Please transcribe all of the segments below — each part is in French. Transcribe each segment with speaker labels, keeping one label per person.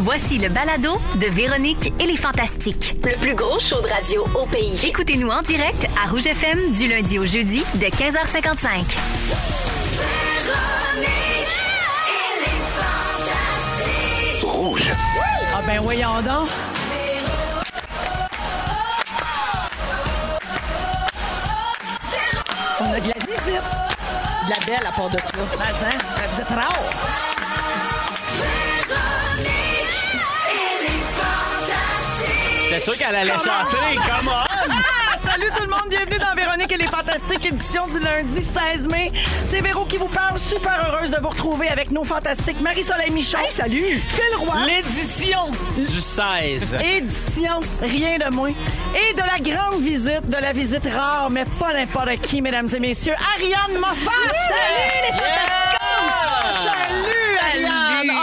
Speaker 1: Voici le balado de Véronique et les Fantastiques.
Speaker 2: Le plus gros show de radio au pays.
Speaker 1: Écoutez-nous en direct à Rouge FM du lundi au jeudi de 15h55.
Speaker 3: Rouge.
Speaker 4: Ah ben voyons donc. On a de la visite. De la belle à part de ça. Matin, la visite Ben, rare.
Speaker 5: C'est sûr qu'elle allait chanter, come on!
Speaker 4: Ah, Salut tout le monde, bienvenue dans Véronique et les Fantastiques, édition du lundi 16 mai. C'est Véro qui vous parle, super heureuse de vous retrouver avec nos fantastiques Marie-Soleil Michon. salut! Phil Roy.
Speaker 5: L'édition du 16.
Speaker 4: Édition, rien de moins. Et de la grande visite, de la visite rare, mais pas n'importe qui, mesdames et messieurs, Ariane Moffat! Salut les Salut Ariane!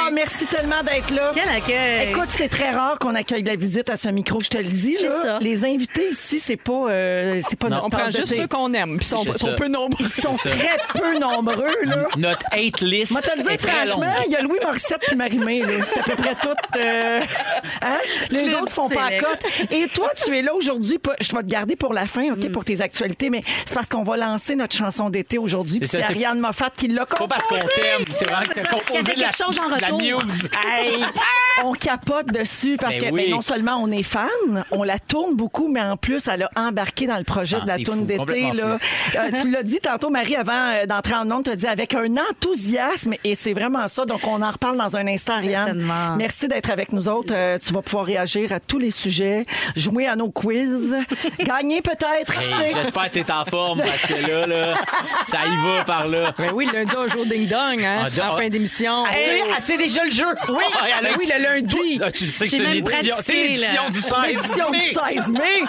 Speaker 4: Ah, merci tellement d'être là.
Speaker 6: Quel accueil!
Speaker 4: Écoute, c'est très rare qu'on accueille de la visite à ce micro, je te le dis.
Speaker 6: C'est
Speaker 4: là.
Speaker 6: ça.
Speaker 4: Les invités ici, c'est pas, euh, c'est pas
Speaker 5: Non.
Speaker 7: On prend
Speaker 4: tasse de
Speaker 7: juste
Speaker 4: thé.
Speaker 7: ceux qu'on aime, puis sont,
Speaker 5: C'est
Speaker 7: sont
Speaker 5: ça.
Speaker 7: peu nombreux.
Speaker 4: Ils sont
Speaker 5: C'est ça.
Speaker 4: très peu nombreux, là.
Speaker 5: Notre hate list.
Speaker 4: Moi, te le
Speaker 5: est
Speaker 4: dire,
Speaker 5: très
Speaker 4: franchement,
Speaker 5: longue.
Speaker 4: il y a Louis Morissette puis Marimé, là. C'est à peu près tout. euh, hein? Les
Speaker 6: Club
Speaker 4: autres font pas la
Speaker 6: Select.
Speaker 4: cote. Et toi, tu es là aujourd'hui. pas- Je vais te garder pour la fin, OK, pour tes actualités, mais c'est parce qu'on va lancer notre chanson d'été aujourd'hui. Puis
Speaker 5: C'est
Speaker 4: c'est
Speaker 5: ça, c'est-
Speaker 4: Ariane Moffat qui l'a
Speaker 5: Pas parce qu'on
Speaker 4: composée.
Speaker 5: t'aime, c'est vraiment que
Speaker 6: Ça veut
Speaker 5: t'as
Speaker 6: dire qu'il y
Speaker 5: composé
Speaker 6: avait
Speaker 5: de la,
Speaker 6: quelque chose en
Speaker 5: de la
Speaker 6: retour.
Speaker 5: muse.
Speaker 4: Hey, on capote dessus parce
Speaker 5: Ben
Speaker 4: que
Speaker 5: oui.
Speaker 4: ben, non seulement on est fan, on la tourne beaucoup, mais en plus elle a embarqué dans le projet
Speaker 5: Ah,
Speaker 4: de la
Speaker 5: c'est
Speaker 4: tourne
Speaker 5: fou,
Speaker 4: d'été.
Speaker 5: complètement
Speaker 4: là. Euh, tu l'as dit tantôt, Marie, avant euh, d'entrer en ondes, tu as dit avec un enthousiasme et c'est vraiment ça. Donc on en reparle dans un instant, Ariane.
Speaker 6: Certainement.
Speaker 4: Merci d'être avec nous autres. Euh, tu vas pouvoir réagir à tous les sujets, jouer à nos quiz, gagner peut-être. qui
Speaker 5: Hey,
Speaker 4: sait.
Speaker 5: J'espère que t'es en forme parce que là, là, ça y va par là.
Speaker 7: Ben oui, lundi, un jour ding-dong, hein,
Speaker 5: Ah, de-
Speaker 7: en fin d'émission.
Speaker 5: Hey,
Speaker 7: Ah, c'est déjà le jeu. Oui,
Speaker 5: Ah, elle a-
Speaker 7: Ben oui le lundi.
Speaker 5: Ah, tu le sais que
Speaker 6: J'ai
Speaker 5: c'est une
Speaker 6: même
Speaker 5: édition. C'est
Speaker 6: pratiqué,
Speaker 5: l'édition
Speaker 6: là.
Speaker 5: du 16.
Speaker 4: Édition du 16 mai.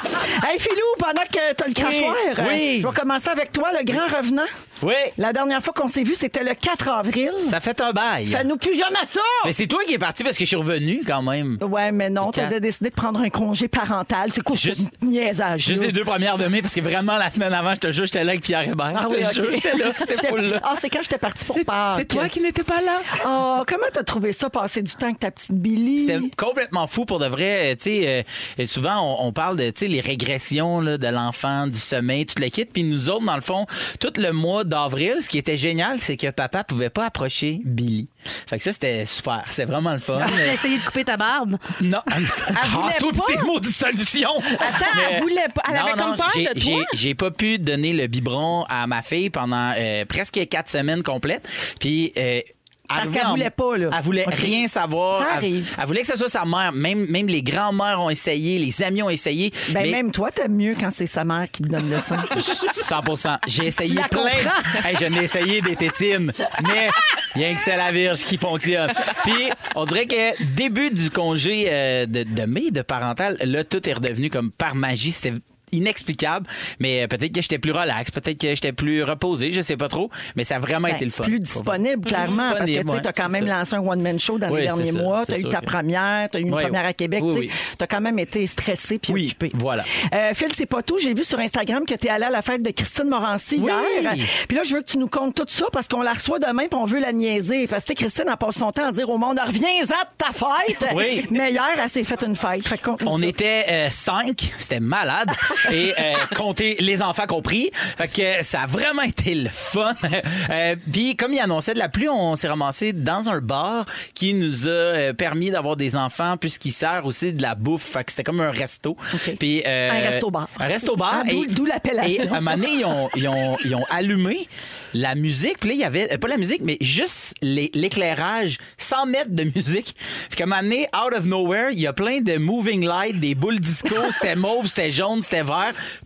Speaker 4: Hey, Philou, pendant que t'as le crachoir, euh,
Speaker 5: oui.
Speaker 4: je vais commencer avec toi, le grand revenant.
Speaker 5: Oui,
Speaker 4: La dernière fois qu'on s'est vu, c'était le 4 avril.
Speaker 5: ça fait un bail.
Speaker 4: Fais-nous plus jamais ça!
Speaker 5: Mais c'est toi qui es parti parce que je suis revenu quand même.
Speaker 4: Ouais, mais non,
Speaker 5: Le
Speaker 4: tu avais
Speaker 5: quatre.
Speaker 4: décidé de prendre un congé parental. C'est quoi ce
Speaker 5: Juste-
Speaker 4: niaisage?
Speaker 5: Juste les deux premières de mai, parce que vraiment, la semaine avant, je te jure, j'étais là avec Pierre Hébert.
Speaker 4: Ah
Speaker 5: je
Speaker 4: oui,
Speaker 5: te
Speaker 4: ok.
Speaker 5: jure, j'étais là. J'étais full là.
Speaker 4: Ah, c'est quand j'étais partie pour
Speaker 7: C'est-
Speaker 4: Pâques.
Speaker 7: C'est toi qui n'étais pas là.
Speaker 4: Oh, comment t'as trouvé ça, passer du temps avec ta petite Billy?
Speaker 5: C'était complètement fou pour de vrai. Euh, Tu sais, euh, euh, souvent, on, on parle de tu sais, les régressions là, de l'enfant, du sommeil, tout le kit. Puis nous autres, dans le fond, tout le mois d'avril, ce qui était génial, c'est que papa pouvait pas approcher Billy. Fait que ça, c'était super. C'était vraiment le fun.
Speaker 8: ah,
Speaker 7: Ah,
Speaker 6: Tu as Ah, essayé de couper ta barbe.
Speaker 5: non. Ah,
Speaker 7: voulait
Speaker 5: toi, pis
Speaker 7: pas.
Speaker 5: tes maudite solution.
Speaker 7: Attends, elle voulait pas- elle avait comme peur
Speaker 5: j'ai-
Speaker 7: de toi?
Speaker 5: j'ai- J'ai pas pu donner le biberon à ma fille pendant euh, presque quatre semaines complètes. Puis. euh,
Speaker 4: Parce
Speaker 5: arrivé
Speaker 4: qu'elle
Speaker 5: en-
Speaker 4: voulait pas, là.
Speaker 5: Elle voulait
Speaker 4: Ok.
Speaker 5: rien savoir.
Speaker 4: Ça
Speaker 5: Elle-
Speaker 4: arrive.
Speaker 5: elle voulait que ce soit sa mère. Même, même les grands-mères ont essayé, les amis ont essayé.
Speaker 4: Ben,
Speaker 5: mais
Speaker 4: même toi, t'aimes mieux quand c'est sa mère qui te donne le sang.
Speaker 5: 100 J'ai essayé
Speaker 4: la
Speaker 5: plein.
Speaker 4: comprends.
Speaker 5: Hey, je n'ai essayé des tétines, mais il y a que c'est la Vierge qui fonctionne. Puis, on dirait que début du congé euh, de, de mai, de parental, là, tout est redevenu comme par magie. C'était inexplicable, mais euh, peut-être que j'étais plus relax, peut-être que j'étais plus reposé, je sais pas trop, mais ça a vraiment été le fun.
Speaker 4: Ben, Plus disponible, clairement, parce que
Speaker 5: Disponible,
Speaker 4: tu sais, as
Speaker 5: ouais,
Speaker 4: quand
Speaker 5: c'est
Speaker 4: même
Speaker 5: ça.
Speaker 4: lancé un one-man show dans
Speaker 5: Oui,
Speaker 4: les derniers
Speaker 5: c'est ça,
Speaker 4: mois. Tu
Speaker 5: c'est
Speaker 4: as eu
Speaker 5: sûr
Speaker 4: ta
Speaker 5: que-
Speaker 4: première, tu as eu une
Speaker 5: Oui,
Speaker 4: première à Québec.
Speaker 5: oui,
Speaker 4: tu
Speaker 5: oui.
Speaker 4: as quand même été stressé puis
Speaker 5: Oui,
Speaker 4: occupé.
Speaker 5: voilà.
Speaker 4: Euh, Phil, c'est pas tout. J'ai vu sur Instagram que tu es allé à la fête de Christine Morancy
Speaker 5: Oui.
Speaker 4: hier. Puis là, je veux que tu nous comptes tout ça parce qu'on la reçoit demain puis on veut la niaiser. Parce que tu sais, Christine, elle passe son temps à dire au monde reviens-en de ta fête.
Speaker 5: Oui.
Speaker 4: Mais hier, elle s'est faite une fête. Fait qu'on- Ben,
Speaker 5: On était euh, cinq, c'était malade. Et euh, compter les enfants compris. Fait que ça a vraiment été le fun. Euh, Puis comme il annonçait de la pluie, on s'est ramassé dans un bar qui nous a euh, permis d'avoir des enfants puisqu'il sert aussi de la bouffe. Fait que c'était comme un resto. Puis, euh,
Speaker 4: Un resto-bar.
Speaker 5: Un resto-bar.
Speaker 4: Ah, d'où-
Speaker 5: Et-
Speaker 4: d'où l'appellation.
Speaker 5: Et à un moment donné, ils ont, ils ont- ils ont allumé la musique. Puis là, il y avait, euh, pas la musique, mais juste les- l'éclairage, 100 mètres de musique. Puis qu'à un moment donné, out of nowhere, il y a plein de moving lights, des boules disco. C'était mauve, c'était jaune, c'était vert.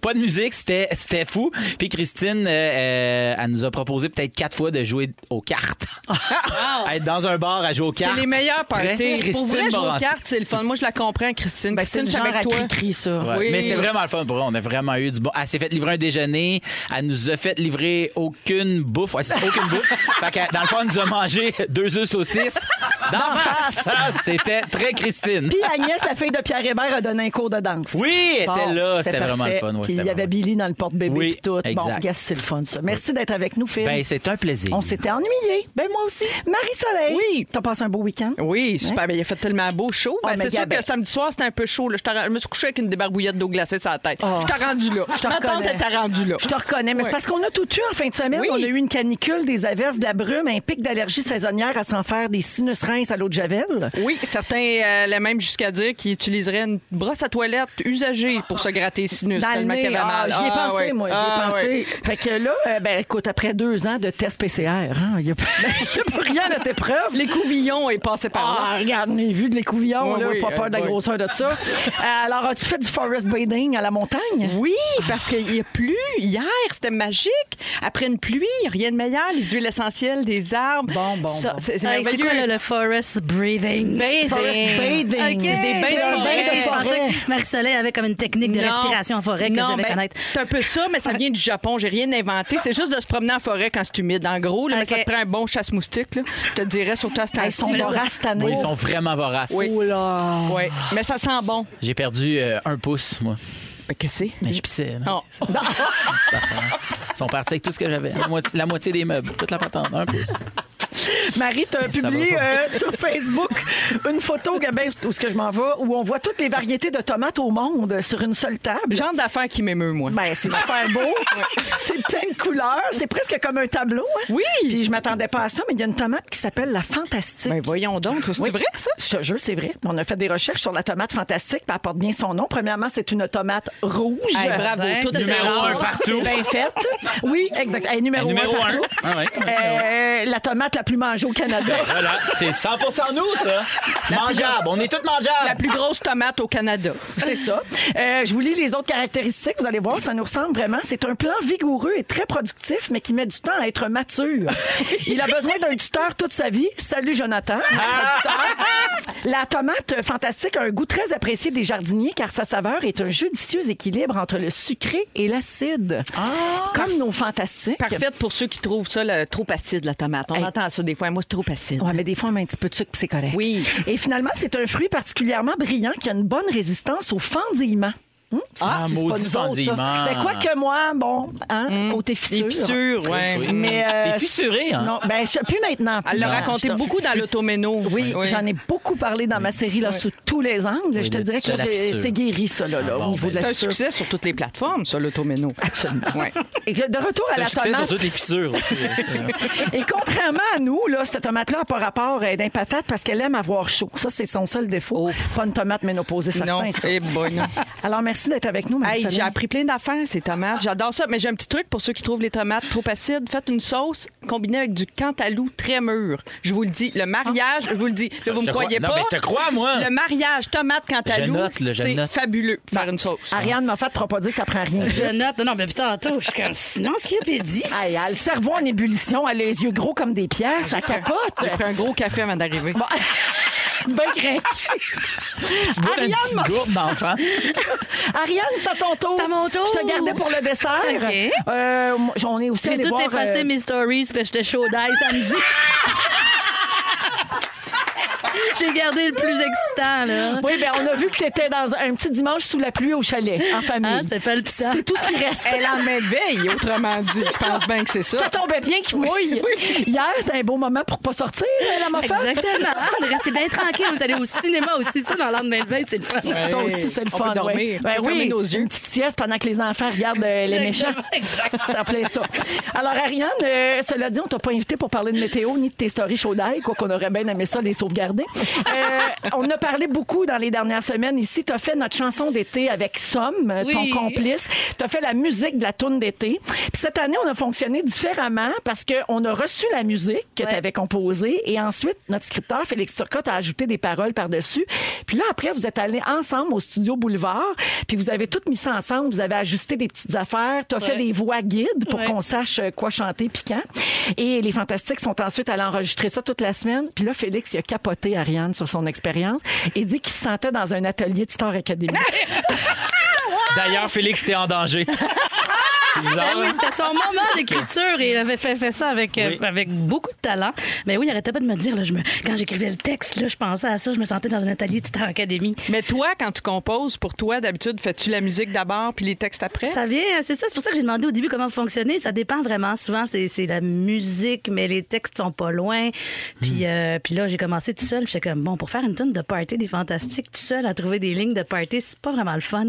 Speaker 5: Pas de musique, c'était c'était fou. Puis Christine, euh, euh, elle nous a proposé peut-être quatre fois de jouer aux cartes. Être dans un bar à jouer aux cartes.
Speaker 7: C'est les meilleurs
Speaker 5: Très
Speaker 7: parties. Pour
Speaker 5: Christine
Speaker 7: vrai, jouer aux
Speaker 5: Morancy.
Speaker 7: cartes, c'est le fun. Moi, je la comprends, Christine.
Speaker 4: Ben, c'est
Speaker 7: Christine,
Speaker 4: le
Speaker 7: je suis
Speaker 4: genre à
Speaker 7: avec toi.
Speaker 4: cri-cri, ça.
Speaker 5: Ouais.
Speaker 7: Oui.
Speaker 5: Mais c'était vraiment le fun pour vrai. On a vraiment eu du bon. Elle s'est fait livrer un déjeuner. Elle nous a fait livrer aucune bouffe. Ouais, c'est aucune bouffe. Fait que, dans le fond, elle nous a mangé deux œufs saucisses, D'en face. Ça, C'était très Christine.
Speaker 4: Puis Agnès, la fille de Pierre Hébert, a donné un cours de danse.
Speaker 5: Oui, elle était là. C'était vraiment
Speaker 4: parfait.
Speaker 5: le fun, ouais,
Speaker 4: Puis
Speaker 5: c'était
Speaker 4: il y avait
Speaker 5: vraiment
Speaker 4: Billy dans le porte-bébé
Speaker 5: Oui,
Speaker 4: puis tout. Bon,
Speaker 5: exact.
Speaker 4: yes, c'est le fun, ça. Merci d'être avec nous, Phil.
Speaker 5: Ben, c'est un plaisir.
Speaker 4: On s'était ennuyés.
Speaker 8: Ben, moi aussi.
Speaker 4: Marie-Soleil,
Speaker 8: Oui.
Speaker 4: t'as passé un beau week-end?
Speaker 8: Oui, super. Ben, il a fait tellement beau, chaud.
Speaker 4: Ah,
Speaker 8: Ben,
Speaker 4: Hein? mais
Speaker 8: c'est sûr
Speaker 4: Gabin.
Speaker 8: que samedi soir, c'était un peu chaud. Là. Je, t'ai- je me suis couché avec une débarbouillette d'eau glacée sur la tête.
Speaker 4: Ah.
Speaker 8: Je t'ai rendu là.
Speaker 4: Je te
Speaker 8: Ma tante,
Speaker 4: reconnais.
Speaker 8: elle t'a rendu là.
Speaker 4: Je te reconnais, mais
Speaker 8: Ouais.
Speaker 4: c'est parce qu'on a tout eu en fin de semaine.
Speaker 8: Oui.
Speaker 4: On a eu une canicule, des averses, de la brume, un pic d'allergie saisonnière à s'en faire des sinus rinces à l'eau de Javel.
Speaker 8: Oui, certains, euh, le même jusqu'à dire qu'ils utiliseraient une brosse à toilette usagée pour se gratter les sinus.
Speaker 4: Dans le
Speaker 8: tellement
Speaker 4: nez.
Speaker 8: qu'elle avait
Speaker 4: Ah,
Speaker 8: mal.
Speaker 4: j'y ai
Speaker 8: Ah,
Speaker 4: pensé,
Speaker 8: ouais.
Speaker 4: moi. J'y ai
Speaker 8: Ah,
Speaker 4: pensé.
Speaker 8: ouais.
Speaker 4: Fait que là, euh, ben, écoute, après deux ans de tests PCR, hein, il n'y a, plus rien à notre épreuve.
Speaker 8: L'écouvillon est passé par là.
Speaker 4: Ah, regarde, on a vu de l'écouvillon,
Speaker 8: Oui,
Speaker 4: là,
Speaker 8: oui,
Speaker 4: pas peur
Speaker 8: euh,
Speaker 4: de la
Speaker 8: oui.
Speaker 4: grosseur de ça. Euh, Alors, as-tu fait du forest bathing à la montagne?
Speaker 8: Oui, parce qu'il y a plu hier, c'était magique. Après une pluie, rien de meilleur, les huiles essentielles des arbres.
Speaker 4: Bon, bon,
Speaker 8: Ça,
Speaker 4: bon.
Speaker 8: C'est c'est
Speaker 6: Hey, Ah, c'est
Speaker 8: merveilleux. Ben,
Speaker 6: quoi là, le forest breathing?
Speaker 8: Bathing.
Speaker 4: Forest bathing.
Speaker 6: Ok,
Speaker 8: C'est des bains de
Speaker 6: c'est un
Speaker 8: forêt.
Speaker 6: bain de
Speaker 4: Je pensais
Speaker 6: forêt. Marie-Soleil avait comme une technique de
Speaker 8: Non.
Speaker 6: respiration en forêt que
Speaker 8: Non,
Speaker 6: je devais
Speaker 8: ben,
Speaker 6: connaître.
Speaker 8: C'est un peu ça, mais ça vient du Japon. J'ai rien inventé. C'est juste de se promener en forêt quand c'est humide, en gros. là, Mais
Speaker 6: Ok.
Speaker 8: ça te prend un bon chasse-moustique, là. je te dirais, surtout à ce
Speaker 4: Hey, Ils sont
Speaker 8: temps-ci. là.
Speaker 4: voraces cette année.
Speaker 5: Oui, ils sont vraiment voraces.
Speaker 8: Oui. Oui. Mais ça sent bon.
Speaker 5: J'ai perdu euh, un pouce, moi.
Speaker 8: Mais qu'est-ce que c'est?
Speaker 5: Mais je pissais. là.
Speaker 8: Non.
Speaker 5: Ils sont partis avec tout ce que j'avais. La, moitié- la moitié des meubles. Toute la patente. Un pouce.
Speaker 4: Marie, tu as
Speaker 5: Ça
Speaker 4: publié
Speaker 5: va pas.
Speaker 4: euh, sur Facebook une photo Gabin, où ce que je m'en vais, où on voit toutes les variétés de tomates au monde sur une seule table.
Speaker 8: Genre d'affaires qui m'émeut, moi.
Speaker 4: Ben, c'est super beau. c'est plein de couleurs. C'est presque comme un tableau. hein.
Speaker 8: Oui.
Speaker 4: Puis je m'attendais pas à ça, mais il y a une tomate qui s'appelle la fantastique.
Speaker 8: Ben, voyons donc. C'est
Speaker 4: Oui.
Speaker 8: vrai, ça?
Speaker 4: Je te jure, c'est vrai. On a fait des recherches sur la tomate fantastique, puis elle porte bien son nom. Premièrement, c'est une tomate rouge.
Speaker 8: Hey, bravo.
Speaker 6: Ouais,
Speaker 8: tout
Speaker 6: ça, c'est
Speaker 8: numéro
Speaker 6: rare.
Speaker 5: un partout.
Speaker 4: Bien faite. Oui, exact. Elle est numéro,
Speaker 5: Numéro
Speaker 4: un
Speaker 5: un.
Speaker 4: partout.
Speaker 5: Ah ouais.
Speaker 4: Euh, la tomate la plus mangée au Canada.
Speaker 5: Voilà. C'est 100 nous, ça. Mangeable. On est tous
Speaker 8: La
Speaker 5: mangeables.
Speaker 8: plus grosse tomate au Canada.
Speaker 4: C'est ça. Euh, je vous lis les autres caractéristiques. Vous allez voir, ça nous ressemble vraiment. C'est un plant vigoureux et très productif, mais qui met du temps à être mature. Il a besoin d'un tuteur toute sa vie. Salut, Jonathan. La tomate fantastique a un goût très apprécié des jardiniers car sa saveur est un judicieux équilibre entre le sucré et l'acide. Comme nos fantastiques.
Speaker 8: Parfaite pour ceux qui trouvent ça là, trop acide, la tomate. On
Speaker 4: Hey.
Speaker 8: entend ça des fois. Moi, c'est trop acide.
Speaker 4: Ouais, mais des fois, on met un petit peu de sucre, puis c'est correct.
Speaker 8: Oui.
Speaker 4: Et finalement, c'est un fruit particulièrement brillant qui a une bonne résistance au fendillement. Hum?
Speaker 5: Ah,
Speaker 4: c'est pas
Speaker 5: maudit
Speaker 4: nous autres, ça.
Speaker 5: fendillement. Hum.
Speaker 4: Ben, quoi que moi, bon, hein, côté
Speaker 8: Des
Speaker 4: fissure.
Speaker 5: hein.
Speaker 8: fissures, ouais. Mm.
Speaker 5: Oui.
Speaker 4: Mais, euh,
Speaker 5: T'es fissuré, hein?
Speaker 4: Non, ben, je, plus maintenant. plus
Speaker 8: Elle l'a
Speaker 4: maintenant,
Speaker 8: raconté
Speaker 4: je te-
Speaker 8: beaucoup dans l'automéno.
Speaker 4: Oui, j'en ai beaucoup parlé dans ma série là sous tous les angles. je te
Speaker 5: de-
Speaker 4: dirais que
Speaker 5: de la
Speaker 4: j'ai-
Speaker 5: fissure.
Speaker 4: c'est guéri ça là, là,
Speaker 5: Ah
Speaker 4: au
Speaker 5: bon,
Speaker 4: niveau
Speaker 5: ben,
Speaker 4: de la
Speaker 8: C'est un
Speaker 4: fissure.
Speaker 8: succès sur toutes les plateformes, ça, l'automéno.
Speaker 4: Absolument.
Speaker 8: Ouais.
Speaker 4: Et que de retour à
Speaker 5: C'est
Speaker 4: la
Speaker 5: un succès sur
Speaker 4: tomate.
Speaker 5: toutes les fissures aussi. hein.
Speaker 4: Et contrairement à nous, là, cette tomate-là n'a pas rapport euh, d'un patate parce qu'elle aime avoir chaud. Ça, c'est son seul défaut. Pas une tomate ménopausée,
Speaker 8: Non,
Speaker 4: certain. ça.
Speaker 8: eh boy, non.
Speaker 4: Alors, merci d'être avec nous,
Speaker 8: Hey,
Speaker 4: Marie.
Speaker 8: j'ai appris plein d'affaires, ces tomates. J'adore ça. Mais j'ai un petit truc pour ceux qui trouvent les tomates trop acides. Faites une sauce combinée avec du cantalou très mûr. Je vous le dis. Le mariage, je vous le dis. Là, vous
Speaker 5: Je
Speaker 8: me
Speaker 5: te crois.
Speaker 8: croyez
Speaker 5: Non,
Speaker 8: pas.
Speaker 5: mais je te crois, moi.
Speaker 8: Le mariage tomate cantalou,
Speaker 5: Je note, là, je
Speaker 8: c'est
Speaker 5: note.
Speaker 8: fabuleux. Faire une sauce.
Speaker 4: Ariane m'a fait pour pas dire que t'apprends rien.
Speaker 6: Je note. Non, mais putain, tantôt, je suis comme sinon, encyclopédie.
Speaker 4: Hey, elle a le cerveau en ébullition, elle a les yeux gros comme des pierres, ça capote.
Speaker 8: J'ai pris un gros café avant d'arriver.
Speaker 4: Ben grec.
Speaker 5: Une
Speaker 4: Ariane, m'a-
Speaker 5: petite gourde d'enfant.
Speaker 4: Ariane, c'est à ton tour.
Speaker 6: C'est à mon tour.
Speaker 4: Je te gardais pour le dessert.
Speaker 6: OK.
Speaker 4: Euh, moi, j'en ai aussi
Speaker 6: J'ai
Speaker 4: allé
Speaker 6: tout
Speaker 4: voir,
Speaker 6: effacé
Speaker 4: euh,
Speaker 6: mes stories, puis j'étais chaud d'ail samedi. J'ai gardé le plus excitant, là.
Speaker 4: Oui, ben on a vu que t'étais dans un petit dimanche sous la pluie au chalet, en famille.
Speaker 6: Hein, c'était palpitant.
Speaker 4: c'est tout ce qui reste.
Speaker 8: Elle en main de veille, autrement dit. Je pense bien que c'est ça.
Speaker 4: Ça tombait bien qu'il mouille. Hier, c'était un beau moment pour pas sortir, euh, la mofa.
Speaker 6: Exactement. On est resté bien tranquille. On est allé au cinéma aussi, ça, dans l'ordre de veille, c'est le fun.
Speaker 4: Ça aussi, c'est le
Speaker 8: On
Speaker 4: fun.
Speaker 8: peut dormir.
Speaker 4: ouais.
Speaker 8: On
Speaker 4: Ben
Speaker 8: peut
Speaker 4: oui,
Speaker 8: fermer nos yeux.
Speaker 4: Une petite sieste pendant que les enfants regardent euh, les méchants.
Speaker 6: Exactement, exact.
Speaker 4: C'est en plein ça. Alors, Ariane, euh, cela dit, on t'a pas invité pour parler de météo ni de tes stories chaudes d'ail, quoi qu'on aurait bien aimé ça, les sauvegarder. Euh, on a parlé beaucoup dans les dernières semaines ici. T'as fait notre chanson d'été avec Somme, euh,
Speaker 6: Oui.
Speaker 4: ton complice. T'as fait la musique de la tourne d'été. Puis cette année, on a fonctionné différemment parce qu'on a reçu la musique que
Speaker 6: Ouais.
Speaker 4: t'avais composée et ensuite, notre scripteur, Félix Turcotte, a ajouté des paroles par-dessus. Puis là, après, vous êtes allés ensemble au studio Boulevard, puis vous avez tout mis ça ensemble. Vous avez ajusté des petites affaires. T'as fait
Speaker 6: Ouais.
Speaker 4: des voix guides pour
Speaker 6: Ouais.
Speaker 4: qu'on sache euh, quoi chanter piquant. Et les Fantastiques sont ensuite allés enregistrer ça toute la semaine. Puis là, Félix, il a capoté Ariane sur son expérience et dit qu'il se sentait dans un atelier de Star Academy.
Speaker 5: D'ailleurs, Félix, t'es en danger.
Speaker 6: Ben
Speaker 5: bizarre.
Speaker 6: oui, c'était son moment d'écriture et il avait fait, fait ça avec, euh,
Speaker 5: Oui.
Speaker 6: avec beaucoup de talent. Mais oui, il arrêtait pas de me dire, là, je me... quand j'écrivais le texte, là, je pensais à ça, je me sentais dans un atelier de Titan Academy.
Speaker 7: Mais toi, quand tu composes, pour toi, d'habitude, fais-tu la musique d'abord puis les textes après?
Speaker 6: Ça vient, euh, c'est ça, c'est pour ça que j'ai demandé au début comment fonctionner. Ça dépend vraiment. Souvent, c'est c'est la musique, mais les textes sont pas loin. Puis, euh, puis là, j'ai commencé tout seul. puis J'étais comme, bon, pour faire une tonne de party des fantastiques, tout seul, à trouver des lignes de party, c'est pas vraiment le fun.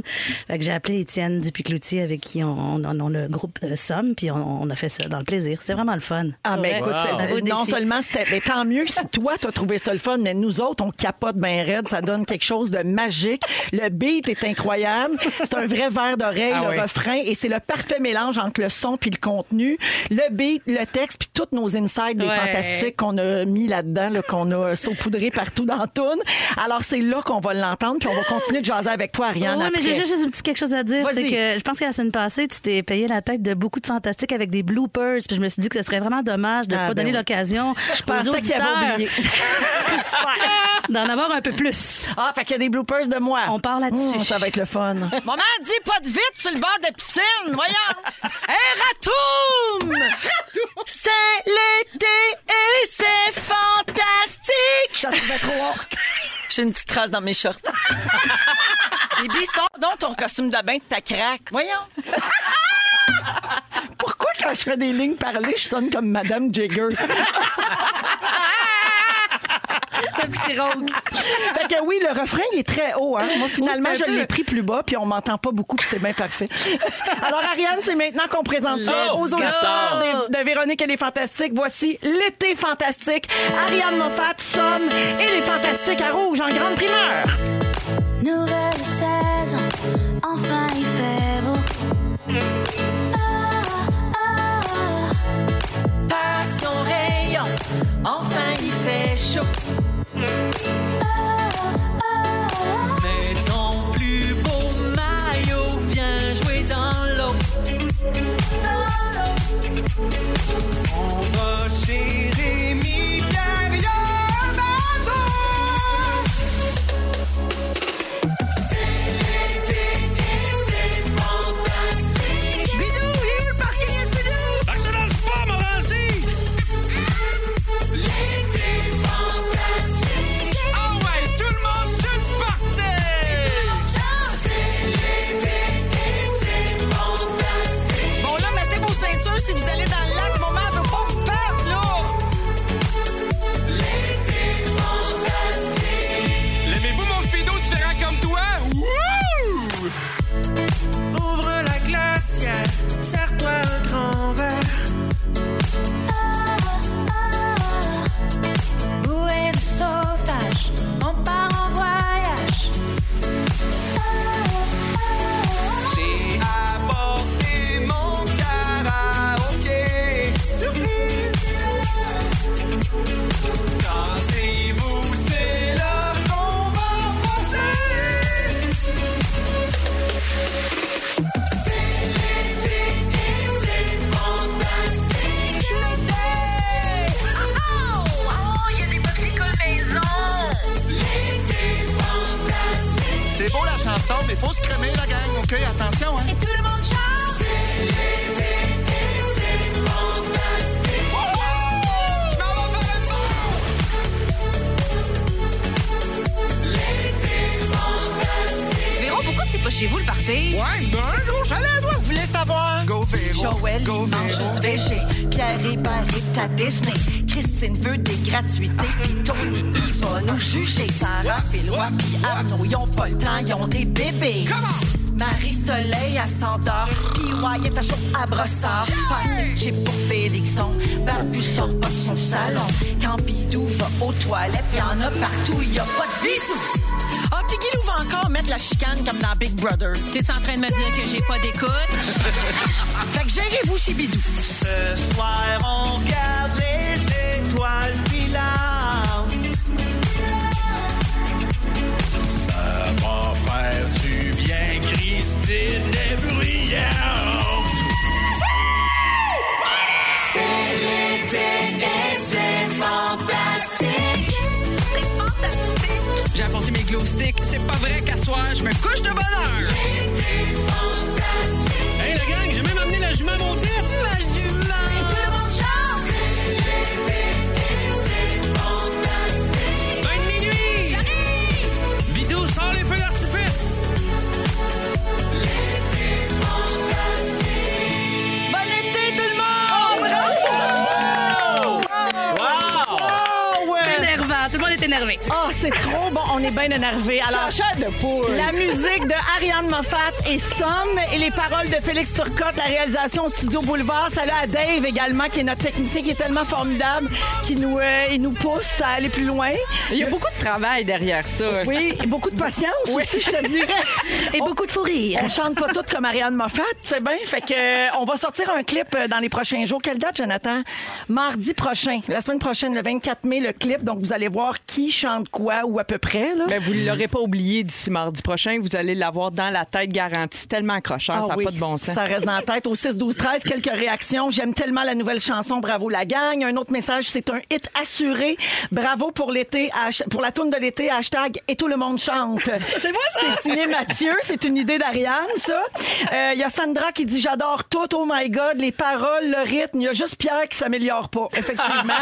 Speaker 6: Fait que j'ai appelé Étienne Dupuis-Cloutier avec qui on, on, on a le groupe euh, Somme, puis on, on a fait ça dans le plaisir. C'est vraiment le fun.
Speaker 4: Ah, mais
Speaker 6: Ouais.
Speaker 4: écoute,
Speaker 6: ben, C'est un
Speaker 4: c'est-
Speaker 6: beau
Speaker 4: non
Speaker 6: défi.
Speaker 4: seulement c'était. Mais tant mieux si toi, t'as trouvé ça le fun, mais nous autres, on capote bien raide. Ça donne quelque chose de magique. Le beat est incroyable. C'est un vrai verre d'oreille,
Speaker 5: Ah
Speaker 4: le
Speaker 5: oui.
Speaker 4: refrain. Et c'est le parfait mélange entre le son puis le contenu. Le beat, le texte, puis toutes nos insides des
Speaker 6: Ouais.
Speaker 4: fantastiques qu'on a mis là-dedans, là, qu'on a saupoudré partout dans la toune. Alors, c'est là qu'on va l'entendre, puis on va continuer de jaser avec toi, Ariane.
Speaker 6: Oui, mais j'ai
Speaker 4: après.
Speaker 6: juste un petit quelque chose à dire.
Speaker 4: Vas-y.
Speaker 6: C'est que je pense que la semaine passée, tu t'es payé la tête de beaucoup de fantastiques avec des bloopers. Puis je me suis dit que ce serait vraiment dommage de ne
Speaker 4: Ah,
Speaker 6: pas
Speaker 4: ben
Speaker 6: donner
Speaker 4: oui.
Speaker 6: l'occasion
Speaker 4: Je
Speaker 6: aux
Speaker 4: pensais qu'il avait
Speaker 6: auditeurs
Speaker 4: oublié.
Speaker 6: d'en avoir un peu plus.
Speaker 4: Ah, fait qu'il y a des bloopers de moi.
Speaker 6: On part là-dessus.
Speaker 4: Mmh, ça va être le fun.
Speaker 7: Maman dit pas de vite sur le bord de piscine, voyons! Hey, Ratoum! C'est l'été et c'est fantastique!
Speaker 4: J'en trouvais trop honte.
Speaker 7: J'ai une petite trace dans mes shorts. Bibi, sors donc ton costume de bain de ta craque. Voyons.
Speaker 4: Pourquoi quand je fais des lignes parlées, je sonne comme Madame Jagger?
Speaker 6: Le petit rogue.
Speaker 4: fait que oui, le refrain, il est très haut. Hein? Moi, finalement,
Speaker 6: Oui, c'est
Speaker 4: je
Speaker 6: un peu-
Speaker 4: l'ai pris plus bas, puis on m'entend pas beaucoup, puis c'est bien parfait. Alors, Ariane, c'est maintenant qu'on présente ça
Speaker 5: Let's
Speaker 4: aux auditeurs
Speaker 6: go!
Speaker 4: de, de Véronique et les Fantastiques. Voici l'été fantastique. Ariane Moffat, Somme et les Fantastiques à Rouge en grande primeur.
Speaker 9: Nouvelle saison, enfin il fait beau. Ah, ah, ah.
Speaker 7: Passion rayon, enfin il fait chaud. Mets ton plus beau maillot, viens jouer dans l'eau. On va chez Rémi Pierre C'est l'été et c'est fantastique. Bidou, il parquet, c'est nous. Marche dans le sport, L'été fantastique. Ah ouais, tout le monde se partait. C'est l'été et c'est fantastique. Bon, là, mettez vos ceintures si vous allez dans le lac. Maman, elle veut pas vous perdre, là. L'été fantastique.
Speaker 10: L'aimez-vous mon speedo différent comme toi? Wouh! Ouvre la glacière, serre-toi un grand verre.
Speaker 9: Bouée de sauvetage, on part en voyage.
Speaker 10: J'ai apporté mon karaoké. Dansez-vous, c'est là qu'on va forcer.
Speaker 3: C'est l'été et c'est fantastique. L'été. Oh, oh, il y a des popsicles maison. L'été fantastique.
Speaker 11: C'est beau la chanson, mais faut se crémer la gang, ok? Attention, hein?
Speaker 3: Et tout le monde chante. C'est l'été et c'est fantastique. Je m'en vais faire un bond. L'été fantastique.
Speaker 2: Véro, pourquoi c'est pas chez vous le party?
Speaker 11: Ouais, ben un gros chalet, toi!
Speaker 7: Vous voulez savoir?
Speaker 11: Go Véro!
Speaker 7: Joël, il
Speaker 11: Go
Speaker 7: mange
Speaker 11: Véro!
Speaker 7: juste végé. Pierre Hébert est à Disney. Christine veut des gratuités. Puis Tony, il va nous juger. Sarah, Pélois, puis Arnaud, ils ont pas le temps, ils ont des bébés.
Speaker 11: Come on!
Speaker 7: Marie-Soleil, à s'endort. Puis Wyatt, à chaud à brossard. Passé chez pour Félixon. Barbu sort pas de son salon. Quand Bidou va aux toilettes, y en a partout, y a pas de bisous. Ah, puis Guilou va encore mettre la chicane comme dans Big Brother.
Speaker 12: T'es en train de me dire que j'ai pas d'écoute?
Speaker 7: Fait que gérez-vous chez Bidou.
Speaker 10: Ce soir, on garde les étoiles filantes. Ça Euh, va faire du bien, Christine est brillante.
Speaker 3: C'est l'été et c'est fantastique. C'est fantastique.
Speaker 12: J'ai
Speaker 10: apporté mes glow sticks. C'est pas vrai qu'à soir, je me couche de bonne heure. Hey, la gang, j'ai même amené la jument maudite. Ma jument. Bain de minuit. Bidou sort les feux d'artifice. Bon été, tout le
Speaker 4: Oh,
Speaker 10: monde!
Speaker 4: Wow!
Speaker 6: C'est énervant. Tout le monde est énervé.
Speaker 4: Ah, c'est trop bon. On est bien énervé. Alors,
Speaker 8: de poule.
Speaker 4: la musique de Ariane Moffat et Somme et les paroles de Félix Turcotte, la réalisation au Studio Boulevard. Salut à Dave également, qui est notre technicien, qui est tellement formidable, qui nous, euh, il nous pousse à aller plus loin.
Speaker 8: Il y a beaucoup de travail derrière ça.
Speaker 4: Oui, et beaucoup de patience aussi, je te dirais.
Speaker 6: Et beaucoup de fou rire.
Speaker 4: On chante pas toutes comme Ariane Moffat, c'est bien. Fait que euh, on va sortir un clip euh, dans les prochains jours. Quelle date, Jonathan? Mardi prochain, la semaine prochaine, le 24 mai, le clip. Donc vous allez voir qui chante quoi ou à peu près. Là.
Speaker 8: Mais Ben, vous ne l'aurez pas oublié d'ici mardi prochain. Vous allez l'avoir dans la tête garantie. C'est tellement accrocheur,
Speaker 4: Ah
Speaker 8: ça n'a
Speaker 4: oui,
Speaker 8: pas de bon sens.
Speaker 4: Ça reste dans la tête. Au 6, 12, 13, quelques réactions. J'aime tellement la nouvelle chanson Bravo la gang. Un autre message, c'est un hit assuré. Bravo pour l'été, hash- pour la tourne de l'été, hashtag et tout le monde chante. c'est moi ça! C'est signé Mathieu, c'est une idée d'Ariane, ça. Euh, Il y a Sandra qui dit j'adore tout, oh my god, les paroles, le rythme. Il y a juste Pierre qui s'améliore pas, effectivement.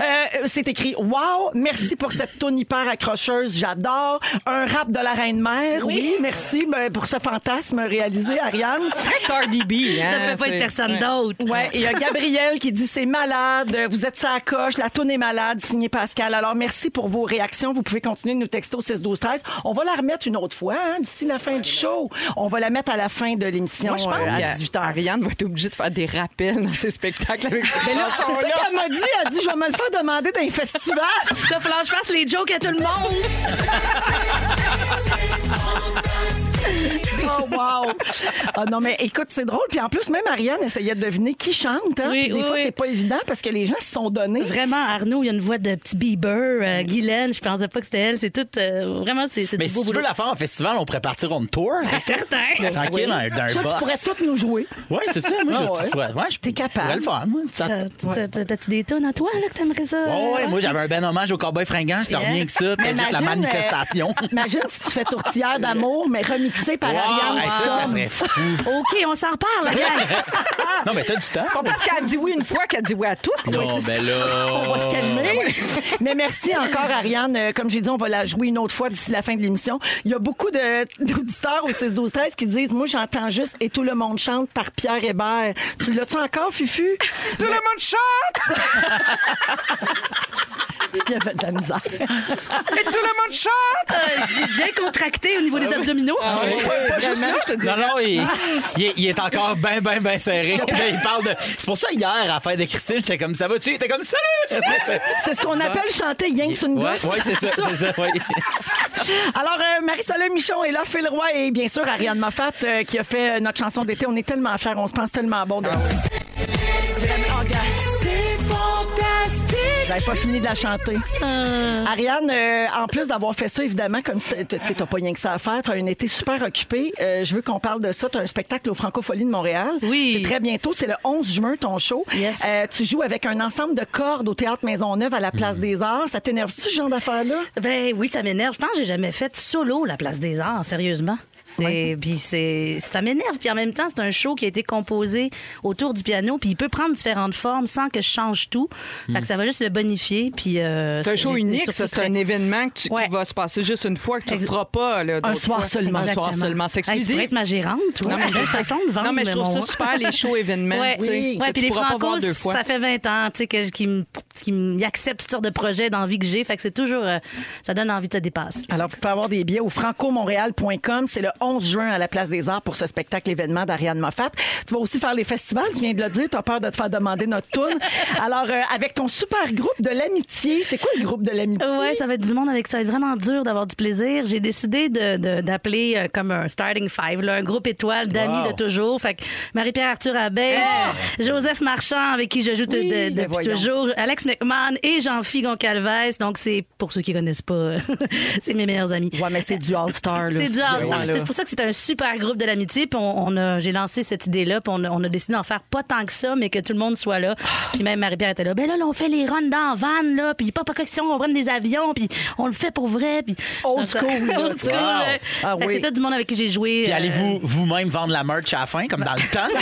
Speaker 4: Euh, c'est écrit Wow, merci pour cette tourne hyper accrocheuse, j'adore. Un rap de la Reine-Mère, oui. merci ben, pour ce fantasme réalisé, Ariane.
Speaker 8: Cardi B, hein,
Speaker 6: Ça ne peut pas
Speaker 8: c'est-
Speaker 6: être personne
Speaker 8: ouais.
Speaker 6: d'autre.
Speaker 4: Ah, Ouais, et il y a Gabriel qui dit c'est malade, vous êtes sa coche, la toune est malade, signé Pascal. Alors merci pour vos réactions, vous pouvez continuer de nous texter au 6 12 13. On va la remettre une autre fois hein, d'ici la fin du show. On va la mettre à la fin de l'émission
Speaker 8: Moi, je pense Ah,
Speaker 4: euh, à 18 h
Speaker 8: qu'Ariane va être obligée de faire des rappels dans ses spectacles avec cette
Speaker 4: Mais Ben là, c'est ça
Speaker 8: chanson-là.
Speaker 4: qu'elle m'a dit. Elle dit, je vais me le faire demander dans les festivals.
Speaker 6: Ça, il que je fasse les jokes à tout le monde.
Speaker 4: Oh, wow! Ah, non, mais écoute, c'est drôle. Puis en plus, même Ariane essayait de deviner qui chante. Hein?
Speaker 6: Oui,
Speaker 4: Puis des
Speaker 6: oui,
Speaker 4: fois,
Speaker 6: oui.
Speaker 4: c'est pas évident parce que les gens se sont donnés.
Speaker 6: Vraiment, Arnaud, il y a une voix de petit Bieber.
Speaker 4: Mm.
Speaker 6: Euh, Guylaine, je pensais pas que c'était elle. C'est tout. euh, vraiment, c'est c'est
Speaker 5: Mais
Speaker 6: du
Speaker 5: si
Speaker 6: beau
Speaker 5: tu veux
Speaker 6: boulot.
Speaker 5: la faire en festival, on pourrait partir on tour.
Speaker 6: Certain.
Speaker 5: Tranquille, hein. d'un
Speaker 4: Ça,
Speaker 5: d'un
Speaker 4: tu pourrais
Speaker 5: boss.
Speaker 4: toutes nous jouer.
Speaker 5: Oui, c'est ça. Moi, je,
Speaker 4: Ah ouais.
Speaker 5: tu pourrais- ouais, je
Speaker 4: T'es
Speaker 5: pourrais le
Speaker 4: capable.
Speaker 5: faire. Moi, Ça-
Speaker 6: T'as- t'as- t'as- T'as-tu des tonnes à toi, là, que t'aimerais ça?
Speaker 5: Ouais, ouais,
Speaker 6: euh,
Speaker 5: moi, j'avais un bel hommage au cowboy fringant. Je te
Speaker 6: Yeah.
Speaker 5: reviens avec ça. Peut-être juste la
Speaker 4: Imagine,
Speaker 5: manifestation.
Speaker 4: euh, imagine si tu fais tourtière d'amour, mais remixée par
Speaker 5: Wow,
Speaker 4: Ariane.
Speaker 5: hey, ça, ça
Speaker 4: Somme.
Speaker 5: serait fou.
Speaker 6: OK, on s'en parle. regarde.
Speaker 5: Non, mais t'as du temps.
Speaker 8: Pas parce qu'elle a dit oui une fois qu'elle dit oui à tout. là.
Speaker 5: Non, ben là. Ben
Speaker 4: On va se calmer. Mais merci encore, Ariane. Euh, Comme j'ai dit, on va la jouer une autre fois d'ici la fin de l'émission. Il y a beaucoup de- d'auditeurs au 6-12-13 qui disent Moi, j'entends juste Et tout le monde chante par Pierre Hébert. Tu l'as-tu encore, Fufu
Speaker 10: Tout le monde chante!
Speaker 4: Il y avait de la misère.
Speaker 10: Et tout le monde chante!
Speaker 6: Euh, J'ai bien contracté au niveau
Speaker 8: Ah
Speaker 6: des abdominaux.
Speaker 8: Pas juste là, je te dis.
Speaker 5: Ah Non, non, il, il est, il est encore bien, bien, bien serré. Là, il parle de. C'est pour ça, hier, à la fête de Christine, j'étais comme ça va-tu? Il était comme salut!
Speaker 4: C'est ce qu'on appelle chanter Yang Sun
Speaker 5: Ouais, ouais, c'est ça, c'est ça, ouais.
Speaker 4: Alors, euh, Marie-Soleil Michon est là, Phil Roy et bien sûr Ariane Moffat euh, qui a fait euh, notre chanson d'été. On est tellement fiers, on se pense tellement
Speaker 10: Ah
Speaker 4: bon. De... J'avais pas fini de la chanter. Ariane, euh, en plus d'avoir fait ça, évidemment, comme c'est- tu sais, t'as pas rien que ça à faire, t'as un été super occupé. Euh, je veux qu'on parle de ça. T'as un spectacle au Francophonie de Montréal.
Speaker 6: Oui.
Speaker 4: C'est très bientôt. C'est le 11 juin, ton show.
Speaker 6: Yes.
Speaker 4: Euh, tu joues avec un ensemble de cordes au Théâtre Maisonneuve à la Place des Arts. Ça t'énerve-tu, ce genre d'affaires-là?
Speaker 6: Ben oui, ça m'énerve. Je pense que j'ai jamais fait solo la place des arts, sérieusement. C'est, puis c'est, ça m'énerve. Puis en même temps, c'est un show qui a été composé autour du piano, puis il peut prendre différentes formes sans que je change tout. Fait que ça va juste le bonifier. Puis euh,
Speaker 8: Hmm. C'est un show
Speaker 6: j'ai- j'ai
Speaker 8: unique,
Speaker 6: surtout
Speaker 8: ça. C'est
Speaker 6: très-
Speaker 8: un événement que tu-
Speaker 6: Ouais.
Speaker 8: qui va se passer juste une fois, que tu ne
Speaker 6: Ex-
Speaker 8: feras pas. là, d'autres
Speaker 4: soir
Speaker 8: fois.
Speaker 4: seulement.
Speaker 8: Un soir
Speaker 6: Exactement.
Speaker 8: seulement. C'est
Speaker 6: Hey, tu
Speaker 8: exclusif.
Speaker 6: pourrais être ma gérante, toi.
Speaker 8: Non, mais je
Speaker 6: Belle
Speaker 8: trouve ça-
Speaker 6: façon de vendre,
Speaker 8: Non, mais je
Speaker 6: mais
Speaker 8: trouve ça
Speaker 6: bon.
Speaker 8: super, les shows événements.
Speaker 6: Ouais.
Speaker 8: tu sais,
Speaker 6: Ouais,
Speaker 8: que
Speaker 6: puis
Speaker 8: tu
Speaker 6: les
Speaker 8: pourras pas voir
Speaker 6: Franco,
Speaker 8: deux fois.
Speaker 6: ça fait 20 ans, tu sais, que- qu'ils me- qu'ils me- acceptent ce genre de projet d'envie que j'ai. Fait que c'est toujours, euh, ça donne envie de te dépasser.
Speaker 4: Alors, vous pouvez avoir des billets au francomontréal.com. C'est le 11 juin à la Place des Arts pour ce spectacle événement d'Ariane Moffat. Tu vas aussi faire les festivals, tu viens de le dire, tu as peur de te faire demander notre tourne. Alors, euh, avec ton super groupe de l'amitié, c'est quoi le groupe de l'amitié?
Speaker 6: Ouais, ça va être du monde avec ça. Ça va être vraiment dur d'avoir du plaisir. J'ai décidé de- de- d'appeler euh, comme un starting five, là, un groupe étoile d'amis de
Speaker 5: Wow.
Speaker 6: toujours. Fait que Marie-Pierre Arthur Abbé, Joseph Marchand, avec qui je joue de-
Speaker 4: Oui,
Speaker 6: de-
Speaker 4: ben
Speaker 6: depuis
Speaker 4: voyons.
Speaker 6: toujours, Alex McMahon et Jean-Philippe Goncalves. Donc, c'est, pour ceux qui connaissent pas, c'est mes meilleurs amis.
Speaker 4: Ouais, mais c'est du All-Star. là. Ben
Speaker 6: C'est du All-Star,
Speaker 4: Ouais,
Speaker 6: c'est c'est pour ça que c'est un super groupe de l'amitié. Puis on, on a- j'ai lancé cette idée-là. Puis on, a- on a décidé d'en faire pas tant que ça, mais que tout le monde soit là. Puis même Marie-Pierre était là. Ben là, là, on fait les runs dans la van, là. Puis pas pas question, on prend des avions. Puis on le fait pour vrai. Puis.
Speaker 4: Old
Speaker 6: Donc, ça-
Speaker 4: school, là.
Speaker 6: Old school,
Speaker 5: Wow.
Speaker 6: ouais.
Speaker 5: Ah
Speaker 6: Fait que
Speaker 5: oui.
Speaker 6: C'est tout du monde avec qui j'ai joué.
Speaker 5: Puis
Speaker 6: euh,
Speaker 5: allez-vous vous-même vendre la merch à la fin, comme dans le temps?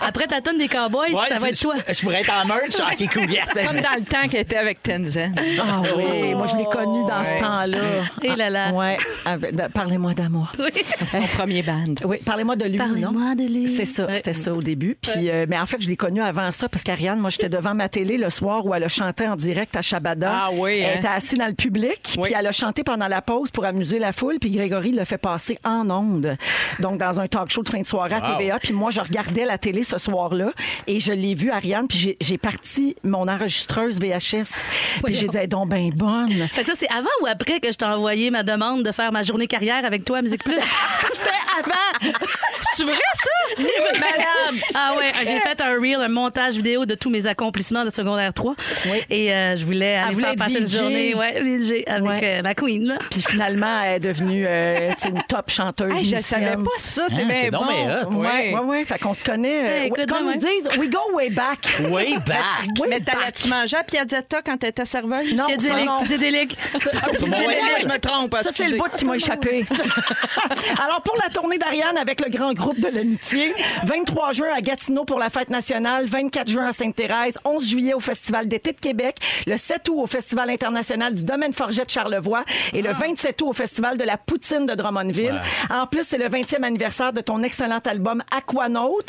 Speaker 6: Après ta tonne des cowboys,
Speaker 5: Ouais,
Speaker 6: ça va
Speaker 5: c'est-
Speaker 6: être toi.
Speaker 5: Je, je pourrais être en merch. Ah, qui cool, yes.
Speaker 8: Comme dans le temps qu'elle était avec Tenzin.
Speaker 4: Ah oui, moi je l'ai connu dans ce temps-là.
Speaker 6: Et Eh là là.
Speaker 4: Ouais. Avec- de- Parlez-moi d'amour.
Speaker 8: Son premier band.
Speaker 4: Oui, parlez-moi de lui.
Speaker 6: Parlez-moi
Speaker 4: non?
Speaker 6: de lui.
Speaker 4: C'est ça,
Speaker 6: Ouais.
Speaker 4: c'était ça au début. Puis, euh, mais en fait, je l'ai connu avant ça parce qu'Ariane, moi, j'étais devant ma télé le soir où elle a chanté en direct à Shabada.
Speaker 8: Ah oui, hein?
Speaker 4: Elle était assise dans le public,
Speaker 8: Oui.
Speaker 4: puis elle a chanté pendant la pause pour amuser la foule, puis Grégory l'a fait passer en onde. Donc, dans un talk show de fin de soirée à
Speaker 5: Wow.
Speaker 4: TVA. Puis moi, je regardais la télé ce soir-là et je l'ai vue, Ariane, puis j'ai- j'ai parti mon enregistreuse VHS. Puis j'ai dit, Elle est donc ben bonne.
Speaker 6: Fait que ça, c'est avant ou après que je t'ai envoyé ma demande de faire ma journée carrière avec toi à Musique Plus? C'était avant!
Speaker 8: C'est vrai, ça? Malade!
Speaker 6: Ah ouais, j'ai fait un reel, un montage vidéo de tous mes accomplissements de secondaire 3. Et euh, je voulais aller
Speaker 4: voulait
Speaker 6: faire
Speaker 4: être
Speaker 6: passer une
Speaker 4: VJ.
Speaker 6: journée ouais, VJ avec
Speaker 4: Ouais.
Speaker 6: euh, ma queen. là.
Speaker 4: Puis finalement, elle est devenue euh, tu sais, une top chanteuse.
Speaker 8: Hey, je
Speaker 4: musicienne.
Speaker 8: savais pas ça, Hein, c'est
Speaker 5: Ah,
Speaker 8: bien
Speaker 5: c'est
Speaker 8: bon.
Speaker 5: donc bien hot.
Speaker 4: Ouais, ouais, ouais. Fait qu'on se connaît. euh,
Speaker 6: Hey, écoute,
Speaker 4: comme
Speaker 6: ouais.
Speaker 4: ils disent, we go way back.
Speaker 5: Way back.
Speaker 4: Way
Speaker 8: Mais
Speaker 4: back.
Speaker 8: t'allais-tu manger à Piazzetta quand t'étais serveuse?
Speaker 4: Non,
Speaker 6: Petit
Speaker 4: Ah, ça,
Speaker 6: délic,
Speaker 4: non.
Speaker 6: petit délic.
Speaker 8: Ah, je me trompe.
Speaker 4: Ça, c'est le
Speaker 8: excusez.
Speaker 4: bout qui m'a échappé. Alors, pour la tournée d'Ariane avec le grand groupe de l'amitié, 23 juin à Gatineau pour la fête nationale, 24 juin à Sainte-Thérèse, 11 juillet au Festival d'été de Québec, le 7 août au Festival international du Domaine Forget de Charlevoix et
Speaker 8: Ah.
Speaker 4: le 27 août au Festival de la Poutine de Drummondville. En plus, c'est le 20e anniversaire de ton excellent album Aquanaut.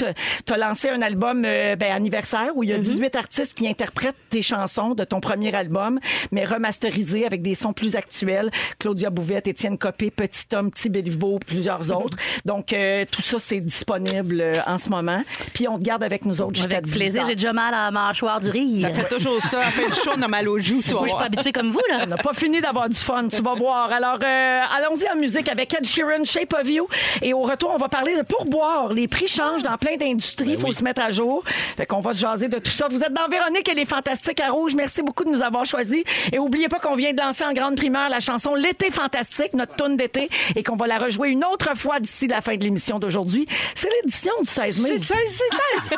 Speaker 4: Tu as lancé un album euh, ben, anniversaire où il y
Speaker 6: Mm-hmm.
Speaker 4: a 18 artistes qui interprètent tes chansons de ton premier album, mais remasterisés avec des sons plus actuels. Claudia Bouvette, Étienne Copé, Petit Homme, Petit Béliveau, plusieurs
Speaker 6: Mm-hmm.
Speaker 4: autres. Donc, euh, tout ça, c'est disponible euh, en ce moment. Puis, on te garde avec nous autres jusqu'à
Speaker 6: Avec
Speaker 4: 18
Speaker 6: plaisir, j'ai déjà mal à la mâchoire du rire.
Speaker 8: Ça fait toujours ça. Après le show, on a mal aux joues, toi.
Speaker 6: Moi, je suis pas habituée comme vous, là.
Speaker 4: On n'a pas fini d'avoir du fun, tu vas voir. Alors, euh, allons-y en musique avec Ed Sheeran, Shape of You. Et au retour, on va parler de pourboire. Les prix changent dans plein d'industries, il faut se mettre à jour. Fait qu'on va se jaser de tout ça. Vous êtes dans Véronique et les Fantastiques à Rouge. Merci beaucoup de nous avoir choisis. Et oubliez pas qu'on vient de lancer en grande primeur la chanson L'été fantastique, notre tune d'été, et qu'on va la rejouer une autre fois d'ici la fin de l'émission d'aujourd'hui. C'est l'édition du 16 mai.
Speaker 8: C'est 16, c'est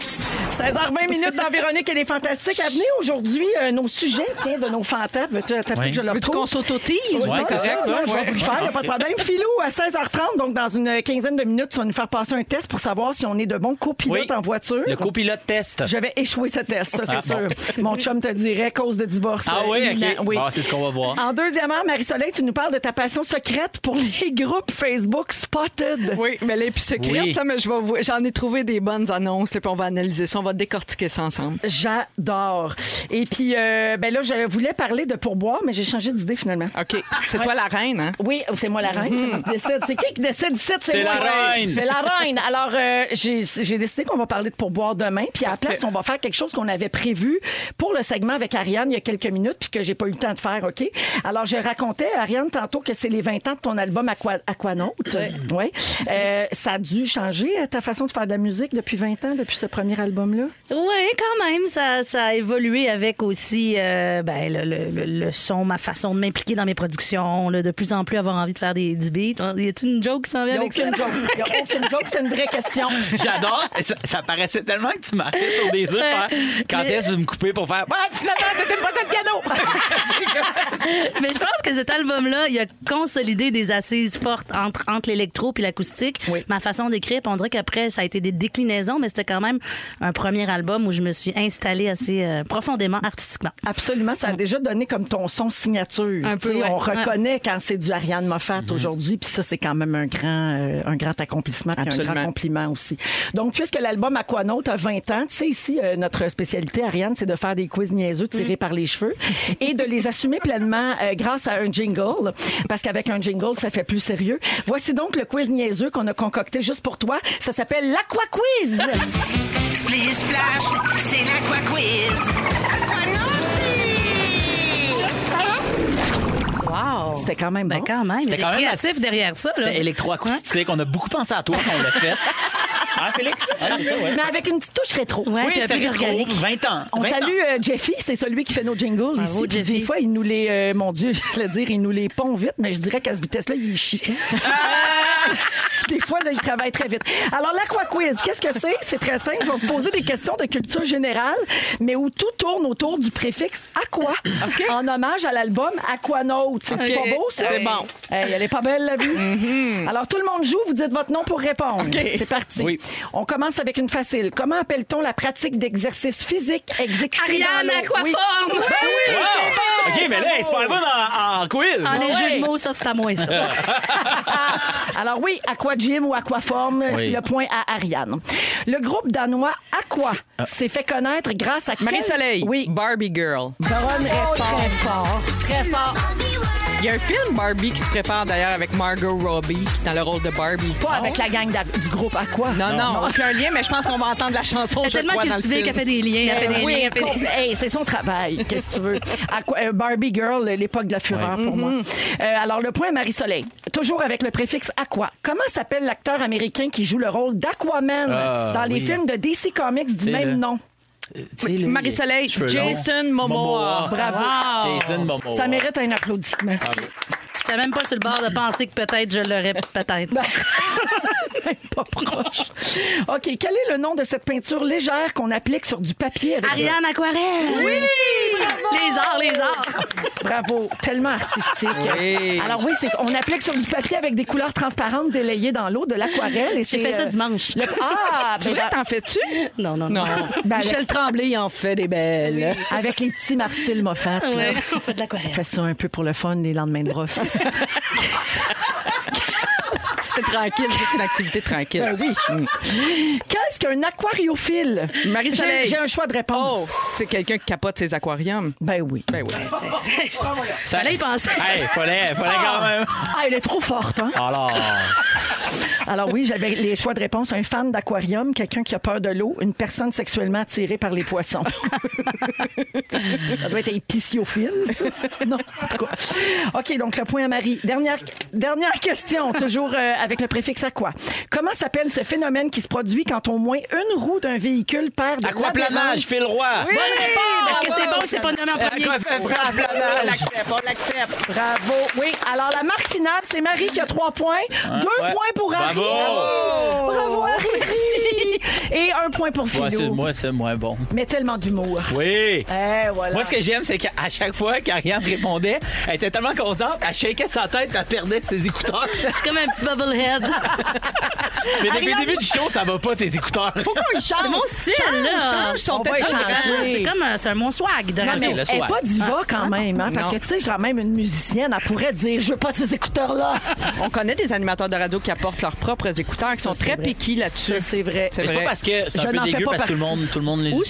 Speaker 8: 16.
Speaker 4: 16h20 minutes dans Véronique et les Fantastiques. À venir aujourd'hui, euh, nos sujets, tiens, de nos fantas. Veux-tu t'as
Speaker 5: Ouais.
Speaker 4: que je le
Speaker 8: Veux-tu
Speaker 4: retrouve?
Speaker 8: qu'on s'autotise?
Speaker 5: Ouais,
Speaker 4: Non,
Speaker 5: c'est
Speaker 4: non,
Speaker 5: ça,
Speaker 4: non,
Speaker 5: toi,
Speaker 4: je vais
Speaker 5: ouais.
Speaker 4: vous le faire, il n'y a pas de problème. Philou, à 16h30, donc dans une quinzaine de minutes, tu vas nous faire passer un test pour savoir si on est de bons copilotes
Speaker 5: Oui.
Speaker 4: en voiture.
Speaker 5: Le copilote test.
Speaker 4: Je vais échouer ce test, ça, c'est
Speaker 5: Ah,
Speaker 4: sûr. Mon chum te dirait cause de divorce.
Speaker 5: Ah oui,
Speaker 4: Euh,
Speaker 5: OK.
Speaker 4: imminent, oui.
Speaker 5: Bon, c'est ce qu'on va voir.
Speaker 4: En deuxième heure, Marie-Soleil, tu nous parles de ta passion secrète pour les groupes Facebook Spotted.
Speaker 8: Oui, mais les puis secrètes,
Speaker 5: Oui.
Speaker 8: là, mais je vais vous- j'en ai trouvé des bonnes annonces, là, puis on va analyser ça, on va décortiquer ça ensemble.
Speaker 4: J'adore. Et puis, euh, ben là, je voulais parler de pourboire, mais j'ai changé d'idée finalement.
Speaker 8: OK. C'est toi la reine, hein?
Speaker 4: Oui, c'est moi la reine.
Speaker 5: Mhm.
Speaker 4: C'est moi qui décide. C'est qui qui décide ici?
Speaker 5: C'est
Speaker 4: moi.
Speaker 5: la reine.
Speaker 4: C'est la reine. Alors, euh, j'ai j'ai décidé qu'on va parler de pourboire demain. Puis à la place, on va faire quelque chose qu'on avait prévu pour le segment avec Ariane il y a quelques minutes, puis que j'ai pas eu le temps de faire, OK? Alors, je racontais, Ariane, tantôt que c'est les 20 ans de ton album Aqua, Aquanaut. Oui. Euh, ça a dû changer euh, ta façon de faire de la musique depuis 20 ans, depuis ce premier album-là?
Speaker 6: Oui, quand même, ça, ça a évolué avec aussi euh, ben, le, le- le- le son, ma façon de m'impliquer dans mes productions, là, de plus en plus avoir envie de faire des, du beat. Y a-t-il une joke qui s'en vient
Speaker 4: Il n'y a
Speaker 6: avec ça?
Speaker 4: aucune joke. Il y a aucune joke. C'est une vraie question.
Speaker 5: J'adore. Ça, ça paraissait tellement que tu marchais sur des œufs. hein. Quand
Speaker 6: Mais-
Speaker 5: est-ce que vous me coupez pour faire. Ah, finalement, t'étais pas ça de
Speaker 6: Mais je pense que cet album-là, il a consolidé des assises fortes entre, entre l'électro puis l'acoustique.
Speaker 4: Oui.
Speaker 6: Ma façon d'écrire, puis on dirait qu'après, ça a été des déclinaisons, mais c'était quand même un premier album où je me suis installée assez euh, profondément artistiquement.
Speaker 4: Absolument, ça a déjà donné comme ton son signature.
Speaker 6: Mm. Un peu,
Speaker 4: Tu sais,
Speaker 6: ouais.
Speaker 4: On reconnaît quand c'est du Ariane Moffat
Speaker 5: Mm-hmm.
Speaker 4: aujourd'hui, puis ça, c'est quand même un grand, euh, un grand accomplissement, puis un
Speaker 8: Absolument.
Speaker 4: grand compliment aussi. Donc, puisque l'album Aquanaut a 20 ans, tu sais, ici, euh, notre spécialité, Ariane, c'est de faire des quiz niaiseux
Speaker 6: Mm.
Speaker 4: tirés par les cheveux et de les assumer pleinement euh, grâce à un jingle, parce qu'avec un jingle, ça fait plus sérieux. Voici donc le quiz niaiseux qu'on a concocté juste pour toi. Ça s'appelle l'Aqua Quiz.
Speaker 3: Splish Splash, c'est l'Aqua Quiz.
Speaker 6: Wow!
Speaker 4: C'était quand même
Speaker 6: Ben
Speaker 4: bon.
Speaker 6: quand même, il y a
Speaker 5: C'était
Speaker 6: des
Speaker 5: quand même
Speaker 6: créatifs
Speaker 5: assez-
Speaker 6: derrière ça. là.
Speaker 5: C'était électroacoustique. On a beaucoup pensé à toi quand on l'a fait. Ah, Félix? Ah, c'est ça, ouais.
Speaker 4: Mais avec une petite touche rétro.
Speaker 5: Oui, puis un c'est peu rétro, d'organique. 20 ans.
Speaker 4: On
Speaker 5: 20
Speaker 4: salue euh, Jeffy, c'est celui qui fait nos jingles ici. Puis Des fois, il nous les. euh, mon Dieu, j'allais dire, il nous les pond vite, mais je dirais qu'à cette vitesse-là, il est chiant.
Speaker 8: Ah!
Speaker 4: des fois, là, il travaille très vite. Alors, l'Aqua Quiz, qu'est-ce que c'est? C'est très simple. Je vais vous poser des questions de culture générale, mais où tout tourne autour du préfixe Aqua, en hommage à l'album Aquanaut. C'est
Speaker 8: Ok.
Speaker 4: pas beau, ça?
Speaker 8: C'est bon.
Speaker 4: Hey, elle est pas belle, la vie. Alors, tout le monde joue, vous dites votre nom pour répondre. C'est parti.
Speaker 5: Oui.
Speaker 4: On commence avec une facile. Comment appelle-t-on la pratique d'exercice physique exécutée
Speaker 6: Hein? Ariane
Speaker 4: dans l'eau? Oui.
Speaker 6: Aquaforme!
Speaker 4: Ben oui, c'est
Speaker 5: Ah,
Speaker 4: bon!
Speaker 5: OK, mais là, c'est pas bonne en, en quiz. hein.
Speaker 6: Ah, les
Speaker 4: ouais.
Speaker 6: jeux de mots, ça, c'est à moi, ça.
Speaker 4: Alors oui, Aquagym ou Aquaform,
Speaker 5: Oui.
Speaker 4: le point à Ariane. Le groupe danois Aqua s'est fait connaître grâce à... quel-
Speaker 8: Marie-Soleil,
Speaker 4: Oui.
Speaker 8: Barbie Girl.
Speaker 4: Baronne est fort.
Speaker 6: très fort.
Speaker 4: Très fort.
Speaker 8: Il y a un film Barbie qui se prépare d'ailleurs avec Margot Robbie qui est dans le rôle de Barbie.
Speaker 4: Pas avec la gang d'A- du groupe Aqua.
Speaker 8: Non, non, aucun lien, mais je pense qu'on va entendre la chanson.
Speaker 6: Elle est
Speaker 8: je
Speaker 6: tellement
Speaker 8: crois, dans le
Speaker 6: cultivée
Speaker 8: film.
Speaker 6: qu'elle fait des liens. Elle fait des
Speaker 4: Oui,
Speaker 6: liens. elle fait des-
Speaker 4: com- hey, c'est son travail, qu'est-ce que tu veux. Aqua- euh, Barbie Girl, l'époque de la fureur pour moi. Euh, alors, le point à Marie-Soleil, toujours avec le préfixe Aqua. Comment s'appelle l'acteur américain qui joue le rôle d'Aquaman
Speaker 5: Ah,
Speaker 4: dans les
Speaker 5: oui.
Speaker 4: films de DC Comics du
Speaker 5: C'est
Speaker 4: même
Speaker 5: le-
Speaker 4: nom?
Speaker 8: Marie-Soleil, Jason Momoa.
Speaker 4: Bravo.
Speaker 6: Wow.
Speaker 5: Jason Momoa.
Speaker 4: Ça mérite un applaudissement.
Speaker 5: Ah
Speaker 6: J'étais même pas sur le bord de penser que peut-être je l'aurais, peut-être.
Speaker 4: Même pas proche. OK, quel est le nom de cette peinture légère qu'on applique sur du papier avec...
Speaker 6: Ariane Aquarelle! Oui! Les arts, les arts!
Speaker 4: Bravo, tellement artistique.
Speaker 8: Oui.
Speaker 4: Alors oui, c'est on applique sur du papier avec des couleurs transparentes délayées dans l'eau de l'aquarelle et c'est
Speaker 6: J'ai fait ça
Speaker 4: euh,
Speaker 6: dimanche.
Speaker 4: le- Ah,
Speaker 8: Tu
Speaker 4: ben,
Speaker 8: voulais,
Speaker 4: ben,
Speaker 8: t'en fais-tu?
Speaker 6: Non, non, non.
Speaker 8: Non.
Speaker 4: Ben,
Speaker 8: Michel
Speaker 4: le-
Speaker 8: Tremblay, il en fait des belles.
Speaker 4: avec les petits Marcel Moffat. là.
Speaker 6: Ouais, on fait de
Speaker 4: On
Speaker 6: l'aquarelle.
Speaker 4: fait ça un peu pour le fun les lendemains de brosse.
Speaker 8: C'est tranquille, c'est une activité tranquille. Ben oui.
Speaker 4: Mm. Qu'est-ce qu'un aquariophile
Speaker 8: Marie-Soleil.
Speaker 4: Euh, J'ai- J'ai un choix de
Speaker 8: Oh,
Speaker 4: réponse.
Speaker 8: c'est quelqu'un qui capote ses aquariums.
Speaker 4: Ben oui.
Speaker 8: Ben oui.
Speaker 5: Ça-
Speaker 6: Fallait y penser.
Speaker 5: Hey, fallait, fallait quand même.
Speaker 4: Ah, elle est trop forte, hein?
Speaker 5: Alors,
Speaker 4: Alors oui, j'avais les choix de réponse. Un fan d'aquarium, quelqu'un qui a peur de l'eau, une personne sexuellement attirée par les poissons. ça doit être épiciophile, ça. Non, en tout cas. OK, donc le point à Marie. Dernière, dernière question, toujours euh, avec le préfixe à quoi. Comment s'appelle ce phénomène qui se produit quand au moins une roue d'un véhicule perd de
Speaker 5: à quoi planage,
Speaker 4: l'adhérence?
Speaker 5: Phil Roy?
Speaker 4: Bonne réponse!
Speaker 6: Est-ce que c'est bon ou c'est pas nommé en premier?
Speaker 8: Euh,
Speaker 4: Ah,
Speaker 8: On l'accepte, on l'accepte.
Speaker 4: Bravo. Oui, alors la marque finale, c'est Marie qui a trois points. Deux
Speaker 5: ouais.
Speaker 4: points pour Harry.
Speaker 5: Bravo.
Speaker 4: Bravo, Harry. Et un point pour
Speaker 5: Ouais, c'est-
Speaker 4: Philou.
Speaker 5: moi, c'est moins bon.
Speaker 4: Mais tellement d'humour.
Speaker 5: Oui.
Speaker 4: Eh, voilà.
Speaker 5: Moi, ce que j'aime, c'est qu'à chaque fois qu'Ariane répondait, elle était tellement contente, elle shakeait sa tête puis elle perdait ses écouteurs.
Speaker 6: Je suis comme un petit bubblehead.
Speaker 5: Ah, Mais depuis
Speaker 4: Ariane-
Speaker 5: le début du show, ça va pas, tes écouteurs.
Speaker 6: C'est mon style, là.
Speaker 8: Change son
Speaker 4: On va
Speaker 8: tête.
Speaker 4: échanger.
Speaker 6: Ah, C'est comme un, c'est un- mon swag de
Speaker 5: mais-
Speaker 6: radio.
Speaker 5: le
Speaker 4: Elle n'est
Speaker 5: soir.
Speaker 4: pas diva quand même, hein, parce
Speaker 8: Non.
Speaker 4: que tu sais, quand même, une musicienne, elle pourrait dire Je veux pas ces écouteurs-là.
Speaker 8: On connaît des animateurs de radio qui apportent leurs propres écouteurs, qui sont
Speaker 4: c'est
Speaker 8: très
Speaker 4: vrai.
Speaker 8: piqués là-dessus.
Speaker 4: Ça, c'est vrai.
Speaker 8: C'est
Speaker 5: Mais c'est pas
Speaker 8: vrai.
Speaker 5: parce que c'est
Speaker 4: Je
Speaker 5: un peu
Speaker 4: n'en fais
Speaker 5: dégueu
Speaker 4: pas
Speaker 5: parce que tout le
Speaker 4: partie.
Speaker 5: monde, tout le monde les utilise.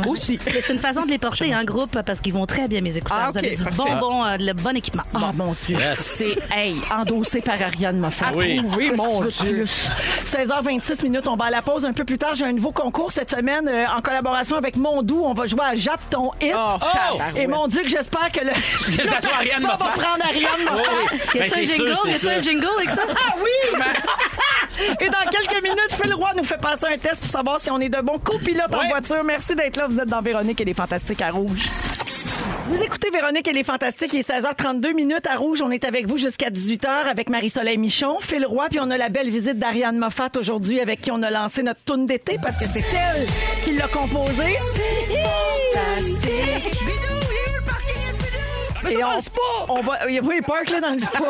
Speaker 8: Aussi. Aussi.
Speaker 6: Mais C'est une façon de les porter en groupe parce qu'ils vont très bien, mes écouteurs.
Speaker 8: Ah,
Speaker 6: Vous avez
Speaker 8: ok,
Speaker 6: du
Speaker 8: parfait.
Speaker 6: bon, bon, euh, le bon équipement.
Speaker 4: Oh mon Dieu.
Speaker 5: Yes.
Speaker 4: C'est, hey, endossé par Ariane Moffat.
Speaker 5: oui.
Speaker 8: Oui,
Speaker 4: Qu'est-ce
Speaker 8: mon
Speaker 4: que tu veux de
Speaker 8: Dieu.
Speaker 4: plus? 16h26 minutes, on va à la pause un peu plus tard. J'ai un nouveau concours cette semaine euh, en collaboration avec Mondou. On va jouer à Jap ton hit.
Speaker 8: Oh,
Speaker 5: tabarouette.
Speaker 4: Et mon Dieu, que j'espère que le.
Speaker 5: Que ça soit Ariane
Speaker 4: participant va
Speaker 5: Moffat.
Speaker 4: prendre Ariane
Speaker 5: Oui,
Speaker 4: Moffat.
Speaker 5: oui.
Speaker 6: Y
Speaker 5: Ben,
Speaker 6: a-tu un
Speaker 5: c'est sûr,
Speaker 6: jingle? Y
Speaker 5: c'est
Speaker 6: a-tu un
Speaker 5: sûr.
Speaker 6: jingle avec ça?
Speaker 4: Ah oui! Et dans quelques minutes, Phil Roy nous fait passer un test pour savoir si on est de bons copilotes en
Speaker 5: Ouais.
Speaker 4: voiture. Merci d'être là. Vous êtes dans Véronique et les Fantastiques à Rouge. Vous écoutez Véronique et les Fantastiques. Il est 16h32 minutes à Rouge. On est avec vous jusqu'à 18h avec Marie-Soleil Michon, Phil Roy, puis on a la belle visite d'Ariane Moffat aujourd'hui avec qui on a lancé notre tourne d'été parce que c'est elle qui l'a composée.
Speaker 3: Fantastique. Bidou, il est où le parking? C'est nous.
Speaker 4: Et on, on va, oui, park là dans le spa.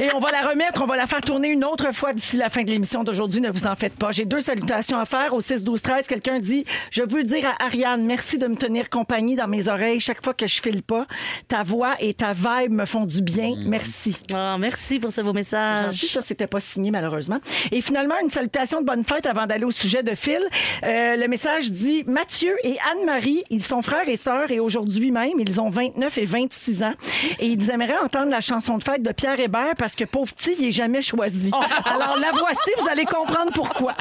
Speaker 4: Et on va la remettre, on va la faire tourner une autre fois d'ici la fin de l'émission d'aujourd'hui. Ne vous en faites pas. J'ai deux salutations à faire. Au 6-12-13, quelqu'un dit Je veux dire à Ariane, merci de me tenir compagnie dans mes oreilles chaque fois que je file pas. Ta voix et ta vibe me font du bien. Merci.
Speaker 6: Ah, merci pour ce beau
Speaker 4: C'est
Speaker 6: message.
Speaker 4: gentil, ça, c'était pas signé, malheureusement. Et finalement, une salutation de bonne fête avant d'aller au sujet de Phil. Euh, le message dit Mathieu et Anne-Marie, ils sont frères et sœurs et aujourd'hui même, ils ont 29 et 26 ans. Et ils aimeraient entendre la chanson de fête de Pierre Hébert parce que pauvre petit, il est jamais choisi. Alors la voici, vous allez comprendre pourquoi.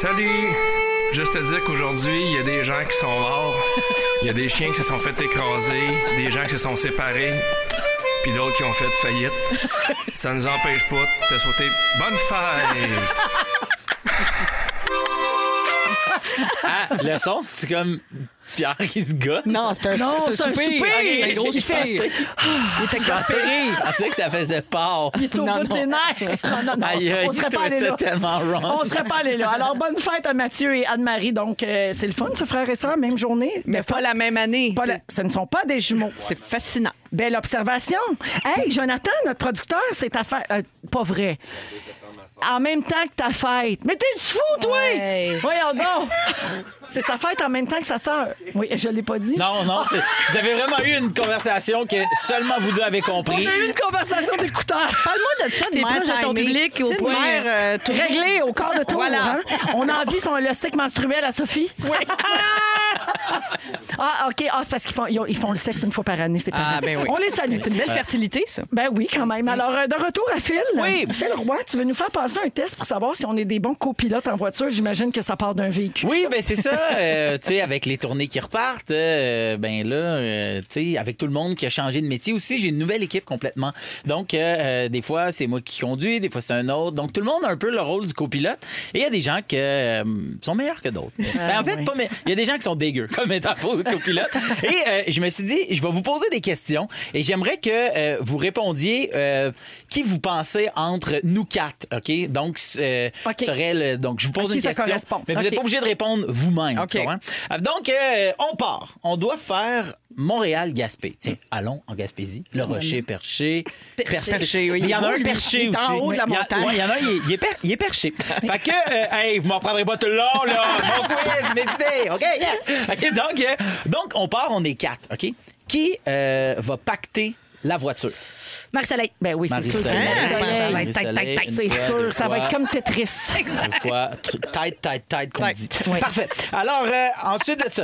Speaker 13: Salut! Juste te dire qu'aujourd'hui, il y a des gens qui sont morts. Il y a des chiens qui se sont fait écraser, des gens qui se sont séparés, puis d'autres qui ont fait faillite. Ça nous empêche pas de te souhaiter bonne fête!
Speaker 5: Ah, le son, c'est comme Pierre qui se gâte.
Speaker 8: Non, c'est un,
Speaker 5: Non,
Speaker 8: c'est un soupir. Ok, un gros
Speaker 5: Je
Speaker 8: soupir.
Speaker 5: pensais-
Speaker 8: Il était exaspéré.
Speaker 5: Je pensais que ça faisait peur.
Speaker 4: Il est au bout des nerfs. Non, non, non.
Speaker 5: Aïe, aïe,
Speaker 4: on serait
Speaker 5: tu
Speaker 4: pas allé
Speaker 5: trouvais
Speaker 4: là.
Speaker 5: ça tellement wrong.
Speaker 4: On serait pas allé là. Alors, bonne fête à Mathieu et Anne-Marie. Donc, euh, c'est le fun, ce frère et sœur, même journée.
Speaker 8: Mais pas la même année.
Speaker 4: Pas la- Ce ne sont pas des jumeaux.
Speaker 8: C'est fascinant.
Speaker 4: Belle observation. Hey, Jonathan, notre producteur, c'est ta fête. Euh, pas vrai. En même temps que ta fête. Mais t'es du fou, toi! Voyons donc! C'est sa fête en même temps que sa sœur. Oui, je l'ai pas dit.
Speaker 5: Non, non, c'est- vous avez vraiment eu une conversation que seulement vous deux avez
Speaker 4: On a
Speaker 5: compris.
Speaker 4: eu une conversation d'écouteurs.
Speaker 8: Parle-moi de ça, de
Speaker 6: T'es
Speaker 8: mère
Speaker 6: proche de ton
Speaker 8: timée.
Speaker 6: public
Speaker 8: Tu
Speaker 6: au
Speaker 8: sais, de
Speaker 6: point,
Speaker 8: mère, euh, tout-
Speaker 4: Réglé au corps de tour.
Speaker 8: Voilà.
Speaker 4: hein? On a envie son, le cycle menstruel à Sophie. ah, OK. Ah, c'est parce qu'ils font, ils ont- ils font le sexe une fois par année, c'est pas
Speaker 8: Ah, ben oui.
Speaker 4: On les salue.
Speaker 8: C'est une belle fertilité, ça.
Speaker 4: Ben oui, quand même. Alors, euh, de retour à Phil.
Speaker 5: Oui.
Speaker 4: Phil Roy, tu veux nous faire passer un test pour savoir si on est des bons copilotes en voiture. J'imagine que ça part d'un véhicule.
Speaker 5: Oui, ben c'est ça. euh, tu sais, avec les tournées qui repartent, euh, ben là, euh, tu sais, avec tout le monde qui a changé de métier aussi, j'ai une nouvelle équipe complètement. Donc, euh, euh, des fois, c'est moi qui conduis, des fois, c'est un autre. Donc, tout le monde a un peu le rôle du copilote. Et il y a des gens qui sont meilleurs que d'autres.
Speaker 4: Ah,
Speaker 5: Ben, en fait, pas mais il y a des gens qui sont dégueux, comme étant pour le copilote. Et euh, je me suis dit, je vais vous poser des questions et j'aimerais que euh, vous répondiez euh, qui vous pensez entre nous quatre, OK? Donc, euh,
Speaker 4: OK.
Speaker 5: serait le- donc je vous pose
Speaker 4: À qui
Speaker 5: une
Speaker 4: ça
Speaker 5: question.
Speaker 4: correspond.
Speaker 5: Mais vous
Speaker 4: OK.
Speaker 5: n'êtes pas obligé de répondre vous-même.
Speaker 8: OK.
Speaker 5: tu comprends? Euh, Donc, euh, on part. On doit faire Montréal-Gaspé. Tiens, allons en Gaspésie. Le rocher perché. Percé.
Speaker 8: Mm. Perché, oui.
Speaker 5: Mais Il y en a
Speaker 8: Il est
Speaker 5: un
Speaker 8: beau,
Speaker 5: perché
Speaker 8: lui. Il est
Speaker 5: aussi.
Speaker 8: en haut de la
Speaker 5: Il y a-
Speaker 8: montagne.
Speaker 5: ouais, Il y en a un, il est- il est, per- il est perché. fait que, euh, hey, vous m'en prendrez pas tout le long, là. Mon quiz, mes idées. OK, yeah. OK, donc, euh, donc, on part, on est quatre. OK? Qui euh, va pacter la voiture?
Speaker 6: Marie-Soleil.
Speaker 4: Ben oui, c'est sûr.
Speaker 5: Marie-Soleil.
Speaker 4: Marie-Soleil.
Speaker 5: Marie-Soleil,
Speaker 6: Tac, tac, tac.
Speaker 5: une
Speaker 4: C'est
Speaker 5: fois, deux
Speaker 4: sûr, ça va
Speaker 5: fois.
Speaker 4: être comme Tetris.
Speaker 5: Une fois, tr- tête, tête, tête qu'on
Speaker 8: Tête.
Speaker 5: dit.
Speaker 4: Oui.
Speaker 5: Parfait. Alors, euh, ensuite de ça,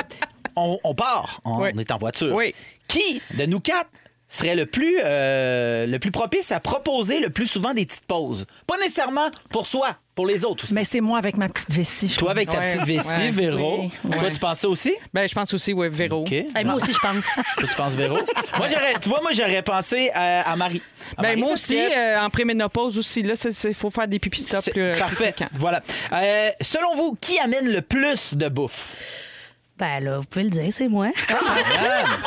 Speaker 5: on, on part. On
Speaker 8: Oui.
Speaker 5: est en voiture.
Speaker 8: Oui.
Speaker 5: Qui de nous quatre serait le plus, euh, le plus propice à proposer le plus souvent des petites pauses? Pas nécessairement pour soi, pour les autres aussi.
Speaker 4: Mais c'est moi avec ma petite vessie. je
Speaker 5: Toi, avec ta
Speaker 8: Ouais.
Speaker 5: petite vessie,
Speaker 8: Ouais.
Speaker 5: Véro.
Speaker 4: Oui.
Speaker 5: Toi, tu penses ça aussi?
Speaker 8: Ben, je pense aussi, ouais, Véro. Ben,
Speaker 5: OK.
Speaker 6: Hey, Ben, moi aussi, je pense.
Speaker 5: Toi, tu penses Véro? moi, j'aurais, tu vois, moi, j'aurais pensé à, à Marie. À
Speaker 8: Ben,
Speaker 5: Marie
Speaker 8: moi
Speaker 5: parce
Speaker 8: aussi,
Speaker 5: que-
Speaker 8: euh, en préménopause aussi, là, il faut faire des pipi stops.
Speaker 5: C'est- Parfait. Voilà. Euh, selon vous, qui amène le plus de bouffe?
Speaker 6: Ben là, vous pouvez le dire, c'est moi.
Speaker 8: Ah,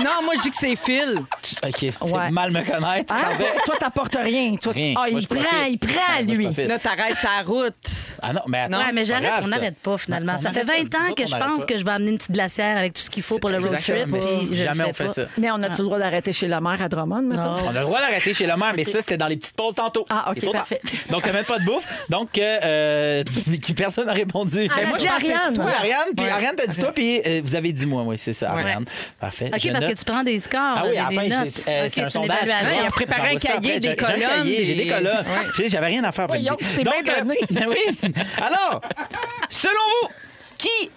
Speaker 8: Non, moi, je dis que c'est Phil.
Speaker 5: Tu- OK, c'est
Speaker 4: Ouais.
Speaker 5: mal me connaître.
Speaker 6: Ah!
Speaker 4: Hein?
Speaker 5: Parfait.
Speaker 4: Toi, t'apportes rien. Toi,
Speaker 5: Rien.
Speaker 4: Ah,
Speaker 5: Moi,
Speaker 4: il
Speaker 5: je
Speaker 4: prend,
Speaker 5: profite.
Speaker 4: il
Speaker 5: Ouais,
Speaker 4: prend,
Speaker 5: moi, je
Speaker 4: lui.
Speaker 5: profite.
Speaker 8: Là, t'arrêtes sa route.
Speaker 5: Ah non, mais attends.
Speaker 6: ouais, mais
Speaker 5: c'est pas
Speaker 6: j'arrête,
Speaker 5: grave,
Speaker 6: on
Speaker 5: ça.
Speaker 6: n'arrête pas finalement.
Speaker 5: On
Speaker 6: ça fait
Speaker 5: arrête pas.
Speaker 6: 20
Speaker 5: Nous
Speaker 6: ans
Speaker 5: autres,
Speaker 6: que
Speaker 5: on
Speaker 6: je
Speaker 5: n'arrête
Speaker 6: pense
Speaker 5: pas.
Speaker 6: que je vais amener une petite glacière avec tout ce qu'il faut pour le road trip.
Speaker 5: Exactement, mais
Speaker 6: puis je le
Speaker 5: jamais on
Speaker 6: fais
Speaker 5: fait
Speaker 6: pas.
Speaker 5: ça.
Speaker 4: Mais on a-tu le droit d'arrêter chez la mère à Drummond, mettons?
Speaker 6: Non.
Speaker 5: On a le droit d'arrêter chez la mère, mais ça, c'était dans les petites pauses tantôt.
Speaker 4: Ah, OK,
Speaker 5: Il est trop tard.
Speaker 4: parfait.
Speaker 5: Donc, t'as même pas de bouffe. Donc, euh, euh, tu- qui personne n'a répondu.
Speaker 6: Ah, moi,
Speaker 4: je pensais que
Speaker 5: Ariane.
Speaker 4: toi.
Speaker 5: Oui, Ariane. Puis Ariane, t'as dit toi, puis euh, vous avez dit moi. Oui, c'est ça,
Speaker 8: Ouais.
Speaker 5: Ariane. Parfait.
Speaker 6: OK,
Speaker 5: Je
Speaker 6: parce que
Speaker 5: note.
Speaker 6: tu prends des scores,
Speaker 5: Ah
Speaker 6: là,
Speaker 5: oui,
Speaker 6: des,
Speaker 5: à la fin,
Speaker 6: des notes.
Speaker 5: j'ai- euh,
Speaker 6: OK,
Speaker 5: c'est un
Speaker 6: une
Speaker 5: sondage.
Speaker 6: évaluation.
Speaker 8: Ouais, il a préparé
Speaker 5: J'envoie
Speaker 8: un
Speaker 5: ça
Speaker 8: cahier,
Speaker 5: après. J'ai-
Speaker 8: des
Speaker 5: j'ai un
Speaker 8: colonnes,
Speaker 5: cahier, J'ai
Speaker 8: des-
Speaker 5: des colonnes.
Speaker 8: Ouais.
Speaker 5: Tu sais, J'avais rien à faire pour
Speaker 4: Voyons, tu t'es bien donné.
Speaker 5: ben oui. Alors, selon vous, qui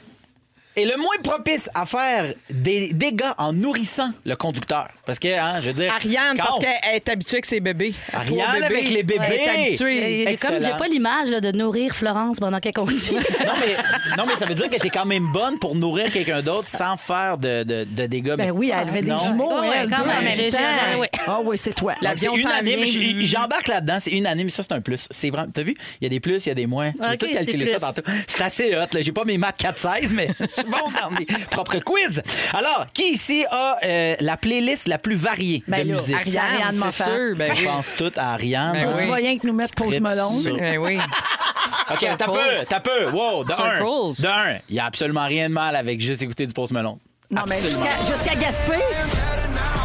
Speaker 5: est le moins propice à faire des dégâts en nourrissant le conducteur? Parce que, hein, je veux
Speaker 8: Euh,
Speaker 5: dire...
Speaker 8: Ariane,
Speaker 5: quand
Speaker 8: parce
Speaker 5: on-
Speaker 8: qu'elle est habituée avec ses bébés.
Speaker 5: Ariane
Speaker 8: Trois
Speaker 5: avec les bébés.
Speaker 8: Elle
Speaker 4: Euh,
Speaker 8: est
Speaker 5: Euh,
Speaker 8: habituée.
Speaker 6: Et J'ai comme- j'ai
Speaker 5: Excellent.
Speaker 6: pas l'image là, de nourrir Florence pendant qu'elle conduit.
Speaker 5: Non mais, non, mais ça veut dire que t'es quand même bonne pour nourrir quelqu'un d'autre sans faire de, de- de dégâts.
Speaker 4: Ben oui, elle met des
Speaker 5: Ah, Sinon-
Speaker 4: jumeaux,
Speaker 6: Ouais, ouais,
Speaker 4: elle,
Speaker 6: quand
Speaker 4: deux en
Speaker 6: même, j'ai- j'ai-
Speaker 4: même temps.
Speaker 6: ouais.
Speaker 4: Ah oui, c'est toi.
Speaker 8: La-
Speaker 5: C'est
Speaker 8: L'avion s'en
Speaker 5: unanime.
Speaker 8: vient.
Speaker 5: Je- J'embarque là-dedans. C'est unanime. Ça, c'est un plus. C'est vraiment. T'as vu? Il y a des plus, il y a des moins. Je vais
Speaker 6: Ok,
Speaker 5: tout calculer
Speaker 6: c'est
Speaker 5: ça
Speaker 6: plus.
Speaker 5: tantôt. C'est assez hot. là. J'ai pas mes maths 4-16, mais je suis bon dans mes propres quiz. Alors, qui ici a euh, la playlist la plus variée
Speaker 4: Ben
Speaker 5: de
Speaker 4: là,
Speaker 5: musique?
Speaker 4: Ariane, Ariane
Speaker 8: c'est
Speaker 4: Moffat.
Speaker 8: sûr, ben
Speaker 5: On
Speaker 8: oui.
Speaker 5: pense toutes à Ariane.
Speaker 8: Ben
Speaker 4: Toi, Tu
Speaker 8: oui.
Speaker 4: vois rien que nous mettre Post
Speaker 5: Trip
Speaker 4: Malone.
Speaker 5: sur-
Speaker 8: Ben oui.
Speaker 5: OK, t'as peu,
Speaker 8: Circles.
Speaker 5: t'as peu. Wow, de un.
Speaker 8: Circles.
Speaker 5: De un. Il y a absolument rien de mal avec juste écouter du Post Malone.
Speaker 4: Non, mais
Speaker 5: Absolument.
Speaker 4: jusqu'à jusqu'à Gaspé,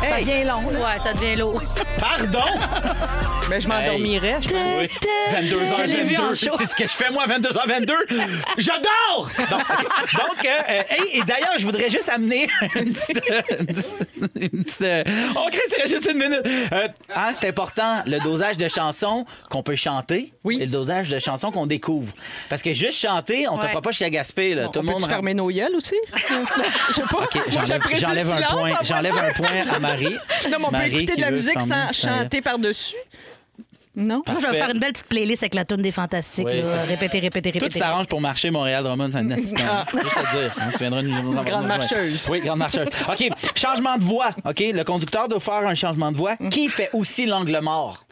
Speaker 4: ça devient long. là.
Speaker 6: Ouais, ça devient lourd.
Speaker 5: Pardon!
Speaker 8: Ben, je m'endormirais. je pense.
Speaker 5: Oui. 22h22.
Speaker 6: Je l'ai vu en show.
Speaker 5: C'est ce que je fais moi, 22h22. J'adore! Donc, donc, euh, euh, hey, et d'ailleurs, je voudrais juste amener une petite. euh, une petite- une petite, euh, oh, Chris, il reste juste une minute. Euh, hein, c'est important, le dosage de chansons qu'on peut chanter
Speaker 8: Oui.
Speaker 5: et le dosage de chansons qu'on découvre. Parce que juste chanter, on te
Speaker 6: Ouais.
Speaker 5: fera pas chez Gaspé. Là. Tout
Speaker 8: On
Speaker 5: le monde
Speaker 8: peut-tu fermer nos yeux aussi? Je sais pas.
Speaker 5: OK,
Speaker 8: Moi,
Speaker 5: j'enlève,
Speaker 8: j'apprécie le
Speaker 5: j'enlève un
Speaker 8: silence
Speaker 5: point,
Speaker 8: en
Speaker 5: j'enlève
Speaker 8: voiture.
Speaker 5: un point à Marie.
Speaker 8: Non, mais on peut
Speaker 5: Marie
Speaker 8: écouter
Speaker 5: qui
Speaker 8: de la
Speaker 5: veut
Speaker 8: musique sans
Speaker 5: fermer sa-
Speaker 8: chanter par-dessus? Non?
Speaker 6: Moi, je vais
Speaker 5: Parfait.
Speaker 6: faire une belle petite playlist avec la tourne des fantastiques.
Speaker 5: Oui,
Speaker 6: là.
Speaker 5: ça.
Speaker 6: Répéter, répéter,
Speaker 5: Tout
Speaker 6: répéter.
Speaker 5: s'arrange pour marcher Montréal Drummond, c'est un assistant. Juste à dire. hein, tu viendras nous- nous
Speaker 8: Grande
Speaker 5: nous-
Speaker 8: marcheuse.
Speaker 5: Oui, grande marcheuse. OK, changement de
Speaker 4: Mm.
Speaker 5: voix. OK, le conducteur doit faire un changement de voix. Qui fait aussi l'angle mort?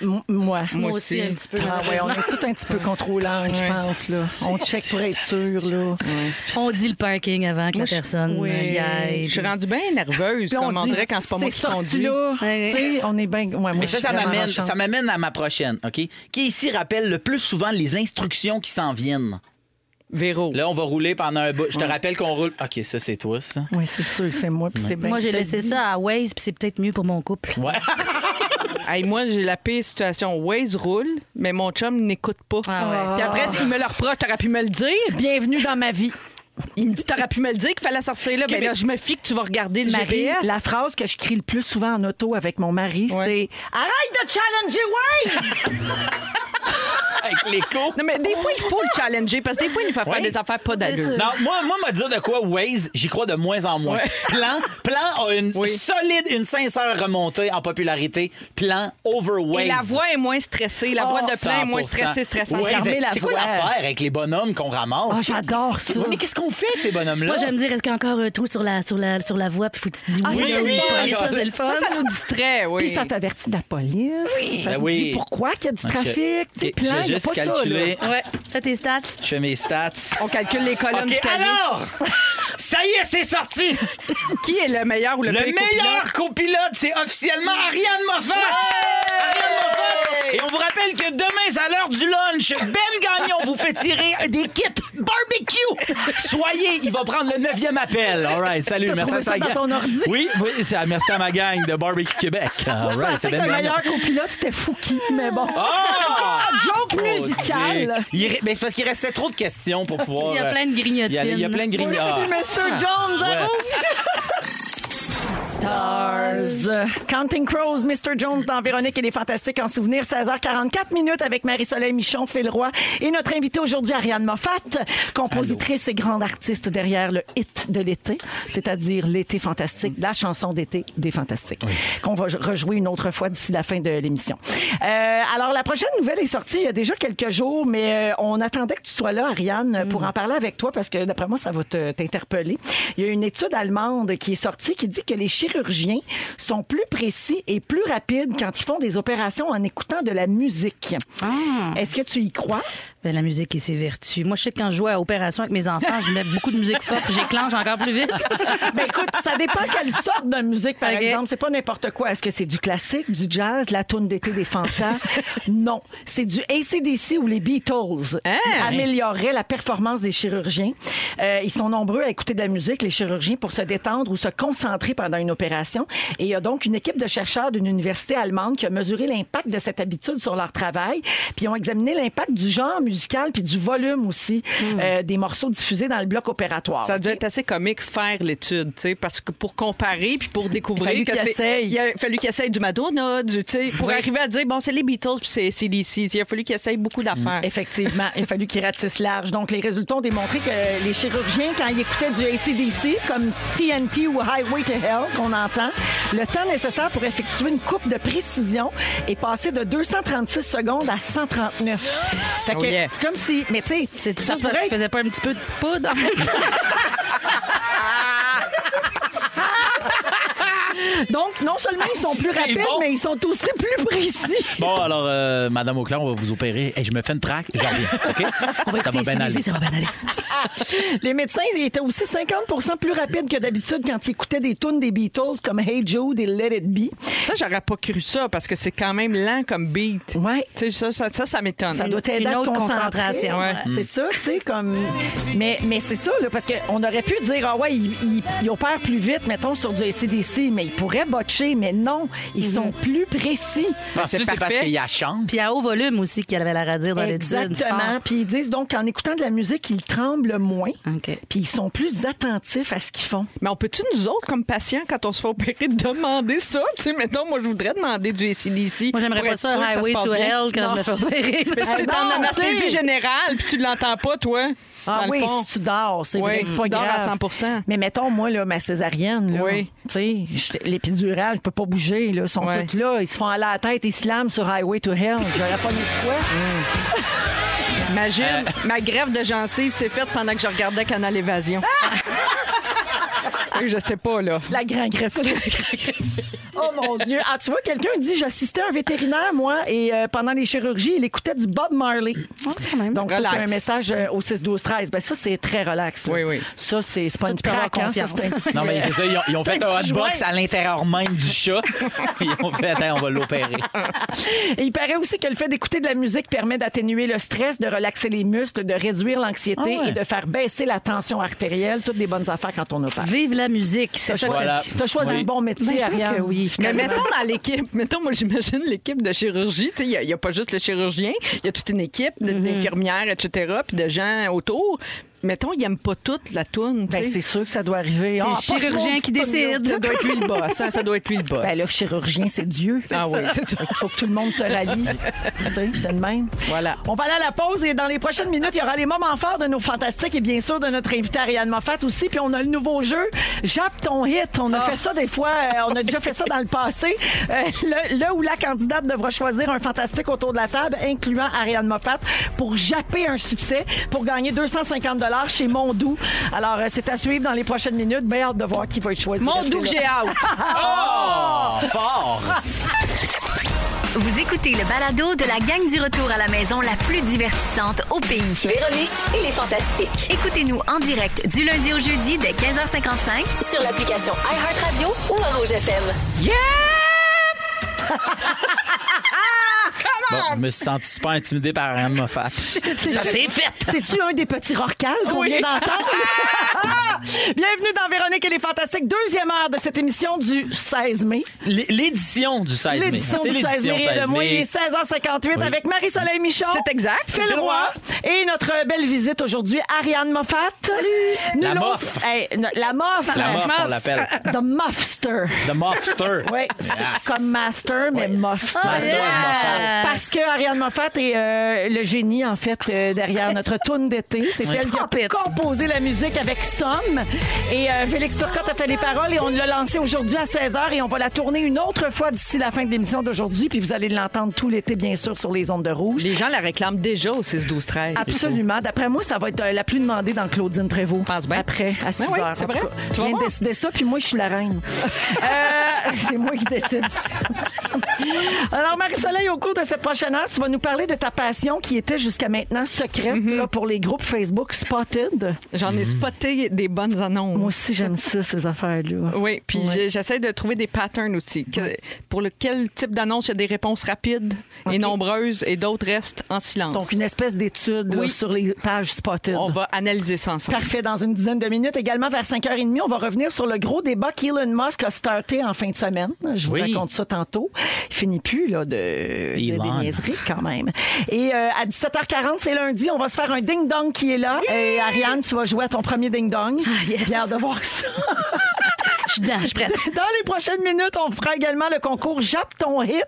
Speaker 4: M- moi.
Speaker 6: Moi aussi, un petit peu.
Speaker 4: Ah ouais, on est tout un petit peu contrôlant, je
Speaker 6: Ouais.
Speaker 4: pense. Là. On check pour être sûr. Là.
Speaker 6: On dit le parking avant que la personne
Speaker 4: oui.
Speaker 6: euh, y aille.
Speaker 8: Je suis rendue bien nerveuse,
Speaker 4: Puis on
Speaker 8: comme
Speaker 4: dit,
Speaker 8: André, quand c'est pas moi qui
Speaker 4: c'est sorti
Speaker 8: conduis.
Speaker 4: là. Tu sais, on est bien. Ouais, moi,
Speaker 5: Mais
Speaker 4: je
Speaker 5: ça,
Speaker 4: suis
Speaker 5: ça
Speaker 4: vraiment
Speaker 5: m'amène,
Speaker 4: méchante.
Speaker 5: ça m'amène à ma prochaine, OK? Qui ici rappelle le plus souvent les instructions qui s'en viennent?
Speaker 8: Véro.
Speaker 5: Là, on va rouler pendant un bout. Je
Speaker 4: Mm.
Speaker 5: te rappelle qu'on roule. OK, ça, c'est toi, ça.
Speaker 4: Oui, c'est sûr, c'est moi, puis c'est bien.
Speaker 6: Moi,
Speaker 4: que
Speaker 6: j'ai
Speaker 4: je te
Speaker 6: laissé
Speaker 4: dis.
Speaker 6: ça à Waze, puis c'est peut-être mieux pour mon couple.
Speaker 5: Ouais.
Speaker 8: Hey, moi, j'ai la pire situation. Waze roule, mais mon chum n'écoute pas.
Speaker 6: Ah ouais.
Speaker 8: Puis après, il me le reproche. T'aurais pu me le dire.
Speaker 4: Bienvenue dans ma vie.
Speaker 8: Il me dit, t'aurais pu me le dire qu'il fallait sortir là.
Speaker 4: Ok,
Speaker 8: Ben
Speaker 4: mais-
Speaker 8: là, je me fie que tu vas regarder le
Speaker 4: Marie,
Speaker 8: GPS.
Speaker 4: la phrase que je crie le plus souvent en auto avec mon mari, c'est Arrête de challenger Waze!
Speaker 5: Avec l'écho.
Speaker 8: Non, mais des
Speaker 4: Oh.
Speaker 8: fois, il faut le challenger parce que des fois, il nous fait faire
Speaker 5: Ouais.
Speaker 8: des affaires pas d'allure.
Speaker 5: Non, moi, moi, m'a dire de quoi Waze, j'y crois de moins en moins.
Speaker 8: Ouais.
Speaker 5: Plan, plan a une solide, une sincère remontée en popularité. Plan over Waze. Oh,
Speaker 8: Et la voix est moins stressée. La voix de plein est moins stressée, stressante.
Speaker 5: Waze,
Speaker 8: Fermez la
Speaker 5: c'est quoi
Speaker 8: voix. Oh,
Speaker 5: l'affaire avec les bonhommes qu'on ramasse?
Speaker 4: Ah, j'adore ça.
Speaker 5: Ouais, mais qu'est-ce qu'on fait avec ces bonhommes-là?
Speaker 6: Moi, j'aime dire, est-ce qu'il y a encore un trou sur la, sur la, sur la voie? Puis faut que tu te dis
Speaker 4: Ah,
Speaker 6: oui,
Speaker 4: ça, c'est
Speaker 6: oui,
Speaker 4: le fun.
Speaker 6: oui, ça, c'est le fun.
Speaker 8: Ça, ça nous distrait, oui.
Speaker 4: Puis ça t'avertit de la police. Ça
Speaker 5: Ben
Speaker 4: te
Speaker 5: oui.
Speaker 4: dit pourquoi qu'il y a du
Speaker 5: Ok.
Speaker 4: trafic. tu sais,
Speaker 5: Ok,
Speaker 4: puis là,
Speaker 5: j'ai
Speaker 4: il y a
Speaker 5: juste
Speaker 4: pas
Speaker 5: calculé.
Speaker 4: ça. là.
Speaker 6: Ouais, fais tes stats.
Speaker 5: Je fais mes stats.
Speaker 8: On calcule les colonnes
Speaker 5: OK,
Speaker 8: du cahier.
Speaker 5: alors! Ça y est, c'est sorti!
Speaker 8: Qui est le meilleur ou le,
Speaker 5: Le
Speaker 8: pire copilote?
Speaker 5: meilleur copilote, c'est officiellement Ariane Moffat! Ariane Moffat! Et on vous rappelle que demain, c'est à l'heure du lunch. Ben Gagnon vous fait tirer des kits barbecue! Soyez, il va prendre le neuvième appel. All right, salut,
Speaker 4: T'as
Speaker 5: merci
Speaker 4: trouvé
Speaker 5: à
Speaker 4: ça
Speaker 5: sa
Speaker 4: dans
Speaker 5: gang.
Speaker 4: ton ordi?
Speaker 5: Oui, oui, c'est à- merci à ma gang de Barbecue Québec. All
Speaker 4: Je
Speaker 5: right,
Speaker 4: pensais que
Speaker 5: c'est Ben
Speaker 4: le
Speaker 5: Gagnon.
Speaker 4: meilleur copilote, c'était Fouki, mais bon.
Speaker 5: Ah!
Speaker 4: Joke
Speaker 5: Oh,
Speaker 4: musicale.
Speaker 5: Dieu. Il re- mais c'est parce qu'il restait trop de questions pour pouvoir.
Speaker 6: Il y a
Speaker 5: euh,
Speaker 6: plein de grignotines.
Speaker 5: y aller. Il y a plein de
Speaker 4: Oui,
Speaker 5: grignotines. Ah,
Speaker 4: c'est oh, Mr. Jones à
Speaker 5: Ouais.
Speaker 4: Stars. Counting Crows, Mr. Jones dans Véronique et les Fantastiques en souvenir, 16h44 minutes avec Marie-Soleil Michon, Phil Roy et notre invitée aujourd'hui, Ariane Moffat, compositrice et grande artiste derrière le hit de l'été, c'est-à-dire l'été fantastique, la chanson d'été des Fantastiques, qu'on va rejouer une autre fois d'ici la fin de l'émission. Euh, alors, la prochaine nouvelle est sortie il y a déjà quelques jours, mais euh, on attendait que tu sois là, Ariane, pour en parler avec toi parce que d'après moi, ça va te- t'interpeller. Il y a une étude allemande qui est sortie qui dit que les chirurgiens sont plus précis et plus rapides quand ils font des opérations en écoutant de la musique. Est-ce que tu y crois?
Speaker 6: Ben, la musique et ses vertus. Moi, je sais que quand je jouais à Opération avec mes enfants, je mets beaucoup de musique forte, puis j'éclenche encore plus vite.
Speaker 4: Ben écoute, ça dépend quelle sorte de musique, par
Speaker 6: Ok.
Speaker 4: exemple. C'est pas n'importe quoi. Est-ce que c'est du classique, du jazz, la toune d'été des Fantas? non. C'est du ACDC ou les Beatles qui
Speaker 8: Hein?
Speaker 4: amélioraient la performance des chirurgiens. Euh, ils sont nombreux à écouter de la musique, les chirurgiens, pour se détendre ou se concentrer pendant une opération. Et il y a donc une équipe de chercheurs d'une université allemande qui a mesuré l'impact de cette habitude sur leur travail. Puis ils ont examiné l'impact du genre musical puis du volume aussi euh, des morceaux diffusés dans le bloc opératoire.
Speaker 8: Ça doit être assez comique faire l'étude, tu sais, parce que pour comparer puis pour découvrir
Speaker 4: fallu
Speaker 8: que
Speaker 4: qu'il
Speaker 8: c'est-
Speaker 4: essaye.
Speaker 8: il a fallu qu'il essaye du Madonna, du, tu sais, pour arriver à dire bon c'est les Beatles puis c'est CDC, il a fallu qu'il essaye beaucoup d'affaires.
Speaker 4: Effectivement, il a fallu qu'ils ratissent large. Donc, les résultats ont démontré que les chirurgiens, quand ils écoutaient du ACDC, comme TNT ou Highway to Hell, qu'on entend, le temps nécessaire pour effectuer une coupe de précision est passé de 236 secondes à 139. Fait que
Speaker 8: Oh yeah.
Speaker 4: c'est comme si... Mais tu sais,
Speaker 6: C'est sûr
Speaker 4: ça
Speaker 6: c'est parce
Speaker 4: pourrait
Speaker 6: qu'ils faisaient pas un petit peu de poudre.
Speaker 4: être- Donc, non seulement ils sont plus
Speaker 5: c'est
Speaker 4: rapides,
Speaker 5: bon.
Speaker 4: mais ils sont aussi plus précis.
Speaker 5: Bon, alors, euh, Madame Auclair, on va vous opérer. Hey, je me fais une traque, j'en reviens. OK?
Speaker 6: On va écouter
Speaker 5: bien aller.
Speaker 6: CDC, ça va bien aller.
Speaker 4: Les médecins ils étaient aussi 50 plus rapides que d'habitude quand ils écoutaient des tunes des Beatles comme Hey Jude et Let It Be.
Speaker 8: Ça j'aurais pas cru ça parce que c'est quand même lent comme beat.
Speaker 4: Ouais.
Speaker 8: Tu sais, ça ça, ça, ça m'étonne.
Speaker 4: Ça doit aider
Speaker 6: Une
Speaker 4: à te
Speaker 6: autre
Speaker 4: concentrer.
Speaker 6: concentration, ouais.
Speaker 4: C'est ça, tu sais, comme. Mais, mais c'est ça, là, parce qu'on aurait pu dire, ah ouais, ils, ils- ils opèrent plus vite, mettons, sur du CDC, mais ils pourraient botcher, mais non, ils
Speaker 6: Mhm.
Speaker 4: sont plus précis.
Speaker 5: Penses-tu que c'est parce
Speaker 8: parfait.
Speaker 5: qu'il y a chance?
Speaker 6: Puis à haut volume aussi qu'il avait la radio dans l'étude.
Speaker 4: Exactement. Puis ils disent donc qu'en écoutant de la musique, ils tremblent moins.
Speaker 6: OK.
Speaker 4: Puis ils sont plus attentifs à ce qu'ils font.
Speaker 8: Mais on peut-tu, nous autres, comme patients, quand on se fait opérer, demander ça? Tu sais, mettons, moi, je voudrais demander du ACDC.
Speaker 6: Moi, j'aimerais
Speaker 8: pour
Speaker 6: pas
Speaker 8: être
Speaker 6: ça,
Speaker 8: sûr que se
Speaker 6: Highway
Speaker 8: passe
Speaker 6: to
Speaker 8: bien.
Speaker 6: Hell, quand je me fais opérer.
Speaker 8: Mais si t'es
Speaker 4: Ah
Speaker 8: en
Speaker 4: non, tu
Speaker 8: anesthésie
Speaker 4: sais.
Speaker 8: générale, puis tu l'entends pas, toi.
Speaker 4: Ah
Speaker 8: dans le
Speaker 4: oui,
Speaker 8: fond.
Speaker 4: si tu dors, c'est
Speaker 8: Oui,
Speaker 4: vrai que
Speaker 8: si
Speaker 4: c'est pas
Speaker 8: tu dors à
Speaker 4: grave.
Speaker 8: 100%.
Speaker 4: Mais mettons, moi, là, ma césarienne, là,
Speaker 8: Oui.
Speaker 4: tu sais, je- l'épidurale, je peux pas bouger, là, ils sont
Speaker 8: Ouais.
Speaker 4: tous là, ils se font aller à la tête, ils se lament sur Highway to Hell, j'aurais pas mis de quoi.
Speaker 8: Imagine,
Speaker 4: Ah.
Speaker 8: ma grève de gencives s'est faite pendant que je regardais Canal Évasion.
Speaker 4: Ah.
Speaker 8: Je sais pas, là.
Speaker 4: La grand greffe. oh mon Dieu. Ah, tu vois, quelqu'un dit j'assistais à un vétérinaire, moi, et euh, pendant les chirurgies, il écoutait du Bob Marley. Donc, ça, c'est
Speaker 8: Relax.
Speaker 4: un message euh, au 6-12-13. Ben, ça, c'est très relax. là.
Speaker 8: Oui, oui.
Speaker 4: Ça, c'est c'est pas
Speaker 8: Ça,
Speaker 4: une
Speaker 8: tu peux avoir
Speaker 4: traque, hein, ça,
Speaker 8: confiance.
Speaker 4: c'est un petit-
Speaker 5: Non, mais c'est ça, ils ont, ils ont
Speaker 4: C'est
Speaker 5: fait
Speaker 4: un
Speaker 5: un
Speaker 4: petit
Speaker 5: hotbox
Speaker 4: joint.
Speaker 5: à l'intérieur même du chat. Ils ont fait, attends, on va l'opérer.
Speaker 4: Et il paraît aussi que le fait d'écouter de la musique permet d'atténuer le stress, de relaxer les muscles, de réduire l'anxiété
Speaker 5: Ah ouais.
Speaker 4: et de faire baisser la tension artérielle. Toutes des bonnes affaires quand on opère.
Speaker 6: Vive la musique, c'est
Speaker 4: T'as
Speaker 6: ça que
Speaker 4: choisi-
Speaker 6: ça dit.
Speaker 4: t'as choisi
Speaker 6: Oui.
Speaker 4: le bon métier,
Speaker 6: Ben, je pense
Speaker 4: Ariane.
Speaker 6: que oui,
Speaker 8: Mais
Speaker 6: finalement.
Speaker 8: mettons dans l'équipe, mettons, moi j'imagine l'équipe de chirurgie, tu sais, il n'y a, pas juste le chirurgien, il y a toute une équipe
Speaker 6: Mm-hmm.
Speaker 8: de- d'infirmières, etc., puis de gens autour. Mettons, ils n'aiment pas toute la toune. tu
Speaker 4: Ben,
Speaker 8: sais.
Speaker 4: c'est sûr que ça doit arriver.
Speaker 8: C'est
Speaker 4: Ah,
Speaker 8: le
Speaker 4: passe-moi une
Speaker 6: chirurgien qui
Speaker 4: petite
Speaker 6: décide.
Speaker 4: minute.
Speaker 8: Ça doit être lui le boss. hein, ça doit être lui le boss.
Speaker 4: Ben, le chirurgien, c'est Dieu.
Speaker 8: Ah oui, c'est ça.
Speaker 4: Il faut que tout le monde se rallie. Tu sais, c'est le même.
Speaker 8: Voilà.
Speaker 4: On va aller à la pause et dans les prochaines minutes, il y aura les moments forts de nos fantastiques et bien sûr de notre invitée Ariane Moffat aussi. Puis on a le nouveau jeu, Jappe ton hit. On a
Speaker 8: Ah.
Speaker 4: fait ça des fois, euh, on a déjà fait ça dans le passé. Euh, le, le ou la candidate devra choisir un fantastique autour de la table, incluant Ariane Moffat, pour japper un succès, pour gagner 250 chez Mondou. Alors, euh, c'est à suivre dans les prochaines minutes. Bien hâte de voir qui va être choisi.
Speaker 8: Mon
Speaker 4: Restez
Speaker 8: doux que
Speaker 4: là.
Speaker 8: j'ai out.
Speaker 5: Oh! Fort!
Speaker 1: Vous écoutez le balado de la gang du retour à la maison la plus divertissante au pays.
Speaker 14: Véronique et les Fantastiques.
Speaker 1: Écoutez-nous en direct du lundi au jeudi dès 15h55
Speaker 14: Sur l'application iHeartRadio ou à Rouge FM.
Speaker 8: Yeah!
Speaker 5: Bon, je me suis senti super intimidé par Ariane Moffat. Ça, c'est fait!
Speaker 4: C'est-tu un des petits rorcales qu'on
Speaker 5: Oui.
Speaker 4: vient d'entendre? Bienvenue dans Véronique et les Fantastiques, deuxième heure de cette émission du 16 mai.
Speaker 5: L- L'édition du 16 mai.
Speaker 4: L'édition
Speaker 5: C'est
Speaker 4: du 16 mai, rien de moins, il est 16h58
Speaker 5: Oui.
Speaker 4: avec Marie-Soleil Michon.
Speaker 8: C'est exact.
Speaker 4: Phil
Speaker 8: Phil
Speaker 4: Roy. Et notre belle visite aujourd'hui, Ariane Moffat. Salut!
Speaker 5: La Moff.
Speaker 4: la Moff.
Speaker 5: La Moff, on l'appelle.
Speaker 4: The Muffster.
Speaker 5: The Mobster.
Speaker 4: Oui, c'est
Speaker 5: Yes.
Speaker 4: comme Master, mais Moffster.
Speaker 5: Master of Moffat.
Speaker 4: Parce que Ariane Moffat est euh, le génie, en fait, euh, derrière notre tune d'été. C'est
Speaker 5: Oui.
Speaker 4: elle qui a composé la musique avec Somme. Et euh, Félix Turcotte a fait les paroles et on l'a lancée aujourd'hui à 16h et on va la tourner une autre fois d'ici la fin de l'émission d'aujourd'hui. Puis vous allez l'entendre tout l'été, bien sûr, sur les ondes de rouge.
Speaker 8: Les gens la réclament déjà au 6, 12, 13.
Speaker 4: Absolument. D'après moi, ça va être euh, la plus demandée dans Claudine Prévost.
Speaker 8: Pense bien. Ben
Speaker 4: Après, à 6
Speaker 8: oui,
Speaker 4: heures.
Speaker 8: c'est
Speaker 4: En
Speaker 8: vrai.
Speaker 4: tout cas,
Speaker 8: Tu
Speaker 4: Je
Speaker 8: vas
Speaker 4: viens de
Speaker 8: voir.
Speaker 4: décider ça, puis moi, je suis la reine. Euh, c'est moi qui décide. Alors, Marie-Soleil, au cours de cette prochaine heure, tu vas nous parler de ta passion qui était jusqu'à maintenant secrète
Speaker 8: Mhm.
Speaker 4: là, pour les groupes Facebook Spotted.
Speaker 8: J'en ai spoté des bonnes annonces.
Speaker 4: Moi aussi, j'aime ça, ces affaires-là.
Speaker 8: Oui, puis
Speaker 4: Ouais.
Speaker 8: j'ai- j'essaie de trouver des patterns aussi. Que- Pour lequel type d'annonce, il y a des réponses rapides et nombreuses et d'autres restent en silence.
Speaker 4: Donc, une espèce d'étude là,
Speaker 8: Oui.
Speaker 4: sur les pages Spotted.
Speaker 8: On va analyser ça ensemble.
Speaker 4: Parfait. Dans une dizaine de minutes, également vers 5h30, on va revenir sur le gros débat qu'Elon Musk a starté en fin de semaine. Je vous
Speaker 5: Oui.
Speaker 4: raconte ça tantôt. Il finit plus là, de dire
Speaker 5: Elon.
Speaker 4: des niaiseries quand même. Et euh, à 17h40, c'est lundi, on va se faire un ding-dong qui est là. Et Ariane, tu vas jouer à ton premier ding-dong.
Speaker 6: Ah, yes.
Speaker 4: J'ai hâte de voir ça.
Speaker 6: Je suis dedans, je suis prête.
Speaker 4: Dans les prochaines minutes, on fera également le concours Jappe ton hit,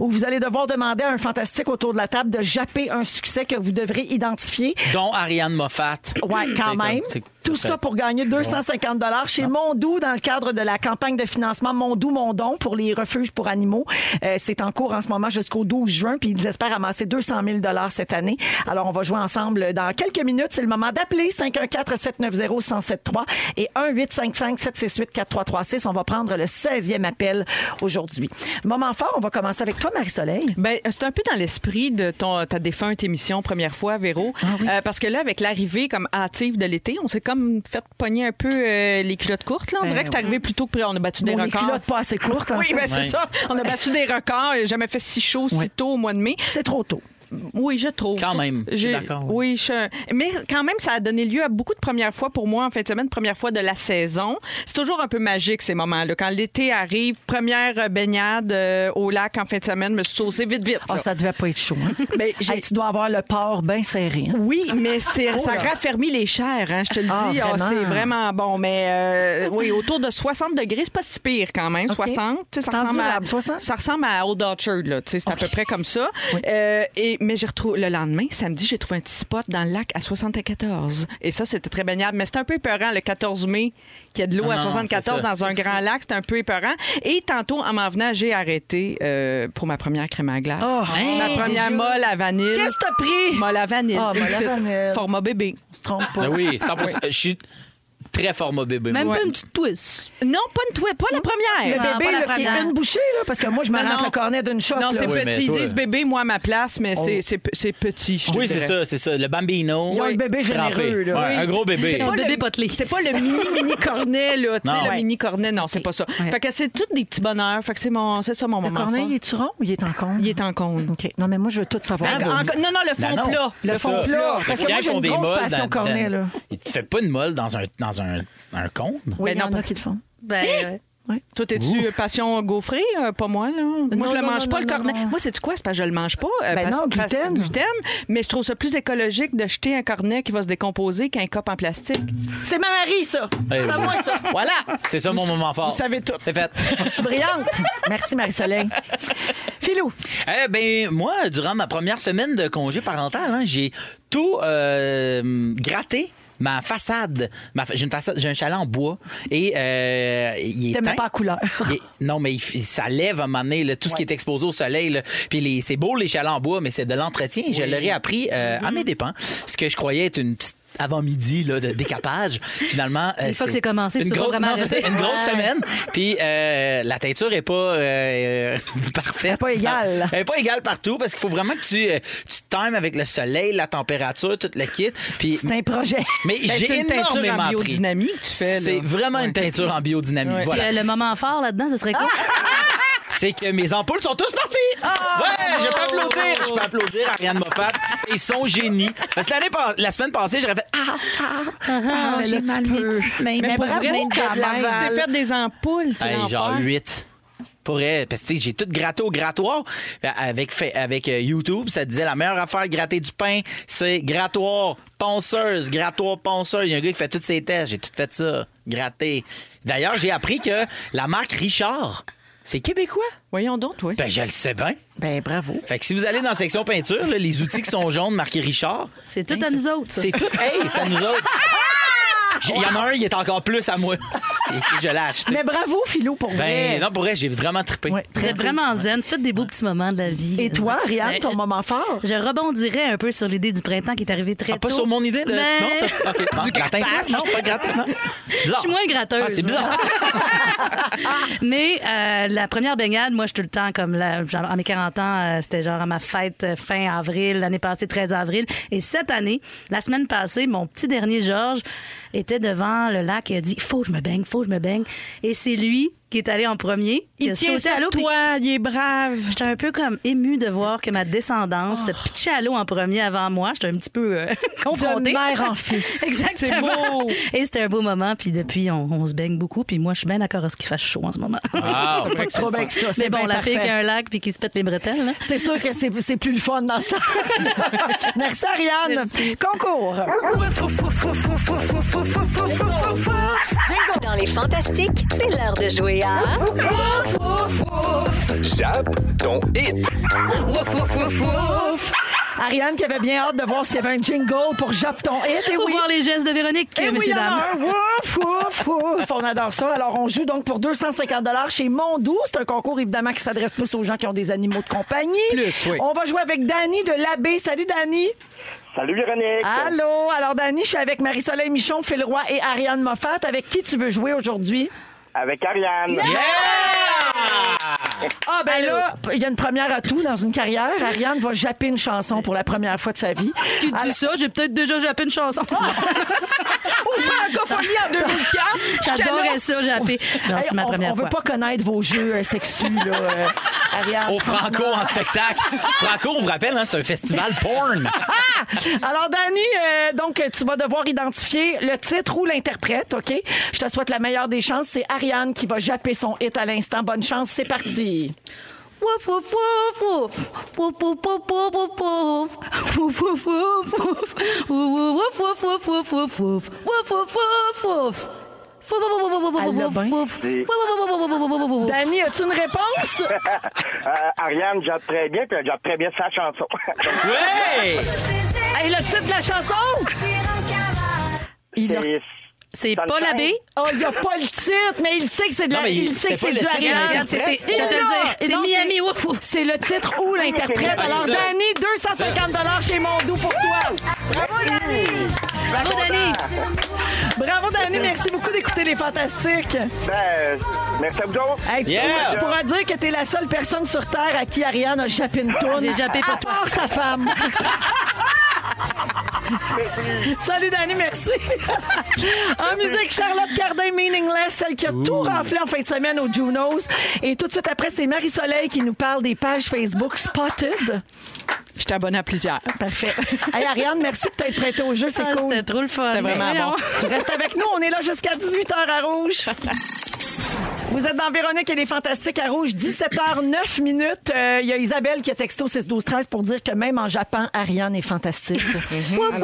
Speaker 4: où vous allez devoir demander à un fantastique autour de la table de japper un succès que vous devrez identifier.
Speaker 5: Dont Ariane Moffat.
Speaker 4: Ouais,
Speaker 5: C'est
Speaker 4: quand
Speaker 5: comme-
Speaker 4: même.
Speaker 5: c'est-
Speaker 4: Tout
Speaker 5: serait-
Speaker 4: ça pour gagner 250 dollars
Speaker 5: Ah.
Speaker 4: chez Mondou dans le cadre de la campagne de financement Mondou Mondon pour les refuges pour animaux. Euh, c'est en cours en ce moment jusqu'au 12 juin, puis ils espèrent amasser 200 000 dollars cette année. Alors on va jouer ensemble dans quelques minutes. C'est le moment d'appeler 514 790 1073 et 1 855 768 4336. On va prendre le 16e appel aujourd'hui. Moment fort, on va commencer avec toi Marie Soleil.
Speaker 8: Ben, c'est un peu dans l'esprit de ton, ta défunte émission première fois, Véro.
Speaker 4: Ah
Speaker 8: Euh, parce que là, avec l'arrivée comme hâtive de l'été, on s'est comme fait pogner un peu euh, les culottes courtes. Là. On
Speaker 4: Ben
Speaker 8: dirait que c'est
Speaker 4: oui.
Speaker 8: arrivé plus tôt que prévu. On a battu des
Speaker 4: Bon, les
Speaker 8: records.
Speaker 4: culottes pas assez courtes. hein, en
Speaker 8: Oui,
Speaker 4: fait.
Speaker 8: ben c'est
Speaker 5: Ouais.
Speaker 8: ça. On a battu des records. Il a Jamais fait si chaud, si tôt au mois de mai.
Speaker 4: C'est trop tôt.
Speaker 8: Oui, je trouve.
Speaker 5: Quand même, je suis
Speaker 8: J'ai-
Speaker 5: d'accord,
Speaker 8: Oui, je- mais quand même, ça a donné lieu à beaucoup de premières fois pour moi en fin de semaine, première fois de la saison. C'est toujours un peu magique ces moments-là. Quand l'été arrive, première euh, baignade euh, au lac en fin de semaine, me suis saucée vite, vite.
Speaker 4: Ah,
Speaker 8: là.
Speaker 4: ça devait pas être chaud. hein?
Speaker 8: Ben, j'ai-
Speaker 4: Hey, tu dois avoir le port bien serré. hein?
Speaker 8: Oui, mais c'est, ça raffermit les chairs, hein, je te le dis.
Speaker 4: Oh Ah,
Speaker 8: Ah,
Speaker 4: vraiment?
Speaker 8: c'est vraiment bon. Mais euh, oui, autour de 60 degrés, c'est pas si pire quand même. 60, tu sais,
Speaker 4: C'est
Speaker 8: ça ressemble, à,
Speaker 4: endurable, 60?
Speaker 8: ça ressemble à Old Orchard, là. tu sais, C'est à peu près comme ça. Euh, et, mais j'ai retrouvé, le lendemain, samedi, j'ai trouvé un petit spot dans le lac à 74. Et ça, c'était très baignable. Mais c'était un peu épeurant le 14 mai, qu'il y a de l'eau
Speaker 5: Ah
Speaker 8: à
Speaker 5: non,
Speaker 8: 74
Speaker 5: c'est ça.
Speaker 8: dans un grand lac. C'était un peu épeurant. Et tantôt, en m'en venant, j'ai arrêté euh, pour ma première crème à glace.
Speaker 4: Oh,
Speaker 8: ma
Speaker 4: hey,
Speaker 8: première
Speaker 4: déjà?
Speaker 8: molle à vanille.
Speaker 4: Qu'est-ce que t'as pris?
Speaker 8: Molle à vanille.
Speaker 4: Ah, molle à
Speaker 8: Une petite
Speaker 4: vanille.
Speaker 8: Format bébé.
Speaker 5: Ah
Speaker 4: Eh Tu te trompes pas.
Speaker 5: Ben oui, 100%. Je Euh, suis très format bébé.
Speaker 6: Même
Speaker 5: moi.
Speaker 6: pas une petite twist.
Speaker 8: Non, pas une twist, pas la
Speaker 4: Le
Speaker 8: première.
Speaker 4: bébé là, qui est une bouchée, là, parce que moi, je me
Speaker 8: Non,
Speaker 4: rentre
Speaker 8: Ah, non.
Speaker 4: le cornet d'une shot.
Speaker 8: Non,
Speaker 4: là.
Speaker 8: c'est petit. Ils disent bébé, moi, à ma place, mais
Speaker 4: Oh.
Speaker 8: c'est- c'est pe- c'est petit. je te
Speaker 5: Oui, c'est
Speaker 8: dirais.
Speaker 5: ça, c'est ça. Le bambino.
Speaker 8: Ils ont un
Speaker 4: bébé
Speaker 5: Crampé.
Speaker 4: généreux, là.
Speaker 5: Ouais,
Speaker 4: Oui.
Speaker 5: un gros bébé.
Speaker 8: C'est pas le C'est pas le mini mini cornet là, tu sais
Speaker 5: Non.
Speaker 8: le
Speaker 5: Ouais.
Speaker 8: mini cornet non, c'est pas ça. Fait que c'est tous des petits bonheurs, fait que c'est mon c'est ça mon
Speaker 4: Le
Speaker 8: moment
Speaker 4: cornet,
Speaker 8: fort.
Speaker 4: il est-tu rond ou il est en cône? Il
Speaker 8: est en cône.
Speaker 4: OK. Non, mais moi, je veux tout savoir.
Speaker 8: Ben, en- non, non, le fond
Speaker 5: Ben non,
Speaker 8: plat.
Speaker 5: c'est
Speaker 4: Le fond
Speaker 5: ça.
Speaker 4: plat. Parce
Speaker 5: Les
Speaker 4: que moi,
Speaker 5: gars
Speaker 4: j'ai
Speaker 5: font
Speaker 4: une
Speaker 5: des
Speaker 4: grosse
Speaker 5: molles
Speaker 4: passion
Speaker 5: dans-
Speaker 4: cornet,
Speaker 5: dans-
Speaker 4: là.
Speaker 5: Tu fais pas une molle dans un, dans un, un conte?
Speaker 4: Oui, il y
Speaker 8: non,
Speaker 4: en a qui le font.
Speaker 6: Ben, ouais.
Speaker 8: Toi, t'es-tu euh, passion gaufrée? Euh, pas moi, là. Moi, je le
Speaker 6: non,
Speaker 8: mange
Speaker 6: non,
Speaker 8: pas, le
Speaker 6: non,
Speaker 8: cornet. Moi, c'est quoi? C'est parce que je le mange pas. euh,
Speaker 4: Ben
Speaker 8: parce-
Speaker 4: non,
Speaker 8: parce-
Speaker 4: gluten.
Speaker 8: gluten. Mais je trouve ça plus écologique de jeter un cornet qui va se décomposer qu'un cop en plastique.
Speaker 4: C'est ma Marie, ça.
Speaker 5: Eh
Speaker 4: C'est
Speaker 5: oui.
Speaker 4: moi, ça.
Speaker 8: Voilà!
Speaker 5: C'est ça mon moment fort.
Speaker 8: Vous savez tout.
Speaker 5: C'est fait.
Speaker 4: Je suis brillante. Merci, Marie-Soleil. Philou.
Speaker 5: Eh ben moi, durant ma première semaine de congé parental, hein, j'ai tout euh, gratté. Ma façade, Ma fa- j'ai une façade, j'ai un chalet en bois et euh, il est
Speaker 4: T'aimais
Speaker 5: teint.
Speaker 4: pas la couleur.
Speaker 5: Il est- non, mais il f- ça lève à un moment donné, là, tout ce qui est exposé au soleil. là. Puis les- c'est beau les chalets en bois, mais c'est de l'entretien. Je l'aurais appris euh, à mes dépens, ce que je croyais être une petite avant-midi là, de décapage. Finalement, euh,
Speaker 6: Une fois que c'est commencé, tu
Speaker 5: une
Speaker 6: peux pas
Speaker 5: grosse,
Speaker 6: vraiment
Speaker 5: non, c'était
Speaker 6: arrêter.
Speaker 5: une grosse
Speaker 6: Ouais.
Speaker 5: semaine. Puis euh, la teinture est pas euh, parfaite.
Speaker 4: pas égale.
Speaker 5: Elle est pas égale partout parce qu'il faut vraiment que tu, euh, tu te times avec le soleil, la température, tout le kit. Puis
Speaker 4: C'est un projet.
Speaker 5: mais
Speaker 8: Ben, c'est
Speaker 5: j'ai
Speaker 8: une teinture en
Speaker 5: énormément appris.
Speaker 8: biodynamie que tu fais, là.
Speaker 5: C'est vraiment une teinture en biodynamie.
Speaker 8: Ouais.
Speaker 5: Voilà.
Speaker 6: Puis, euh, le moment fort là-dedans, ce serait quoi?
Speaker 4: Ah!
Speaker 5: C'est que mes ampoules sont tous parties. ouais, je peux applaudir. Je peux applaudir Ariane Moffat et son génie. Parce que l'année pas- la semaine passée, j'aurais fait Ah,
Speaker 4: Ah, mais là, tu peux.
Speaker 6: Ben,
Speaker 5: mais,
Speaker 8: Mais pour
Speaker 5: bravo,
Speaker 8: vrai,
Speaker 5: de
Speaker 8: tu
Speaker 5: Laval.
Speaker 8: t'es fait des ampoules, c'est
Speaker 5: Hey, genre
Speaker 8: l'enfer.
Speaker 5: 8. Pour vrai, parce que tu sais, j'ai tout gratté au grattoir. Euh, Avec, fait- avec euh, YouTube, ça disait la meilleure affaire à gratter du pain, c'est grattoir, ponceuse, grattoir, ponceuse. Il y a un gars qui fait toutes ses tests. J'ai tout fait ça, gratter. D'ailleurs, j'ai appris que la marque Richard, c'est québécois.
Speaker 8: Voyons donc, oui.
Speaker 5: Ben, je le sais bien.
Speaker 4: Ben, bravo.
Speaker 5: Fait que si vous allez dans la section peinture, là, les outils qui sont jaunes marqués Richard,
Speaker 6: C'est tout
Speaker 4: Ben,
Speaker 6: à nous autres. ça.
Speaker 5: c'est tout. Hey, c'est à nous autres. J'ai- Il y en a un, il est encore plus à moi. Écoute, je l'ai acheté.
Speaker 4: Mais bravo, Philou, pour vrai.
Speaker 5: Ben, non, pour vrai, j'ai vraiment trippé.
Speaker 4: Ouais,
Speaker 6: Vous
Speaker 4: très
Speaker 6: êtes vraiment zen. C'est tous des beaux petits moments de la vie.
Speaker 4: Et toi, Ariane,
Speaker 6: Ben,
Speaker 4: ton moment fort?
Speaker 6: Je rebondirais un peu sur l'idée du printemps qui est arrivée très
Speaker 5: Ah, pas
Speaker 6: tôt.
Speaker 5: sur mon idée de.
Speaker 6: Ben,
Speaker 5: Non, t'as- OK. Non, la teinture, non, pas gratté, non.
Speaker 6: Je
Speaker 5: Bizarre.
Speaker 6: suis moins gratteuse.
Speaker 5: Ah, c'est bizarre.
Speaker 6: Mais euh, la première baignade, moi, je suis tout le temps comme là, genre, à mes 40 ans, euh, c'était genre à ma fête euh, fin avril, l'année passée 13 avril. Et cette année, la semaine passée, mon petit dernier Georges était devant le lac et a dit Faut que je me baigne, faut que je me baigne. Et c'est lui qui est allé en premier. qui
Speaker 8: Il
Speaker 6: a
Speaker 8: tient
Speaker 6: sauté à
Speaker 8: ça
Speaker 6: l'eau, puis
Speaker 8: toi, il est brave.
Speaker 6: J'étais un peu comme émue de voir que ma descendance se pitchait à l'eau en premier avant moi. J'étais un petit peu euh, confrontée.
Speaker 4: De mère en fils.
Speaker 6: Exactement.
Speaker 8: C'est beau.
Speaker 6: Et c'était un beau moment. Puis depuis, on, on se baigne beaucoup. Puis moi, je suis bien d'accord à ce qu'il fasse chaud en ce moment.
Speaker 5: Ah,
Speaker 4: Pas trop bien que ça.
Speaker 6: Mais
Speaker 4: C'est
Speaker 6: bon,
Speaker 4: bien
Speaker 6: la fille qui
Speaker 4: parfait.
Speaker 6: a un lac puis qui se pète les bretelles. là.
Speaker 4: C'est sûr que c'est c'est plus le fun dans ce temps. Merci, Ariane. Concours.
Speaker 1: Dans les fantastiques, c'est l'heure de jouer à
Speaker 3: Zap ton hit.
Speaker 4: Ariane qui avait bien hâte de voir s'il y avait un jingle pour Jap ton hit. Et
Speaker 6: Faut
Speaker 4: oui.
Speaker 6: voir les gestes de Véronique,
Speaker 4: Eh oui,
Speaker 6: messieurs,
Speaker 4: il y en
Speaker 6: dames.
Speaker 4: a un. Wouf, wouf, wouf. On adore ça. Alors, on joue donc pour 250 chez Mondou. C'est un concours, évidemment, qui s'adresse plus aux gens qui ont des animaux de compagnie.
Speaker 5: Plus, oui.
Speaker 4: On va jouer avec Danny de l'Abbé. Salut, Danny.
Speaker 15: Salut Véronique.
Speaker 4: Allô. Alors, Danny, je suis avec Marie-Soleil Michon, Phil Roy et Ariane Moffat. Avec qui tu veux jouer aujourd'hui?
Speaker 15: Avec Ariane.
Speaker 4: Ah, ben là, il y a une première à tout dans une carrière. Ariane va japper une chanson pour la première fois de sa vie.
Speaker 6: Qui dit ça? J'ai peut-être déjà jappé une chanson.
Speaker 8: Au francophonie en 2004. j'étais là.
Speaker 6: J'adorais ça, japper. Non,
Speaker 4: Hey,
Speaker 6: c'est ma
Speaker 4: on-
Speaker 6: première
Speaker 4: on,
Speaker 6: fois.
Speaker 4: veut pas connaître vos jeux euh, sexus, là, euh, Ariane.
Speaker 5: Au Franco en spectacle. Franco, on vous rappelle, hein, c'est un festival porn.
Speaker 4: Ah! Alors, Dani, euh, donc, tu vas devoir identifier le titre ou l'interprète, OK? Je te souhaite la meilleure des chances. C'est Ariane qui va japper son hit à l'instant. Bonne chance, c'est parti.
Speaker 9: Wouf, wouf, wouf, wouf. Wouf, wouf, wouf, wouf, wouf. Wouf, wouf, wouf, wouf. Wouf, wouf, wouf, wouf, wouf, wouf. Wouf, wouf, wouf, wouf. Wouf, wouf, wouf, wouf, wouf,
Speaker 4: Elle l'a
Speaker 9: wouf,
Speaker 4: bien.
Speaker 9: wouf. Wouf, wouf, wouf, wouf, wouf, wouf, wouf.
Speaker 4: Dani, as-tu une réponse?
Speaker 15: Euh, Ariane jappe très bien, puis elle jappe très bien sa chanson.
Speaker 5: Ouais!
Speaker 4: hey, le titre de la chanson? Il a-
Speaker 15: C'est
Speaker 6: C'est
Speaker 4: Dans le
Speaker 6: pas
Speaker 4: temps.
Speaker 6: l'abbé.
Speaker 4: Oh, il a pas le titre, mais il sait que c'est de
Speaker 6: Non,
Speaker 4: la,
Speaker 6: mais
Speaker 4: il
Speaker 6: c'était
Speaker 4: sait que c'est
Speaker 6: pas
Speaker 4: du
Speaker 6: le titre,
Speaker 4: Harry
Speaker 6: regarde,
Speaker 4: Potter.
Speaker 6: c'est- je vais te le dire, c'est Miami,
Speaker 4: C'est le titre ou
Speaker 6: mais
Speaker 4: l'interprète.
Speaker 6: c'est-
Speaker 4: Alors,
Speaker 6: c'est ça.
Speaker 4: Danny, 250 chez Mondou pour toi. Bravo, Danny. Bravo, Danny. Bravo, Danny. Merci beaucoup d'écouter Les Fantastiques.
Speaker 15: Ben, merci à vous autres.
Speaker 4: Hey, tu,
Speaker 15: Yeah.
Speaker 4: pourras, tu pourras dire que t'es la seule personne sur Terre à qui Ariane a jappé une toune.
Speaker 6: J'ai jappé
Speaker 4: à
Speaker 6: pour toi.
Speaker 4: part sa femme. Salut Danny, merci. en musique, Charlotte Cardin, Meaningless, celle qui a tout renflé en fin de semaine aux Junos. Et tout de suite après, c'est Marie-Soleil qui nous parle des pages Facebook Spotted.
Speaker 8: Je t'abonne à plusieurs.
Speaker 4: Parfait. Hey Ariane, merci de t'être prêtée au jeu, c'est
Speaker 6: Ah,
Speaker 4: cool.
Speaker 6: c'était trop le fun.
Speaker 4: C'était vraiment
Speaker 6: Mais
Speaker 4: bon.
Speaker 6: non.
Speaker 4: Tu restes avec nous, on est là jusqu'à 18h à Rouge. Vous êtes dans Véronique et les Fantastiques à Rouge, 17h09 minutes. Euh, Il y a Isabelle qui a texté au 6 12 13 pour dire que même en Japon, Ariane est fantastique. Alors, voilà.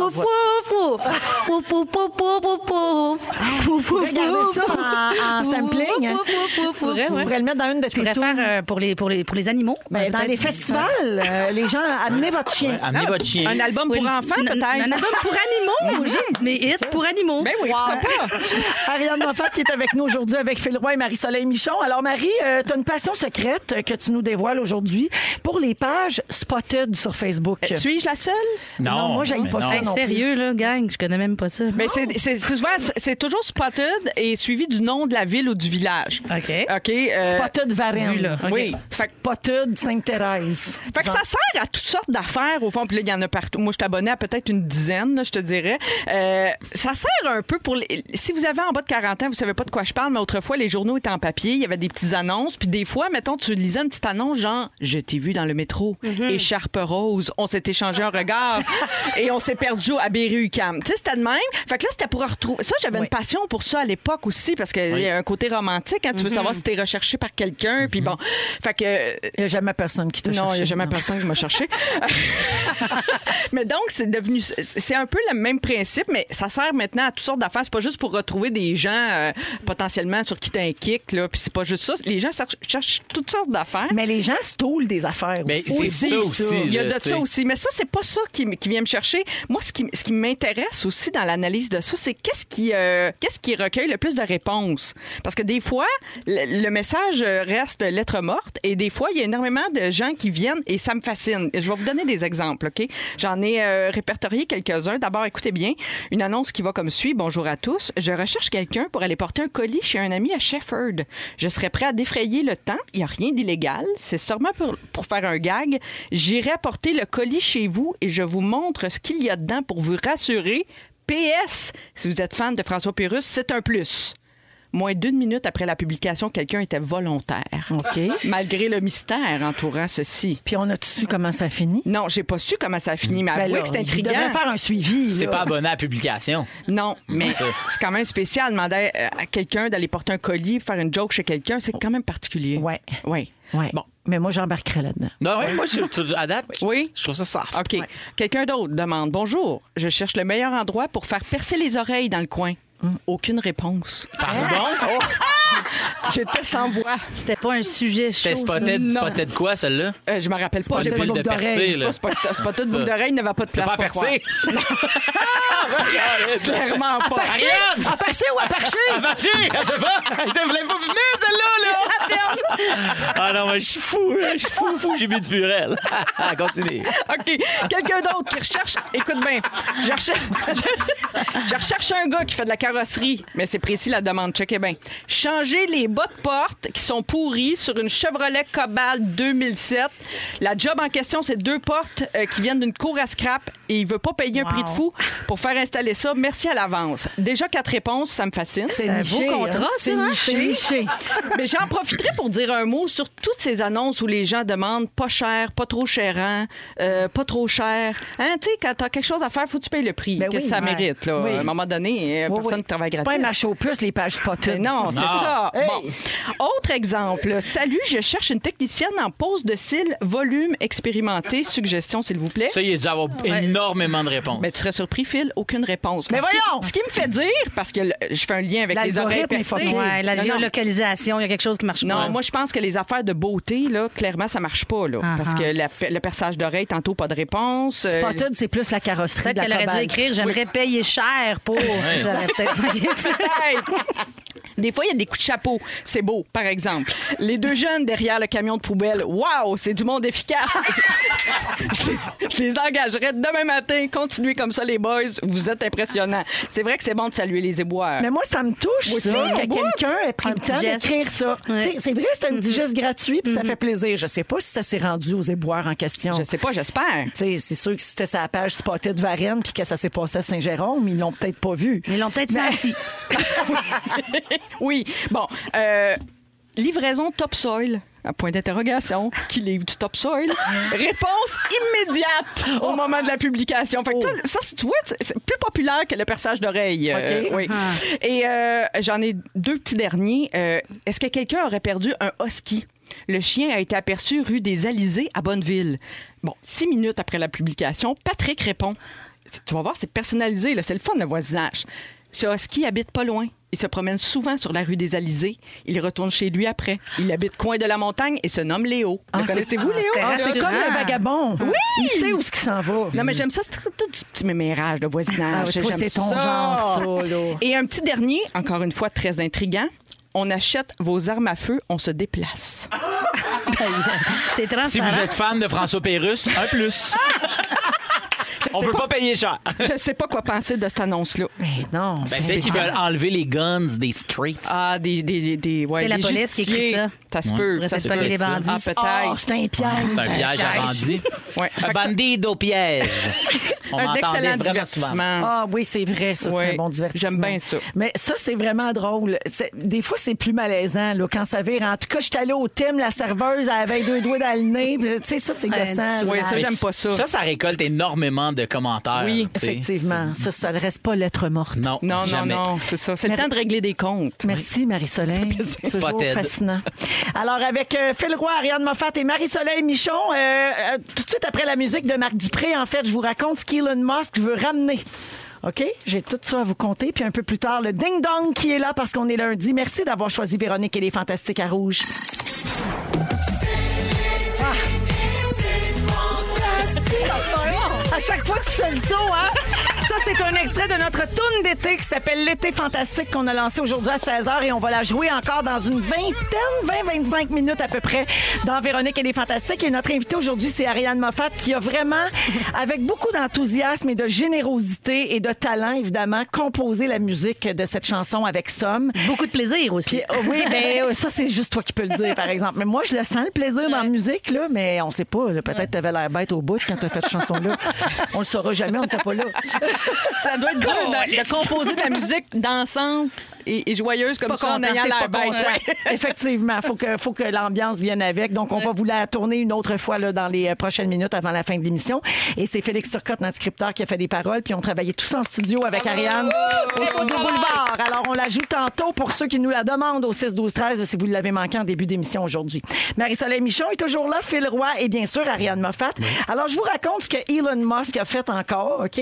Speaker 4: Regardez ça en, en sampling.
Speaker 6: Ouf, ouf, ouf, ouf,
Speaker 4: Tu
Speaker 6: ouf.
Speaker 4: pourrais,
Speaker 6: Ouais.
Speaker 4: le mettre dans une de tes
Speaker 6: pourrais
Speaker 4: tunes.
Speaker 6: faire euh, pour les, pour les, pour les animaux.
Speaker 4: Ben, dans les festivals, euh, les gens, amenez votre chien.
Speaker 5: amenez votre chien. Un
Speaker 8: album
Speaker 6: pour
Speaker 8: enfants, peut-être.
Speaker 6: Un album pour animaux, ou
Speaker 4: Mhm.
Speaker 6: juste mes hits pour animaux.
Speaker 8: Ben oui, pourquoi pas?
Speaker 4: Ariane Moffat qui est avec nous aujourd'hui avec Phil Roy et Marie-Soleil Michon. Alors, Marie, tu as une passion secrète euh, que tu nous dévoiles aujourd'hui pour les pages spotted sur Facebook.
Speaker 8: Euh, Suis-je la seule?
Speaker 5: Non,
Speaker 4: Non, moi, j'aime pas ça.
Speaker 6: Hey,
Speaker 4: non plus.
Speaker 6: sérieux, là, gang, je connais même pas ça.
Speaker 8: Mais c'est c'est- c'est souvent, c'est toujours spotted et suivi du nom de la ville ou du village.
Speaker 6: OK.
Speaker 8: OK. euh,
Speaker 4: Spotted
Speaker 6: Vu,
Speaker 4: Varennes.
Speaker 6: là. OK.
Speaker 8: Oui. Fait, que-
Speaker 4: Spotted Sainte-Thérèse.
Speaker 8: fait que ça sert à toutes sortes d'affaires, au fond. Puis là, il y en a partout. Moi, je t'abonnais à peut-être une dizaine, là, je te dirais. Euh, ça sert un peu pour... les- Si vous avez en bas de 40 ans, vous savez pas de quoi je parle, mais autrefois, les journaux étaient en papier, il y avait des petites annonces. Puis des fois, mettons, tu lisais une petite annonce genre « Je t'ai vu dans le métro, écharpe rose, on s'est échangé un regard et on s'est perdu à Berry-UQAM. » Tu sais, c'était de même. Fait que là, c'était pour retrouver... Ça, j'avais une passion pour ça à l'époque aussi, parce qu'il y a un côté romantique. hein. Tu veux savoir si t'es recherché par quelqu'un, puis bon. Fait que euh,
Speaker 4: Il n'y a jamais personne qui te
Speaker 8: non, il
Speaker 4: cherche.
Speaker 8: n'y a jamais personne qui m'a cherché. mais donc, c'est devenu. C'est un peu le même principe, mais ça sert maintenant à toutes sortes d'affaires. C'est pas juste pour retrouver des gens euh, potentiellement sur qui t'as un kick, là. Puis c'est pas juste ça. Les gens cher- cherchent toutes sortes d'affaires.
Speaker 4: Mais les gens stoulent des affaires.
Speaker 5: Mais
Speaker 4: aussi.
Speaker 5: c'est ça aussi,
Speaker 8: Il y a
Speaker 5: là,
Speaker 8: de
Speaker 5: tu
Speaker 8: ça
Speaker 5: sais.
Speaker 8: aussi. Mais ça, c'est pas ça qui, m- qui vient me chercher. Moi, ce qui, m- ce qui m'intéresse aussi dans l'analyse de ça, c'est qu'est-ce qui, euh, qu'est-ce qui recueille le plus de réponses. Parce que des fois, le, le message euh, reste lettre morte et des fois, il y a énormément de gens qui viennent et ça me fascine. Et Je vais vous donner des exemples, OK? J'en ai euh, répertorié quelques-uns. D'abord, écoutez bien, une annonce qui va comme suit. Bonjour à tous. Je recherche quelqu'un pour aller porter un colis chez un ami à Shefford. Je serais prêt à défrayer le temps. Il n'y a rien d'illégal. C'est sûrement pour, pour faire un gag. J'irai apporter le colis chez vous et je vous montre ce qu'il y a dedans pour vous rassurer. PS, si vous êtes fan de François Pérus, c'est un plus. Moins d'une minute après la publication, quelqu'un était volontaire.
Speaker 4: OK.
Speaker 8: Malgré le mystère entourant ceci.
Speaker 4: Puis on a-tu su comment ça finit?
Speaker 8: Non, j'ai pas su comment ça a fini, mais
Speaker 4: Ben
Speaker 8: avouez
Speaker 4: là,
Speaker 8: que c'est
Speaker 4: il devrait
Speaker 8: intriguant.
Speaker 4: faire un suivi.
Speaker 5: T'es
Speaker 4: là.
Speaker 5: pas abonné à la publication.
Speaker 8: Non, mais
Speaker 5: C'est-
Speaker 8: c'est quand même spécial. Demander euh, à quelqu'un d'aller porter un colis, faire une joke chez quelqu'un, c'est quand même particulier.
Speaker 4: Ouais.
Speaker 8: Oui.
Speaker 4: Ouais. Bon. Mais moi, j'embarquerai là-dedans.
Speaker 5: Non, ouais, moi, je, tu- à date,
Speaker 8: Oui.
Speaker 5: je trouve ça soft.
Speaker 8: OK. Quelqu'un d'autre demande Bonjour, je cherche le meilleur endroit pour faire percer les oreilles dans le coin.
Speaker 4: Mm.
Speaker 8: Aucune réponse.
Speaker 5: Pardon?
Speaker 8: J'étais sans voix.
Speaker 6: C'était pas un sujet chaud.
Speaker 5: T'es spoté
Speaker 8: non.
Speaker 5: de quoi, celle-là?
Speaker 8: Euh, je me rappelle pas.
Speaker 5: Spotted
Speaker 8: J'ai pas
Speaker 5: de
Speaker 8: boucle
Speaker 5: percer,
Speaker 8: d'oreille.
Speaker 5: là.
Speaker 8: C'est pas- C'est pas toute boucle d'oreille, il n'avait pas de
Speaker 5: T'as
Speaker 8: place.
Speaker 5: pas
Speaker 8: pour
Speaker 5: percé?
Speaker 8: Clairement pas.
Speaker 5: Ariane!
Speaker 4: À percer ou à percher?
Speaker 5: Elle a
Speaker 8: Ah,
Speaker 5: marché! Elle sait pas! Elle voulait pas venir, celle-là, là! Ah non, mais je suis fou, là. je suis fou, fou, j'ai bu du purel. Continue.
Speaker 8: OK. Quelqu'un d'autre qui recherche. Écoute bien. Je recherche... je recherche un gars qui fait de la carrosserie. Mais c'est précis la demande. Checkez bien. Changer les bas de porte qui sont pourris sur une Chevrolet Cobalt 2007. La job en question, c'est deux portes euh, qui viennent d'une cour à scrap et il veut pas payer un
Speaker 6: Wow.
Speaker 8: prix de fou pour faire installer ça. Merci à l'avance. Déjà quatre réponses, ça me fascine.
Speaker 4: C'est
Speaker 6: un beau
Speaker 4: niché, hein.
Speaker 6: contrat,
Speaker 4: C'est
Speaker 6: ça, hein?
Speaker 4: niché.
Speaker 8: Mais j'en profiterai pour dire un mot sur toutes ces annonces où les gens demandent pas cher, pas trop chérant, euh, pas trop cher. Hein, tu sais, quand t'as quelque chose à faire, faut que tu payes le prix
Speaker 4: Ben
Speaker 8: que
Speaker 4: oui,
Speaker 8: ça
Speaker 4: ouais.
Speaker 8: mérite. Là.
Speaker 4: Oui.
Speaker 8: À un moment donné, euh,
Speaker 4: Oui,
Speaker 8: personne
Speaker 4: oui.
Speaker 8: ne travaille
Speaker 4: C'est
Speaker 8: gratis.
Speaker 4: pas un macho puce, les pages
Speaker 8: Mais
Speaker 4: spotted.
Speaker 8: non, c'est
Speaker 5: Non.
Speaker 8: ça.
Speaker 4: Hey.
Speaker 8: Bon. Autre exemple. Salut, je cherche une technicienne en pose de cils, volume expérimenté. Suggestion, s'il vous plaît.
Speaker 5: Ça, il a dû avoir énormément de réponses.
Speaker 8: Mais tu serais surpris, Phil, aucune réponse.
Speaker 4: Mais
Speaker 8: Ce qui-
Speaker 4: voyons!
Speaker 8: Ce qui me fait dire, parce que le- je fais un lien avec les oreilles
Speaker 4: L'algorithme est
Speaker 8: percées.
Speaker 4: fucké.
Speaker 6: Ouais, la
Speaker 8: Non, non.
Speaker 6: géolocalisation, il y a quelque chose qui marche pas.
Speaker 8: Non, moi, je pense que les affaires de beauté, là, clairement, ça marche pas. Là,
Speaker 4: Ah,
Speaker 8: parce que
Speaker 4: ah.
Speaker 8: la pe- le perçage d'oreille, tantôt, pas de réponse. euh,
Speaker 4: Spotted, c'est plus la carrosserie.
Speaker 6: Peut-être
Speaker 4: de la
Speaker 6: qu'elle aurait dû
Speaker 4: Cobalt.
Speaker 6: écrire J'aimerais payer cher pour. Vous auriez peut-être payé plus.
Speaker 8: Des fois, il y a des coups de chapeau. C'est beau, par exemple. Les deux jeunes derrière le camion de poubelle. Waouh, c'est du monde efficace. je, les- je les engagerai demain matin. Continuez comme ça, les boys. Vous êtes impressionnants. C'est vrai que c'est bon de saluer les éboueurs.
Speaker 4: Mais moi, ça me touche,
Speaker 8: Moi aussi,
Speaker 4: ça,
Speaker 8: au
Speaker 4: que
Speaker 8: bout.
Speaker 4: quelqu'un ait pris
Speaker 8: Un
Speaker 4: le
Speaker 8: petit
Speaker 4: temps
Speaker 8: geste.
Speaker 4: d'écrire ça.
Speaker 8: Ouais. Mm-hmm.
Speaker 4: Tu sais, C'est vrai, c'est un petit geste gratuit, puis ça fait plaisir. Je sais pas si ça s'est rendu aux éboires en question. Je
Speaker 8: sais pas, j'espère.
Speaker 4: C'est sûr que si c'était sa page Spotted Varenne, puis que ça s'est passé à Saint-Jérôme, ils l'ont peut-être pas vu.
Speaker 6: Ils l'ont peut-être
Speaker 4: Ben,
Speaker 6: senti.
Speaker 8: oui. Bon. euh, livraison topsoil. Un point d'interrogation. Qui livre du topsoil? Réponse immédiate au moment de la publication. Fait que ça, ça, tu vois, c'est- c'est plus populaire que le perçage d'oreille. euh,
Speaker 4: OK.
Speaker 8: oui.
Speaker 4: Ah.
Speaker 8: Et euh, j'en ai deux petits derniers. Euh, Est-ce que quelqu'un aurait perdu un husky? Le chien a été aperçu rue des Alizés à Bonneville. Bon, six minutes après la publication, Patrick répond. C'est- Tu vas voir, c'est personnalisé, là, c'est le fun, le voisinage. Ce husky habite pas loin. Il se promène souvent sur la rue des Alizés. Il retourne chez lui après. Il habite coin de la montagne et se nomme Léo.
Speaker 4: Ah,
Speaker 8: le
Speaker 4: c'est-
Speaker 8: connaissez-vous,
Speaker 4: ah,
Speaker 8: Léo?
Speaker 4: c'est
Speaker 8: Ah,
Speaker 4: rassurant. comme le vagabond.
Speaker 8: Oui!
Speaker 4: Il sait où ce qui s'en va.
Speaker 8: Non, mais j'aime ça. C'est tout tout du petit mémérage de
Speaker 4: Ah
Speaker 8: voisinage.
Speaker 4: oui, toi,
Speaker 8: J'aime
Speaker 4: c'est ton
Speaker 8: ça.
Speaker 4: genre, ça, là.
Speaker 8: Et un petit dernier, encore une fois très intriguant. On achète vos armes à feu, on se déplace.
Speaker 4: Ah.
Speaker 6: C'est transparent.
Speaker 5: Si vous êtes fan de François Pérusse, un plus. On
Speaker 8: sais
Speaker 5: veut
Speaker 8: pas. Ah,
Speaker 5: pas payer cher.
Speaker 8: Je sais pas quoi penser de cette annonce-là.
Speaker 4: Mais non.
Speaker 5: Ben, c'est qu'ils veulent enlever les guns des streets.
Speaker 8: Ah, des. des, des ouais,
Speaker 6: C'est la
Speaker 8: des
Speaker 6: police qui écrit
Speaker 8: justiciers.
Speaker 6: ça.
Speaker 8: Ça se
Speaker 5: Ouais.
Speaker 8: peut.
Speaker 5: Pour
Speaker 8: Ça se
Speaker 5: essayer
Speaker 8: peut.
Speaker 5: de coller les bandits.
Speaker 8: Ah, peut-être.
Speaker 4: Oh, c'est un piège.
Speaker 5: C'est un piège à bandit.
Speaker 8: Ouais.
Speaker 5: Un bandido piège. On
Speaker 8: Un
Speaker 5: entendait
Speaker 8: excellent
Speaker 5: vraiment souvent.
Speaker 8: divertissement.
Speaker 4: Ah oui, c'est vrai, ça,
Speaker 8: Mm. Ouais.
Speaker 4: c'est un bon divertissement.
Speaker 8: J'aime bien ça.
Speaker 4: Mais ça, c'est vraiment drôle. C'est- Des fois, c'est plus malaisant là, quand ça vire. En tout cas, je suis allée au thème, la serveuse elle avait deux doigts dans le nez. Puis, Ah, ben, Tu sais, ça, c'est
Speaker 8: Ouais,
Speaker 4: gossant.
Speaker 8: c'est- ouais,
Speaker 4: là.
Speaker 8: ça, j'aime pas ça.
Speaker 5: Ça, ça récolte énormément de commentaires.
Speaker 4: Oui,
Speaker 5: tu sais.
Speaker 4: effectivement. Ça, ça ne reste pas lettre morte.
Speaker 5: Non,
Speaker 8: Non, non,
Speaker 5: jamais.
Speaker 8: non, c'est ça. C'est le
Speaker 4: Merci.
Speaker 8: temps de régler des comptes.
Speaker 4: Merci, Marie-Soleil. C'est toujours
Speaker 5: Spotted.
Speaker 4: fascinant. Alors, avec euh, Phil Roy, Ariane Moffat et Marie-Soleil Michon, euh, euh, tout de suite après la musique de Marc Dupré, en fait, je vous raconte ce qu'Elon Musk veut ramener. OK? J'ai tout ça à vous compter. Puis un peu plus tard, le ding-dong qui est là parce qu'on est lundi. Merci d'avoir choisi Véronique et les Fantastiques à Rouge. À chaque fois que tu fais le saut, hein? Ça, c'est un extrait de notre tourne d'été qui s'appelle L'été fantastique qu'on a lancé aujourd'hui à 16h et on va la jouer encore dans une vingtaine, 20-25 minutes à peu près dans Véronique et les Fantastiques. Et notre invité aujourd'hui, c'est Ariane Moffat qui a vraiment, avec beaucoup d'enthousiasme et de générosité et de talent, évidemment, composé la musique de cette chanson avec Somme.
Speaker 6: Beaucoup de plaisir aussi.
Speaker 4: Puis, oh, oui, ben, ça, c'est juste toi qui peux le dire, par exemple. Mais moi, je le sens, le plaisir dans la musique, là, mais on sait pas. là. Peut-être t'avais l'air bête au bout quand t'as fait cette chanson-là. On le saura jamais, on n'était pas là.
Speaker 8: Ça doit être dur de, de composer de la musique dansante et, et joyeuse comme
Speaker 4: Pas
Speaker 8: ça en
Speaker 4: content,
Speaker 8: ayant
Speaker 4: t'es
Speaker 8: l'air
Speaker 4: pas
Speaker 8: bête.
Speaker 4: content.
Speaker 8: Ouais.
Speaker 4: Effectivement, faut que faut que l'ambiance vienne avec. Donc on va vous la tourner une autre fois là, dans les euh, prochaines minutes avant la fin de l'émission. Et c'est Félix Turcotte, notre scripteur, qui a fait des paroles. Puis on travaillait tous en studio avec Ariane au studio Boulevard. Alors on la joue tantôt pour ceux qui nous la demandent au 6 12 13 si vous l'avez manqué en début d'émission aujourd'hui. Marie-Soleil Michon est toujours là, Phil Roy et bien sûr Ariane Moffat. Alors je vous raconte ce que Elon Musk a fait encore, OK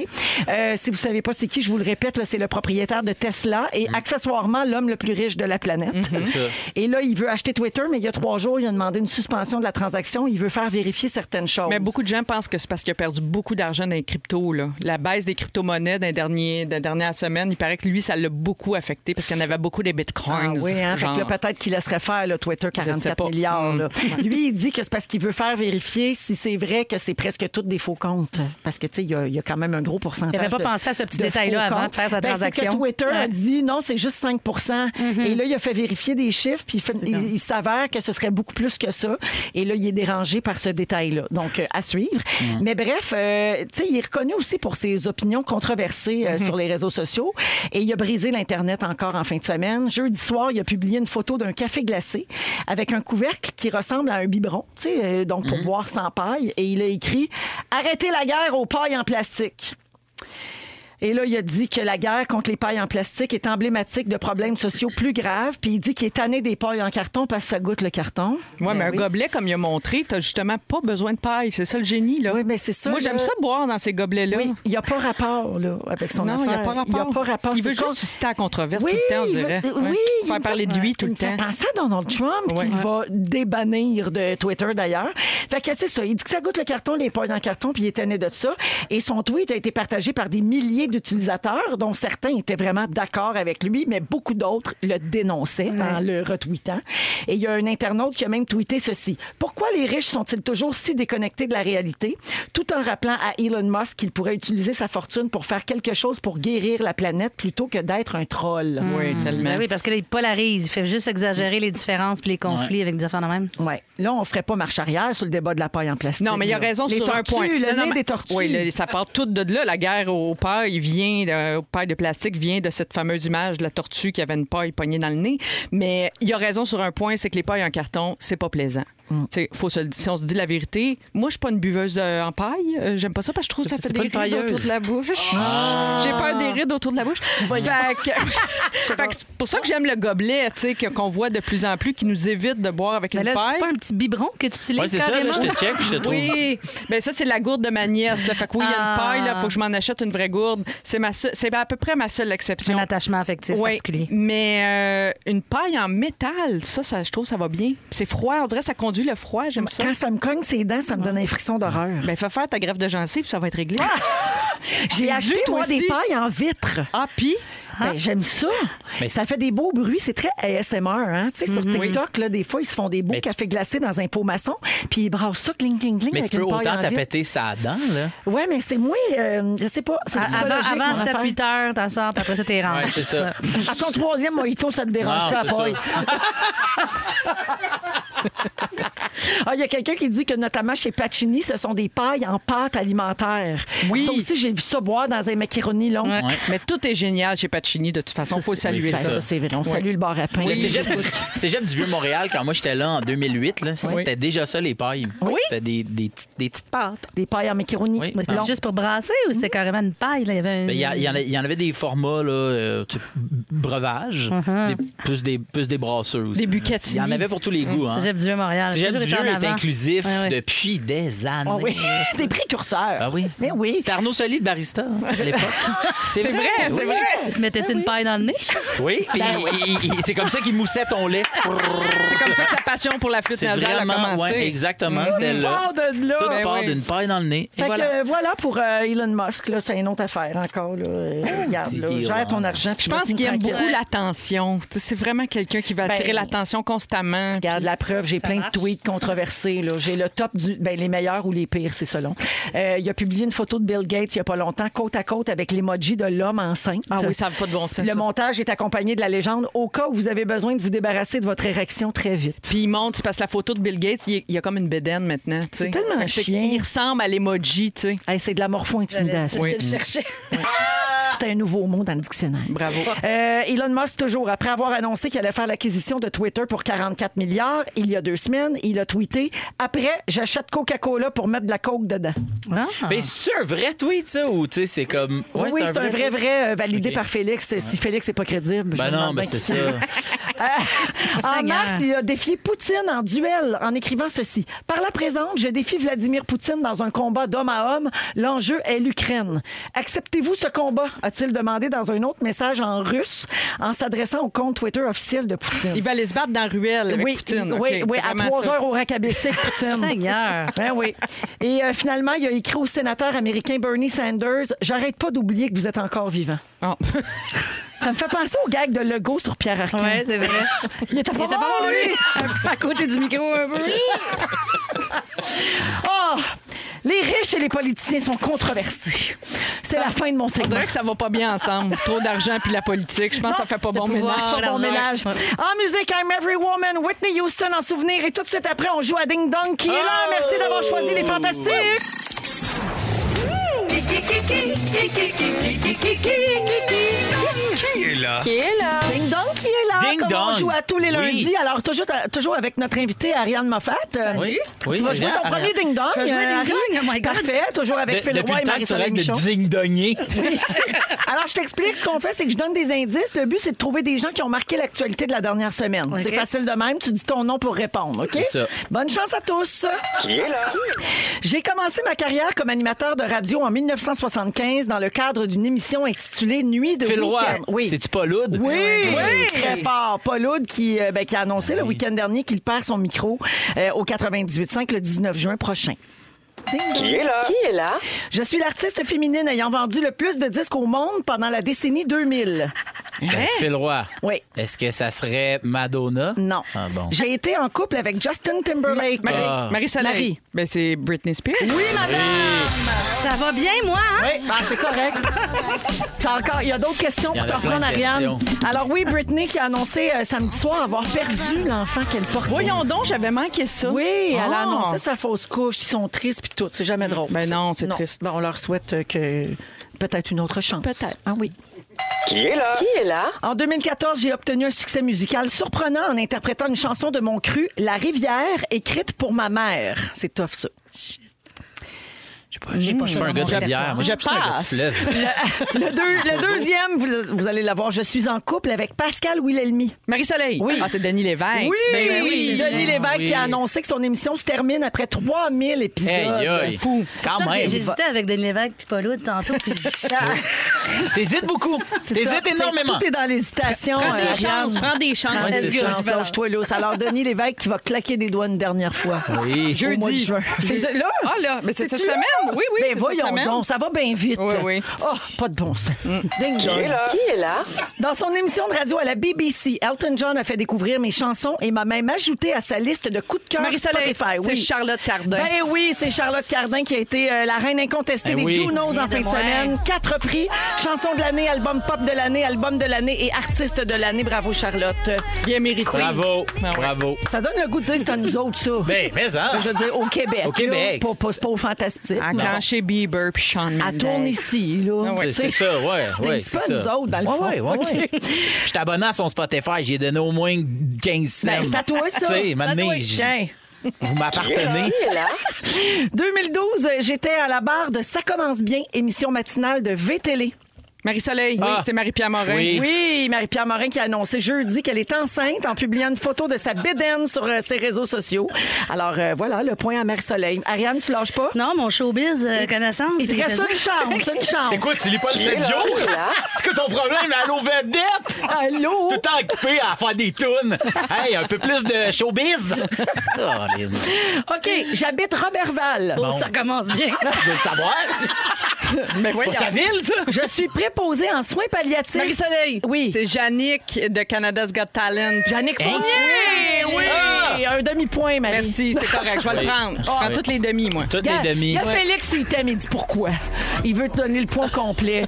Speaker 4: Euh, si vous savez pas c'est qui, je vous le répète là, c'est le propriétaire de Tesla et accessoirement l'homme le plus riche de la planète.
Speaker 5: Mhm. C'est ça.
Speaker 4: Et là, il veut acheter Twitter, mais il y a trois jours, il a demandé une suspension de la transaction. Il veut faire vérifier certaines choses.
Speaker 8: Mais beaucoup de gens pensent que c'est parce qu'il a perdu beaucoup d'argent dans les cryptos. là. La baisse des crypto-monnaies dans les derniers- dans les dernières semaines, il paraît que lui, ça l'a beaucoup affecté parce qu'il y en avait beaucoup des
Speaker 4: Ah
Speaker 8: bitcoins.
Speaker 4: oui, hein? Fait que
Speaker 8: genre.
Speaker 4: là, peut-être qu'il laisserait faire le Twitter
Speaker 8: Je sais
Speaker 4: 44
Speaker 8: pas.
Speaker 4: milliards. là.
Speaker 8: Mm.
Speaker 4: Lui, il dit que c'est parce qu'il veut faire vérifier si c'est vrai que c'est presque tous des faux comptes. Parce que, tu sais, il y, a- il y a quand même un gros pourcentage.
Speaker 6: Il avait pas
Speaker 4: de-
Speaker 6: pensé à ce petit
Speaker 4: de
Speaker 6: détail-là
Speaker 4: faux
Speaker 6: avant de
Speaker 4: comptes.
Speaker 6: faire sa
Speaker 4: Ben, c'est que
Speaker 6: transaction.
Speaker 4: Twitter a
Speaker 6: Ouais. Mhm.
Speaker 4: dit non, c'est juste 5 Et là, il a fait vérifier des chiffres, puis il fait- il, il s'avère que ce serait beaucoup plus que ça. Et là, il est dérangé par ce détail-là. Donc, euh, à suivre. Mais bref, euh, tu sais, il est reconnu aussi pour ses opinions controversées
Speaker 6: Mhm.
Speaker 4: euh, sur les réseaux sociaux. Et il a brisé l'Internet encore en fin de semaine. Jeudi soir, il a publié une photo d'un café glacé avec un couvercle qui ressemble à un biberon, tu sais, euh, donc
Speaker 6: Mhm.
Speaker 4: pour boire sans paille. Et il a écrit Arrêtez la guerre aux pailles en plastique. Et là, il a dit que la guerre contre les pailles en plastique est emblématique de problèmes sociaux plus graves. Puis il dit qu'il est tanné des pailles en carton parce que ça goûte le carton.
Speaker 8: Ouais, mais un gobelet, comme il a montré, t'as justement pas besoin de paille. C'est ça le génie, là.
Speaker 4: Oui, mais c'est ça,
Speaker 8: Moi,
Speaker 4: là.
Speaker 8: j'aime ça boire dans ces gobelets-là.
Speaker 4: Oui, il n'y a pas rapport là, avec son
Speaker 8: non,
Speaker 4: affaire.
Speaker 8: il n'y a pas rapport.
Speaker 4: Il a pas rapport.
Speaker 8: Il veut
Speaker 4: C'est
Speaker 8: juste
Speaker 4: con-
Speaker 8: susciter la controverse
Speaker 4: Oui,
Speaker 8: tout le temps, on
Speaker 4: il veut-
Speaker 8: dirait.
Speaker 4: euh,
Speaker 8: Ouais.
Speaker 4: Oui, il
Speaker 8: Faire
Speaker 4: me
Speaker 8: parler
Speaker 4: fait-
Speaker 8: de lui tout le
Speaker 4: il me fait
Speaker 8: temps.
Speaker 4: penser à Donald Trump qui
Speaker 8: Ouais.
Speaker 4: va débannir de Twitter d'ailleurs. Fait que c'est ça. Il dit que ça goûte le carton, les pailles en carton, puis il est tanné de ça. Et son tweet a été partagé par des milliers d'utilisateurs, dont certains étaient vraiment d'accord avec lui, mais beaucoup d'autres le dénonçaient en le retweetant. Et il y a un internaute qui a même tweeté ceci. Pourquoi les riches sont-ils toujours si déconnectés de la réalité, tout en rappelant à Elon Musk qu'il pourrait utiliser sa fortune pour faire quelque chose pour guérir la planète plutôt que d'être un troll? Hmm.
Speaker 8: Oui, tellement.
Speaker 6: Ben oui, parce que là, il polarise. Il fait juste exagérer les différences puis les conflits avec des affaires de même.
Speaker 4: Ouais. Là, on ferait pas marche arrière sur le débat de la paille en plastique.
Speaker 8: Non, mais il y a
Speaker 4: là.
Speaker 8: raison
Speaker 4: Les
Speaker 8: sur un
Speaker 4: tortues,
Speaker 8: point.
Speaker 4: Le
Speaker 8: Non, non,
Speaker 4: nez
Speaker 8: mais-
Speaker 4: des tortues.
Speaker 8: Oui, là, ça part tout de là. La guerre aux pailles vient, de- aux pailles de plastique vient de cette fameuse image de la tortue qui avait une paille poignée dans le nez. Mais il y a raison sur un point, c'est que les pailles en carton, c'est pas plaisant.
Speaker 4: Mm.
Speaker 8: Tu sais, Faut se le- si on se dit la vérité, moi, je suis pas une buveuse de- en paille. Euh, J'aime pas ça parce que je trouve que ça fait
Speaker 4: T'es
Speaker 8: des
Speaker 4: pas une
Speaker 8: rides autour
Speaker 4: pailleuse. Ah.
Speaker 8: de la bouche. J'ai peur des rides autour de la bouche. Fait que- fait que c'est pour ça que j'aime le gobelet tu sais, que- qu'on voit de plus en plus qui nous évite de boire avec
Speaker 6: Mais
Speaker 8: une
Speaker 6: Ben là,
Speaker 8: paille.
Speaker 6: c'est pas un petit biberon que tu utilises
Speaker 8: Ouais, c'est ça, là,
Speaker 6: carrément?
Speaker 8: je te check, puis je te trouve. Oui, mais ça, c'est la gourde de ma nièce. Là. Fait que oui, il y a
Speaker 6: Ah.
Speaker 8: une paille, il faut que je m'en achète une vraie gourde. C'est ma seu- c'est à peu près ma seule exception.
Speaker 6: Un attachement affectif
Speaker 8: Oui,
Speaker 6: particulier.
Speaker 8: mais euh, une paille en métal, ça, ça, je trouve, ça va bien. Puis C'est froid, on dirait que ça conduit le froid, j'aime ça.
Speaker 4: Quand ça me cogne ses dents, ça me donne un frisson d'horreur.
Speaker 8: Ben, fais faire ta greffe de gencive, puis ça va être réglé.
Speaker 4: Ah! J'ai acheté,
Speaker 8: Ben, toi
Speaker 4: moi, des
Speaker 8: aussi.
Speaker 4: pailles en vitre.
Speaker 8: Ah, puis?
Speaker 4: Ben, J'aime ça.
Speaker 5: Mais
Speaker 4: ça
Speaker 5: c'est-
Speaker 4: fait des beaux bruits. C'est très ASMR. Hein? Tu sais, Sur
Speaker 8: Mhm.
Speaker 4: TikTok, là, des fois, ils se font des beaux cafés glacés dans un pot maçon, puis ils brassent ça, cling, cling, cling,
Speaker 5: Mais
Speaker 4: avec
Speaker 5: tu peux
Speaker 4: une paille
Speaker 5: autant
Speaker 4: en vitre.
Speaker 5: t'appêter ça dent, là.
Speaker 4: Ouais, mais c'est moins. euh, je sais pas. C'est
Speaker 6: À- Ah, Avant,
Speaker 4: psychologique,
Speaker 6: avant
Speaker 4: mon
Speaker 6: 7
Speaker 4: affaire.
Speaker 6: 8 heures, t'en sors, puis après ça, t'es rendu.
Speaker 5: Ouais, c'est ça.
Speaker 4: À ton troisième mojito, ça te dérange
Speaker 5: Non,
Speaker 4: pas,
Speaker 5: c'est
Speaker 4: Paul. Ah, il y a quelqu'un qui dit que notamment chez Pacini, ce sont des pailles en pâte alimentaire.
Speaker 8: Oui.
Speaker 4: Ça aussi, j'ai vu ça boire dans un macaroni long.
Speaker 8: Mais tout est génial chez Pacini, de toute façon, il faut saluer
Speaker 4: ça.
Speaker 8: ça.
Speaker 4: ça, c'est vrai. On
Speaker 8: Ouais.
Speaker 4: salue le bar à pain.
Speaker 5: Le cégep, cégep du Vieux-Montréal, quand moi j'étais là en 2008, là, c'était déjà ça les pailles. C'était des, des, petites- des petites pâtes.
Speaker 4: Des pailles en macaroni. Mais
Speaker 6: C'est
Speaker 4: long.
Speaker 6: juste pour brasser ou c'était carrément une paille? là? Il y avait un-
Speaker 5: Mais Ben, Il y, a- il y en a- il y en avait des formats, là, euh, tu sais, breuvage,
Speaker 6: Mhm.
Speaker 5: des- plus, des, plus des brasseurs aussi.
Speaker 6: Des bucatini.
Speaker 5: Il y en avait pour tous les goûts. Hein.
Speaker 6: Cégep du Vieux-Montréal.
Speaker 5: Cégep
Speaker 6: Toujours
Speaker 5: du
Speaker 6: été en
Speaker 5: Vieux est
Speaker 6: avant.
Speaker 5: inclusif
Speaker 6: Ouais, ouais.
Speaker 5: depuis des années.
Speaker 4: Ah oui, c'est précurseur.
Speaker 5: Ah oui.
Speaker 4: Mais oui.
Speaker 5: C'était Arnaud Soli, le barista, hein, à l'époque.
Speaker 8: C'est vrai, c'est
Speaker 5: oui.
Speaker 8: vrai.
Speaker 6: Tu mettais-tu une paille dans le nez?
Speaker 5: Oui,
Speaker 4: Ah,
Speaker 5: puis
Speaker 6: Ben oui.
Speaker 5: il- il- il- c'est comme ça qu'il moussait ton lait.
Speaker 8: C'est comme ça que sa passion pour la flûte
Speaker 5: C'est
Speaker 8: nasale a
Speaker 5: vraiment,
Speaker 8: commencé.
Speaker 5: ouais, exactement,
Speaker 8: Mm.
Speaker 5: c'était là.
Speaker 4: part de là.
Speaker 5: Tout
Speaker 4: Ben
Speaker 5: part
Speaker 4: oui.
Speaker 5: d'une paille dans le nez. Et
Speaker 4: Fait
Speaker 5: voilà.
Speaker 4: que euh, voilà pour euh, Elon Musk, là, c'est une autre affaire encore. Là. Euh,
Speaker 8: Ah,
Speaker 4: Regarde, là,
Speaker 5: Elon.
Speaker 4: gère ton argent. puis
Speaker 8: Je pense
Speaker 4: laisse-nous
Speaker 8: qu'il aime
Speaker 4: tranquille.
Speaker 8: beaucoup l'attention. Tu sais, C'est vraiment quelqu'un qui va
Speaker 4: Ben,
Speaker 8: attirer l'attention constamment.
Speaker 4: Regarde la preuve, j'ai plein de tweets controversés. là. J'ai le top du. Ben, les meilleurs ou les pires, c'est selon. Euh, il a publié une photo de Bill Gates il n'y a pas longtemps, côte à côte, avec l'emoji de l'homme enceinte.
Speaker 8: Ah oui, ça n'a pas de bon sens.
Speaker 4: Le
Speaker 8: ça.
Speaker 4: montage est accompagné de la légende au cas où vous avez besoin de vous débarrasser de votre érection très vite.
Speaker 8: Puis il monte, c'est parce que la photo de Bill Gates, il, est- il a comme une bédaine maintenant. tu sais.
Speaker 4: C'est tellement
Speaker 8: Fait que
Speaker 4: chien.
Speaker 8: Il ressemble à l'emoji, tu sais.
Speaker 4: Hey, c'est de la morpho-intimidation.
Speaker 8: J'allais dire, je le
Speaker 4: C'était un nouveau mot dans le dictionnaire.
Speaker 8: Bravo.
Speaker 4: Euh, Elon Musk, toujours, après avoir annoncé qu'il allait faire l'acquisition de Twitter pour 44 milliards, il y a deux semaines, il a tweeté Après, j'achète Coca-Cola pour mettre de la coke dedans.
Speaker 6: Ah.
Speaker 5: Mais c'est Ben, un vrai tweet, ça, ou tu sais, c'est comme. Ouais,
Speaker 4: oui, c'est un vrai,
Speaker 5: tweet.
Speaker 4: vrai euh, validé
Speaker 5: Ok.
Speaker 4: par Félix. Si Félix n'est pas crédible, je
Speaker 5: Ben
Speaker 4: me
Speaker 5: non,
Speaker 4: demande
Speaker 5: mais
Speaker 4: bien
Speaker 5: c'est
Speaker 4: qui-
Speaker 5: ça.
Speaker 4: Euh, en
Speaker 6: Seigneur.
Speaker 4: mars, il a défié Poutine en duel en écrivant ceci. Par la présente, je défie Vladimir Poutine dans un combat d'homme à homme. L'enjeu est l'Ukraine. Acceptez-vous ce combat a-t-il demandé dans un autre message en russe en s'adressant au compte Twitter officiel de Poutine.
Speaker 8: Il va aller se battre dans la ruelle avec
Speaker 4: oui,
Speaker 8: Poutine.
Speaker 4: oui,
Speaker 8: OK, c'est
Speaker 4: oui, à
Speaker 8: vraiment
Speaker 4: 3
Speaker 8: ça.
Speaker 4: heures au racabessic, Poutine.
Speaker 6: Seigneur.
Speaker 4: Ben oui. Et euh, finalement, il a écrit au sénateur américain Bernie Sanders J'arrête pas d'oublier que vous êtes encore vivant.
Speaker 8: Oh.
Speaker 4: Ça me fait penser au gag de Legault sur Pierre Arcan.
Speaker 6: Ouais, c'est vrai.
Speaker 4: Il était pas
Speaker 6: Il était
Speaker 4: mort,
Speaker 6: pas
Speaker 4: lui.
Speaker 6: lui! À côté du micro, un peu.
Speaker 4: Ah! les riches et les politiciens sont controversés. C'est la fin de mon
Speaker 8: On
Speaker 4: segment.
Speaker 8: dirait que ça va pas bien ensemble. Trop d'argent puis la politique. Je pense que ça fait pas bon
Speaker 6: pouvoir,
Speaker 8: ménage.
Speaker 4: Pas
Speaker 6: l'argent.
Speaker 4: bon ménage. En musique, I'm Every Woman, Whitney Houston en souvenir. Et tout de suite après, on joue à Ding Dong qui est là. Merci d'avoir choisi les fantastiques.
Speaker 3: Kiki, kiki, kiki, kiki, kiki, kiki, kiki, kiki, kiki.
Speaker 13: Qui est là?
Speaker 4: Qui est là? Ding Dong qui est là.
Speaker 13: Ding
Speaker 4: comme on
Speaker 13: dong.
Speaker 4: joue à tous les
Speaker 13: Oui.
Speaker 4: lundis. Alors, toujours, euh, toujours avec notre invitée Ariane Moffat. Euh,
Speaker 5: Oui.
Speaker 4: Tu
Speaker 5: Oui,
Speaker 4: vas jouer
Speaker 5: Ariane.
Speaker 4: ton premier Ding Dong.
Speaker 6: Je vais jouer
Speaker 4: euh,
Speaker 6: Ding Dong,
Speaker 4: Ariane.
Speaker 6: oh my God.
Speaker 4: Parfait. Toujours avec
Speaker 5: De-
Speaker 4: Phil
Speaker 5: depuis
Speaker 4: Roy
Speaker 5: le
Speaker 4: et
Speaker 5: temps que tu
Speaker 4: Marie-Soleil
Speaker 5: rêves de
Speaker 4: Michon.
Speaker 5: ding-dogner.
Speaker 4: Alors, je t'explique ce qu'on fait, c'est que je donne des indices. Le but, c'est de trouver des gens qui ont marqué l'actualité de la dernière semaine. C'est facile de même. Tu dis ton nom pour répondre, OK?
Speaker 3: C'est ça.
Speaker 4: Bonne chance à tous.
Speaker 3: Qui est là?
Speaker 4: J'ai commencé ma carrière comme animateur de radio en 1975 dans le cadre d'une émission intitulée Nuit de
Speaker 5: Phil
Speaker 4: week-end.
Speaker 5: Roy,
Speaker 4: Oui.
Speaker 5: c'est-tu pas Loud?
Speaker 4: Oui,
Speaker 5: Oui.
Speaker 4: très fort. Paul Oud qui, euh, ben, qui a annoncé le week-end dernier qu'il perd son micro euh, au 98.5 le 19 juin prochain.
Speaker 3: Qui est là?
Speaker 4: est là? Je suis l'artiste féminine ayant vendu le plus de disques au monde pendant la décennie 2000.
Speaker 5: Ben, Phil Roy.
Speaker 4: Oui.
Speaker 5: Est-ce que ça serait Madonna?
Speaker 4: Non.
Speaker 5: Ah bon.
Speaker 4: J'ai été en couple avec Justin Timberlake.
Speaker 5: Marie- Ah.
Speaker 8: Marie-Soleil.
Speaker 4: Marie.
Speaker 8: Ben, c'est Britney Spears.
Speaker 4: Oui, madame!
Speaker 6: Ça va bien, moi, hein?
Speaker 4: Oui, ben, c'est correct. T'as encore, il y a d'autres questions
Speaker 5: Il
Speaker 4: pour
Speaker 5: y en
Speaker 4: te
Speaker 5: a plein
Speaker 4: reprendre,
Speaker 5: de
Speaker 4: Ariane.
Speaker 5: questions.
Speaker 4: Alors oui, Britney qui a annoncé euh, samedi soir avoir perdu l'enfant qu'elle porte.
Speaker 8: Voyons donc, j'avais manqué ça.
Speaker 4: Oui, elle a
Speaker 8: Ah.
Speaker 4: annoncé sa fausse couche. Ils sont tristes puis tout. C'est jamais drôle.
Speaker 8: Ben
Speaker 4: ça.
Speaker 8: non, c'est triste.
Speaker 4: Ben, on leur souhaite euh, que peut-être une autre chance. Peut-être. Ah oui.
Speaker 3: Qui est là?
Speaker 4: est là? En 2014, j'ai obtenu un succès musical surprenant en interprétant une chanson de mon cru, La Rivière, écrite pour ma mère. C'est tough, ça.
Speaker 5: J'ai
Speaker 4: pas
Speaker 5: je suis
Speaker 4: ça dans
Speaker 5: pas un gars
Speaker 4: mon
Speaker 5: de rivière. Moi, je suis plus un gars de
Speaker 4: passe.
Speaker 5: fleuve.
Speaker 4: Le, le deux- le deuxième, vous, vous allez l'avoir, je suis en couple avec Pascal Wilhelmy.
Speaker 8: Marie-Soleil.
Speaker 4: Oui.
Speaker 8: Ah, c'est Denis Lévesque.
Speaker 4: Oui,
Speaker 8: Ben oui.
Speaker 4: Denis Lévesque
Speaker 8: Oui.
Speaker 4: qui a annoncé que son émission se termine après 3000 épisodes.
Speaker 5: Aïe, aïe.
Speaker 4: Fou.
Speaker 5: Quand
Speaker 6: Ça, j'ai-
Speaker 5: même.
Speaker 6: J'hésitais avec Denis Lévesque puis Paul Oud tantôt. Puis Ah!
Speaker 5: T'hésites beaucoup.
Speaker 4: C'est ça,
Speaker 5: T'hésites
Speaker 4: c'est-
Speaker 5: énormément.
Speaker 4: Tout est dans l'hésitation.
Speaker 8: Prends des
Speaker 4: euh,
Speaker 8: chances,
Speaker 4: Ariane.
Speaker 8: prends des chances.
Speaker 4: Prends
Speaker 8: Let's
Speaker 4: des
Speaker 8: go,
Speaker 4: chances,
Speaker 8: je vais
Speaker 4: lâche-toi lousse. Alors, Denis Lévesque qui va claquer des doigts une dernière fois.
Speaker 5: Oui.
Speaker 4: Au mois de
Speaker 8: Jeudi.
Speaker 4: juin. C'est ça, là?
Speaker 8: Ah, là, mais c'est
Speaker 4: C'est-tu
Speaker 8: cette semaine? Oui, oui, c'est
Speaker 4: Ben
Speaker 8: cette
Speaker 4: voyons
Speaker 8: semaine.
Speaker 4: donc, ça va bien vite.
Speaker 8: Oui, oui. Mm.
Speaker 4: Oh, pas de bon sens. Ding
Speaker 3: Qui
Speaker 4: dong.
Speaker 3: est là?
Speaker 7: est là?
Speaker 4: Dans son émission de radio à la BBC, Elton John a fait découvrir mes chansons et m'a même ajouté à sa liste de coups de cœur
Speaker 8: Marie-Soleil,
Speaker 4: Spotify.
Speaker 8: c'est
Speaker 4: Oui.
Speaker 8: Charlotte Cardin.
Speaker 4: Ben oui, c'est Charlotte Cardin qui a été euh, la reine incontestée
Speaker 5: Ben
Speaker 4: des
Speaker 5: oui.
Speaker 4: Junos en
Speaker 6: Rien
Speaker 4: fin
Speaker 6: de
Speaker 4: de
Speaker 6: moins.
Speaker 4: semaine. Quatre prix, chanson de l'année, album pop de l'année, album de l'année et artiste de l'année. Bravo Charlotte.
Speaker 8: Bien mérité.
Speaker 5: Bravo. Bravo.
Speaker 4: Ça donne le goût de dire que t'as nous autres ça.
Speaker 5: Ben, mais hein.
Speaker 4: Ben Je veux dire, au Québec.
Speaker 5: Au
Speaker 4: là,
Speaker 5: Québec.
Speaker 4: pas, pas, pas au fantastique.
Speaker 8: Enclenché Bieber puis
Speaker 4: Non.
Speaker 8: Sean Mendes.
Speaker 4: Elle tourne ici, là.
Speaker 8: Ah
Speaker 4: Tu
Speaker 5: C'est
Speaker 8: ouais.
Speaker 4: sais.
Speaker 5: c'est ça, ouais.
Speaker 4: T'es
Speaker 5: ouais
Speaker 4: un petit
Speaker 5: c'est
Speaker 4: peu
Speaker 5: ça.
Speaker 4: nous autres, dans le fond.
Speaker 5: Ouais, ouais, ouais.
Speaker 4: OK.
Speaker 5: Je suis abonné à son Spotify. J'ai donné au moins 15 cents.
Speaker 4: Ben, c'est à toi, ça.
Speaker 5: Tu sais, maintenant,
Speaker 4: C'est à toi, tiens.
Speaker 5: vous m'appartenez.
Speaker 4: 2012, j'étais à la barre de Ça commence bien, émission matinale de VTL.
Speaker 8: Marie-Soleil, oui,
Speaker 5: Ah.
Speaker 8: c'est Marie-Pierre Morin.
Speaker 5: Oui.
Speaker 4: Oui, Marie-Pierre Morin qui a annoncé jeudi qu'elle est enceinte en publiant une photo de sa bédaine sur euh, ses réseaux sociaux. Alors euh, voilà, le point à Marie-Soleil. Ariane, tu lâches pas?
Speaker 6: Non, mon showbiz euh, connaissance.
Speaker 4: Il te
Speaker 6: c'est
Speaker 4: reste
Speaker 6: que-
Speaker 4: une chance, une chance.
Speaker 5: C'est quoi, tu lis pas le 7 jours? C'est quoi ton problème? Allô, vedette?
Speaker 4: Allô?
Speaker 5: Tout le temps occupé à faire des tunes. Hey, un peu plus de showbiz. Oh, les- Je
Speaker 4: OK, j'habite Robertval.
Speaker 6: Oh, Ça commence bien.
Speaker 5: veux le savoir. Mais c'est pas ta ville, ça?
Speaker 4: Je suis préposée en soins palliatifs.
Speaker 8: Marie-Soleil,
Speaker 4: Oui.
Speaker 8: c'est Yannick de Canada's Got Talent.
Speaker 4: Jannick Fournier. Oui, oui. Un demi-point, Marie.
Speaker 8: Merci, c'est correct, je vais
Speaker 5: Oui.
Speaker 8: le prendre. Je
Speaker 5: Ah.
Speaker 8: prends
Speaker 5: Oui.
Speaker 8: toutes les demi, moi.
Speaker 5: Toutes
Speaker 4: Il y a-
Speaker 5: les
Speaker 4: il
Speaker 5: demi.
Speaker 4: y a Félix, il t'aime, il dit pourquoi. Il veut te donner le point complet.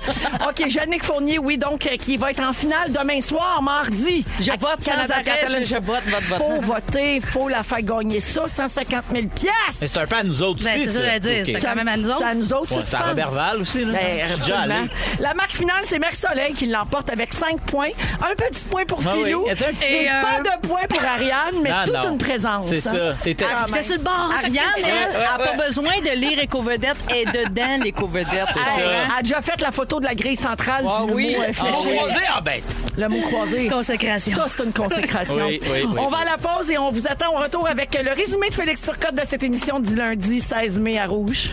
Speaker 4: OK, Jannick Fournier, oui, donc, euh, qui va être en finale demain soir, mardi.
Speaker 8: Je
Speaker 4: À
Speaker 8: vote sans
Speaker 4: Canada
Speaker 8: arrêt,
Speaker 4: Catalan.
Speaker 8: je- je vote, vote, vote.
Speaker 4: Faut voter, faut la faire gagner ça, 150 000
Speaker 5: Mais
Speaker 4: piastres.
Speaker 5: c'est un peu à nous autres
Speaker 6: Ben,
Speaker 5: aussi.
Speaker 6: c'est ça que j'allais dire.
Speaker 5: OK.
Speaker 6: C'est quand même à nous autres.
Speaker 4: C'est à nous autres, ça,
Speaker 5: Ouais,
Speaker 4: tu
Speaker 5: C'est à
Speaker 4: penses?
Speaker 5: Robertval aussi, là.
Speaker 4: Ben,
Speaker 5: Je suis déjà
Speaker 4: absolument.
Speaker 5: allé.
Speaker 4: La marque finale, c'est Mère Soleil qui l'emporte avec 5 points. Un petit point pour
Speaker 5: Ah
Speaker 4: Philou.
Speaker 5: oui, y a-t-il un petit-
Speaker 4: Et
Speaker 6: Et, euh,
Speaker 4: pas de points pour Ariane, mais
Speaker 5: Non,
Speaker 4: toute
Speaker 5: non.
Speaker 4: une présence.
Speaker 5: C'est ça. T'étais-
Speaker 4: Ah,
Speaker 6: J'étais sur le bord. à chaque
Speaker 8: Ariane,
Speaker 6: question.
Speaker 8: elle
Speaker 5: Ouais, ouais,
Speaker 8: n'a pas
Speaker 5: ouais.
Speaker 8: besoin de lire Éco-Vedette, elle est dedans, l'Éco-Vedette.
Speaker 5: C'est
Speaker 4: Hey,
Speaker 5: ça.
Speaker 4: Elle a déjà fait la photo de la grille centrale
Speaker 8: Ah
Speaker 4: du
Speaker 8: oui,
Speaker 4: mot euh,
Speaker 8: ah
Speaker 5: On
Speaker 4: fléché.
Speaker 5: croisait, ah ben,
Speaker 4: Le mot croisé.
Speaker 6: Consécration.
Speaker 4: Ça, c'est une consécration.
Speaker 5: Oui, oui, oui.
Speaker 4: on va à la pause et on vous attend au retour avec le résumé de Félix Turcotte de cette émission du lundi 16 mai à Rouge.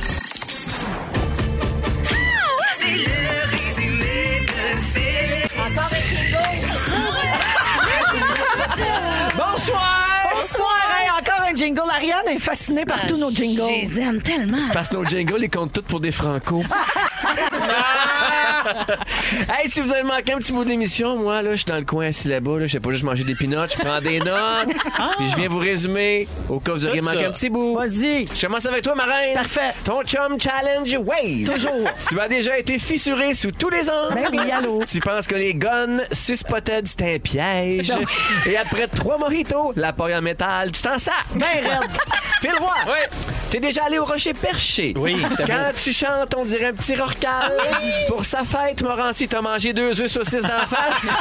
Speaker 2: C'est le résumé de Félix.
Speaker 4: Bonsoir! Bonsoir! Hey, encore un jingle. Ariane est fascinée par tous nos jingles.
Speaker 6: Je les aime tellement.
Speaker 16: Parce que nos jingles, ils comptent toutes pour des francos. hey, si vous avez manqué un petit bout de l'émission, moi, là, je suis dans le coin assis là-bas. Là, je sais pas juste manger des pinottes, je prends des notes. Puis je viens vous résumer au cas où vous auriez
Speaker 5: Ah! Tout
Speaker 16: manqué
Speaker 5: ça.
Speaker 16: un petit bout.
Speaker 4: Vas-y.
Speaker 16: Je commence avec toi, ma reine.
Speaker 4: Parfait.
Speaker 16: Ton chum challenge wave.
Speaker 4: Toujours.
Speaker 16: Tu as déjà été fissuré sous tous les angles.
Speaker 4: Ben oui, allô.
Speaker 16: Tu penses que les guns suspotted, c'était un piège. Et après trois mojitos, la paille en métal, tu t'en sers.
Speaker 4: Ben raide.
Speaker 16: Phil Roy.
Speaker 5: Ouais.
Speaker 16: T'es déjà allé au rocher perché.
Speaker 5: Oui, c'était
Speaker 16: Quand
Speaker 5: beau.
Speaker 16: tu chantes, on dirait un petit rorcal pour sa femme. tête, Morancy, t'as mangé deux œufs saucisses d'en face.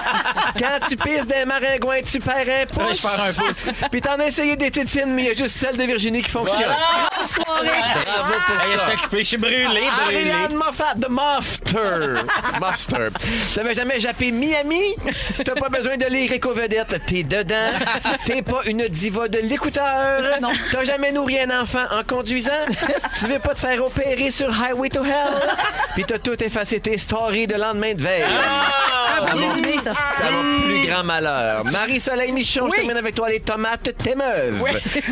Speaker 16: Quand tu pisses des maringouins, tu perds un pouce.
Speaker 5: Ouais, je perds un pouce.
Speaker 16: Puis t'en as essayé des tétines, mais il y a juste celle de Virginie qui fonctionne.
Speaker 17: Bonne soirée.
Speaker 16: Bravo pour
Speaker 5: Hey, je
Speaker 16: ça.
Speaker 5: suis occupé, je suis brûlé, brûlé.
Speaker 16: Ariane Moffat de Mofter. Mofter. T'avais jamais jappé Miami? T'as pas besoin de lire Éco-Vedette. T'es dedans. T'es pas une diva de l'écouteur. T'as jamais nourri un enfant en conduisant. Tu veux pas te faire opérer sur Highway to Hell. Puis t'as tout effacé tes stories de lendemain de veille.
Speaker 6: Ah, bon résumé, ça.
Speaker 16: T'as mon
Speaker 7: Mmh.
Speaker 16: plus grand malheur. Marie-Soleil Michon, je termine avec toi les tomates t'émeuvent.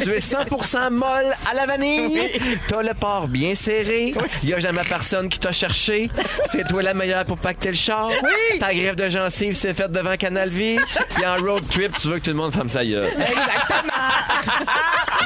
Speaker 16: Tu es 100% molle à la vanille. T'as le port bien serré. Il y a jamais personne qui t'a cherché. C'est toi la meilleure pour pacter le char. Ta grève de gencive s'est faite devant Canal Vie. Puis en road trip, tu veux que tout le monde fasse ça gueule.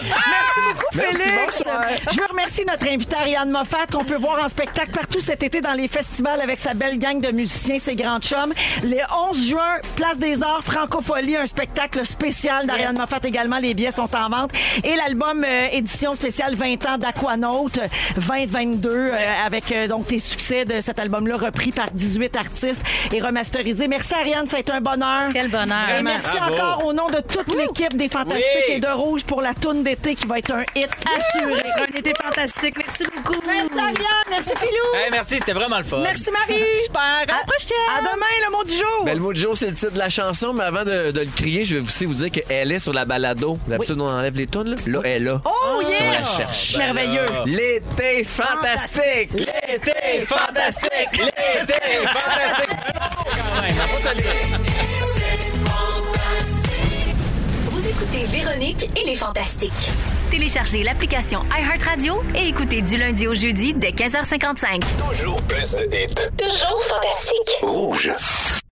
Speaker 7: Merci beaucoup,
Speaker 16: Merci,
Speaker 7: Félix.
Speaker 16: bonsoir.
Speaker 7: Je veux remercier notre invitée Ariane Moffat, qu'on peut voir en spectacle partout cet été dans les festivals avec sa belle gang de musiciens, ses grands chums. Le 11 juin, Place des Arts, Francofolie, un spectacle spécial d'Ariane Moffat également. Les billets sont en vente. Et l'album euh, édition spéciale 20 ans d'Aquanaut 2022 euh, avec euh, donc tes succès de cet album-là repris par 18 artistes et remasterisé. Merci Ariane, ça a été un bonheur. Quel
Speaker 6: bonheur.
Speaker 7: Et merci
Speaker 6: Bravo.
Speaker 7: encore au nom de toute l'équipe des Fantastiques
Speaker 6: Oui.
Speaker 7: et de Rouge pour la toune d'été qui va être un hit assuré.
Speaker 6: Ce sera un été fantastique. Merci beaucoup.
Speaker 7: Merci Ariane, merci Philou.
Speaker 5: Hey, merci, c'était vraiment le fun.
Speaker 7: Merci Marie. Super. À la prochaine. À demain, le mot du jour.
Speaker 16: Ben, le mot du jour, c'est le titre de la chanson, mais avant de, de le crier, je vais aussi vous dire qu'elle est sur la balado. D'habitude, on enlève les tunes, là. Là, elle est là.
Speaker 7: Oh,
Speaker 16: Si on
Speaker 7: yeah.
Speaker 16: la cherche.
Speaker 7: Merveilleux.
Speaker 16: L'été fantastique! L'été fantastique! L'été fantastique!
Speaker 3: Vous écoutez Véronique et les Fantastiques. Téléchargez l'application iHeartRadio et écoutez du lundi au jeudi dès 15h55.
Speaker 18: Toujours plus de hits.
Speaker 3: Toujours fantastique.
Speaker 18: Rouge.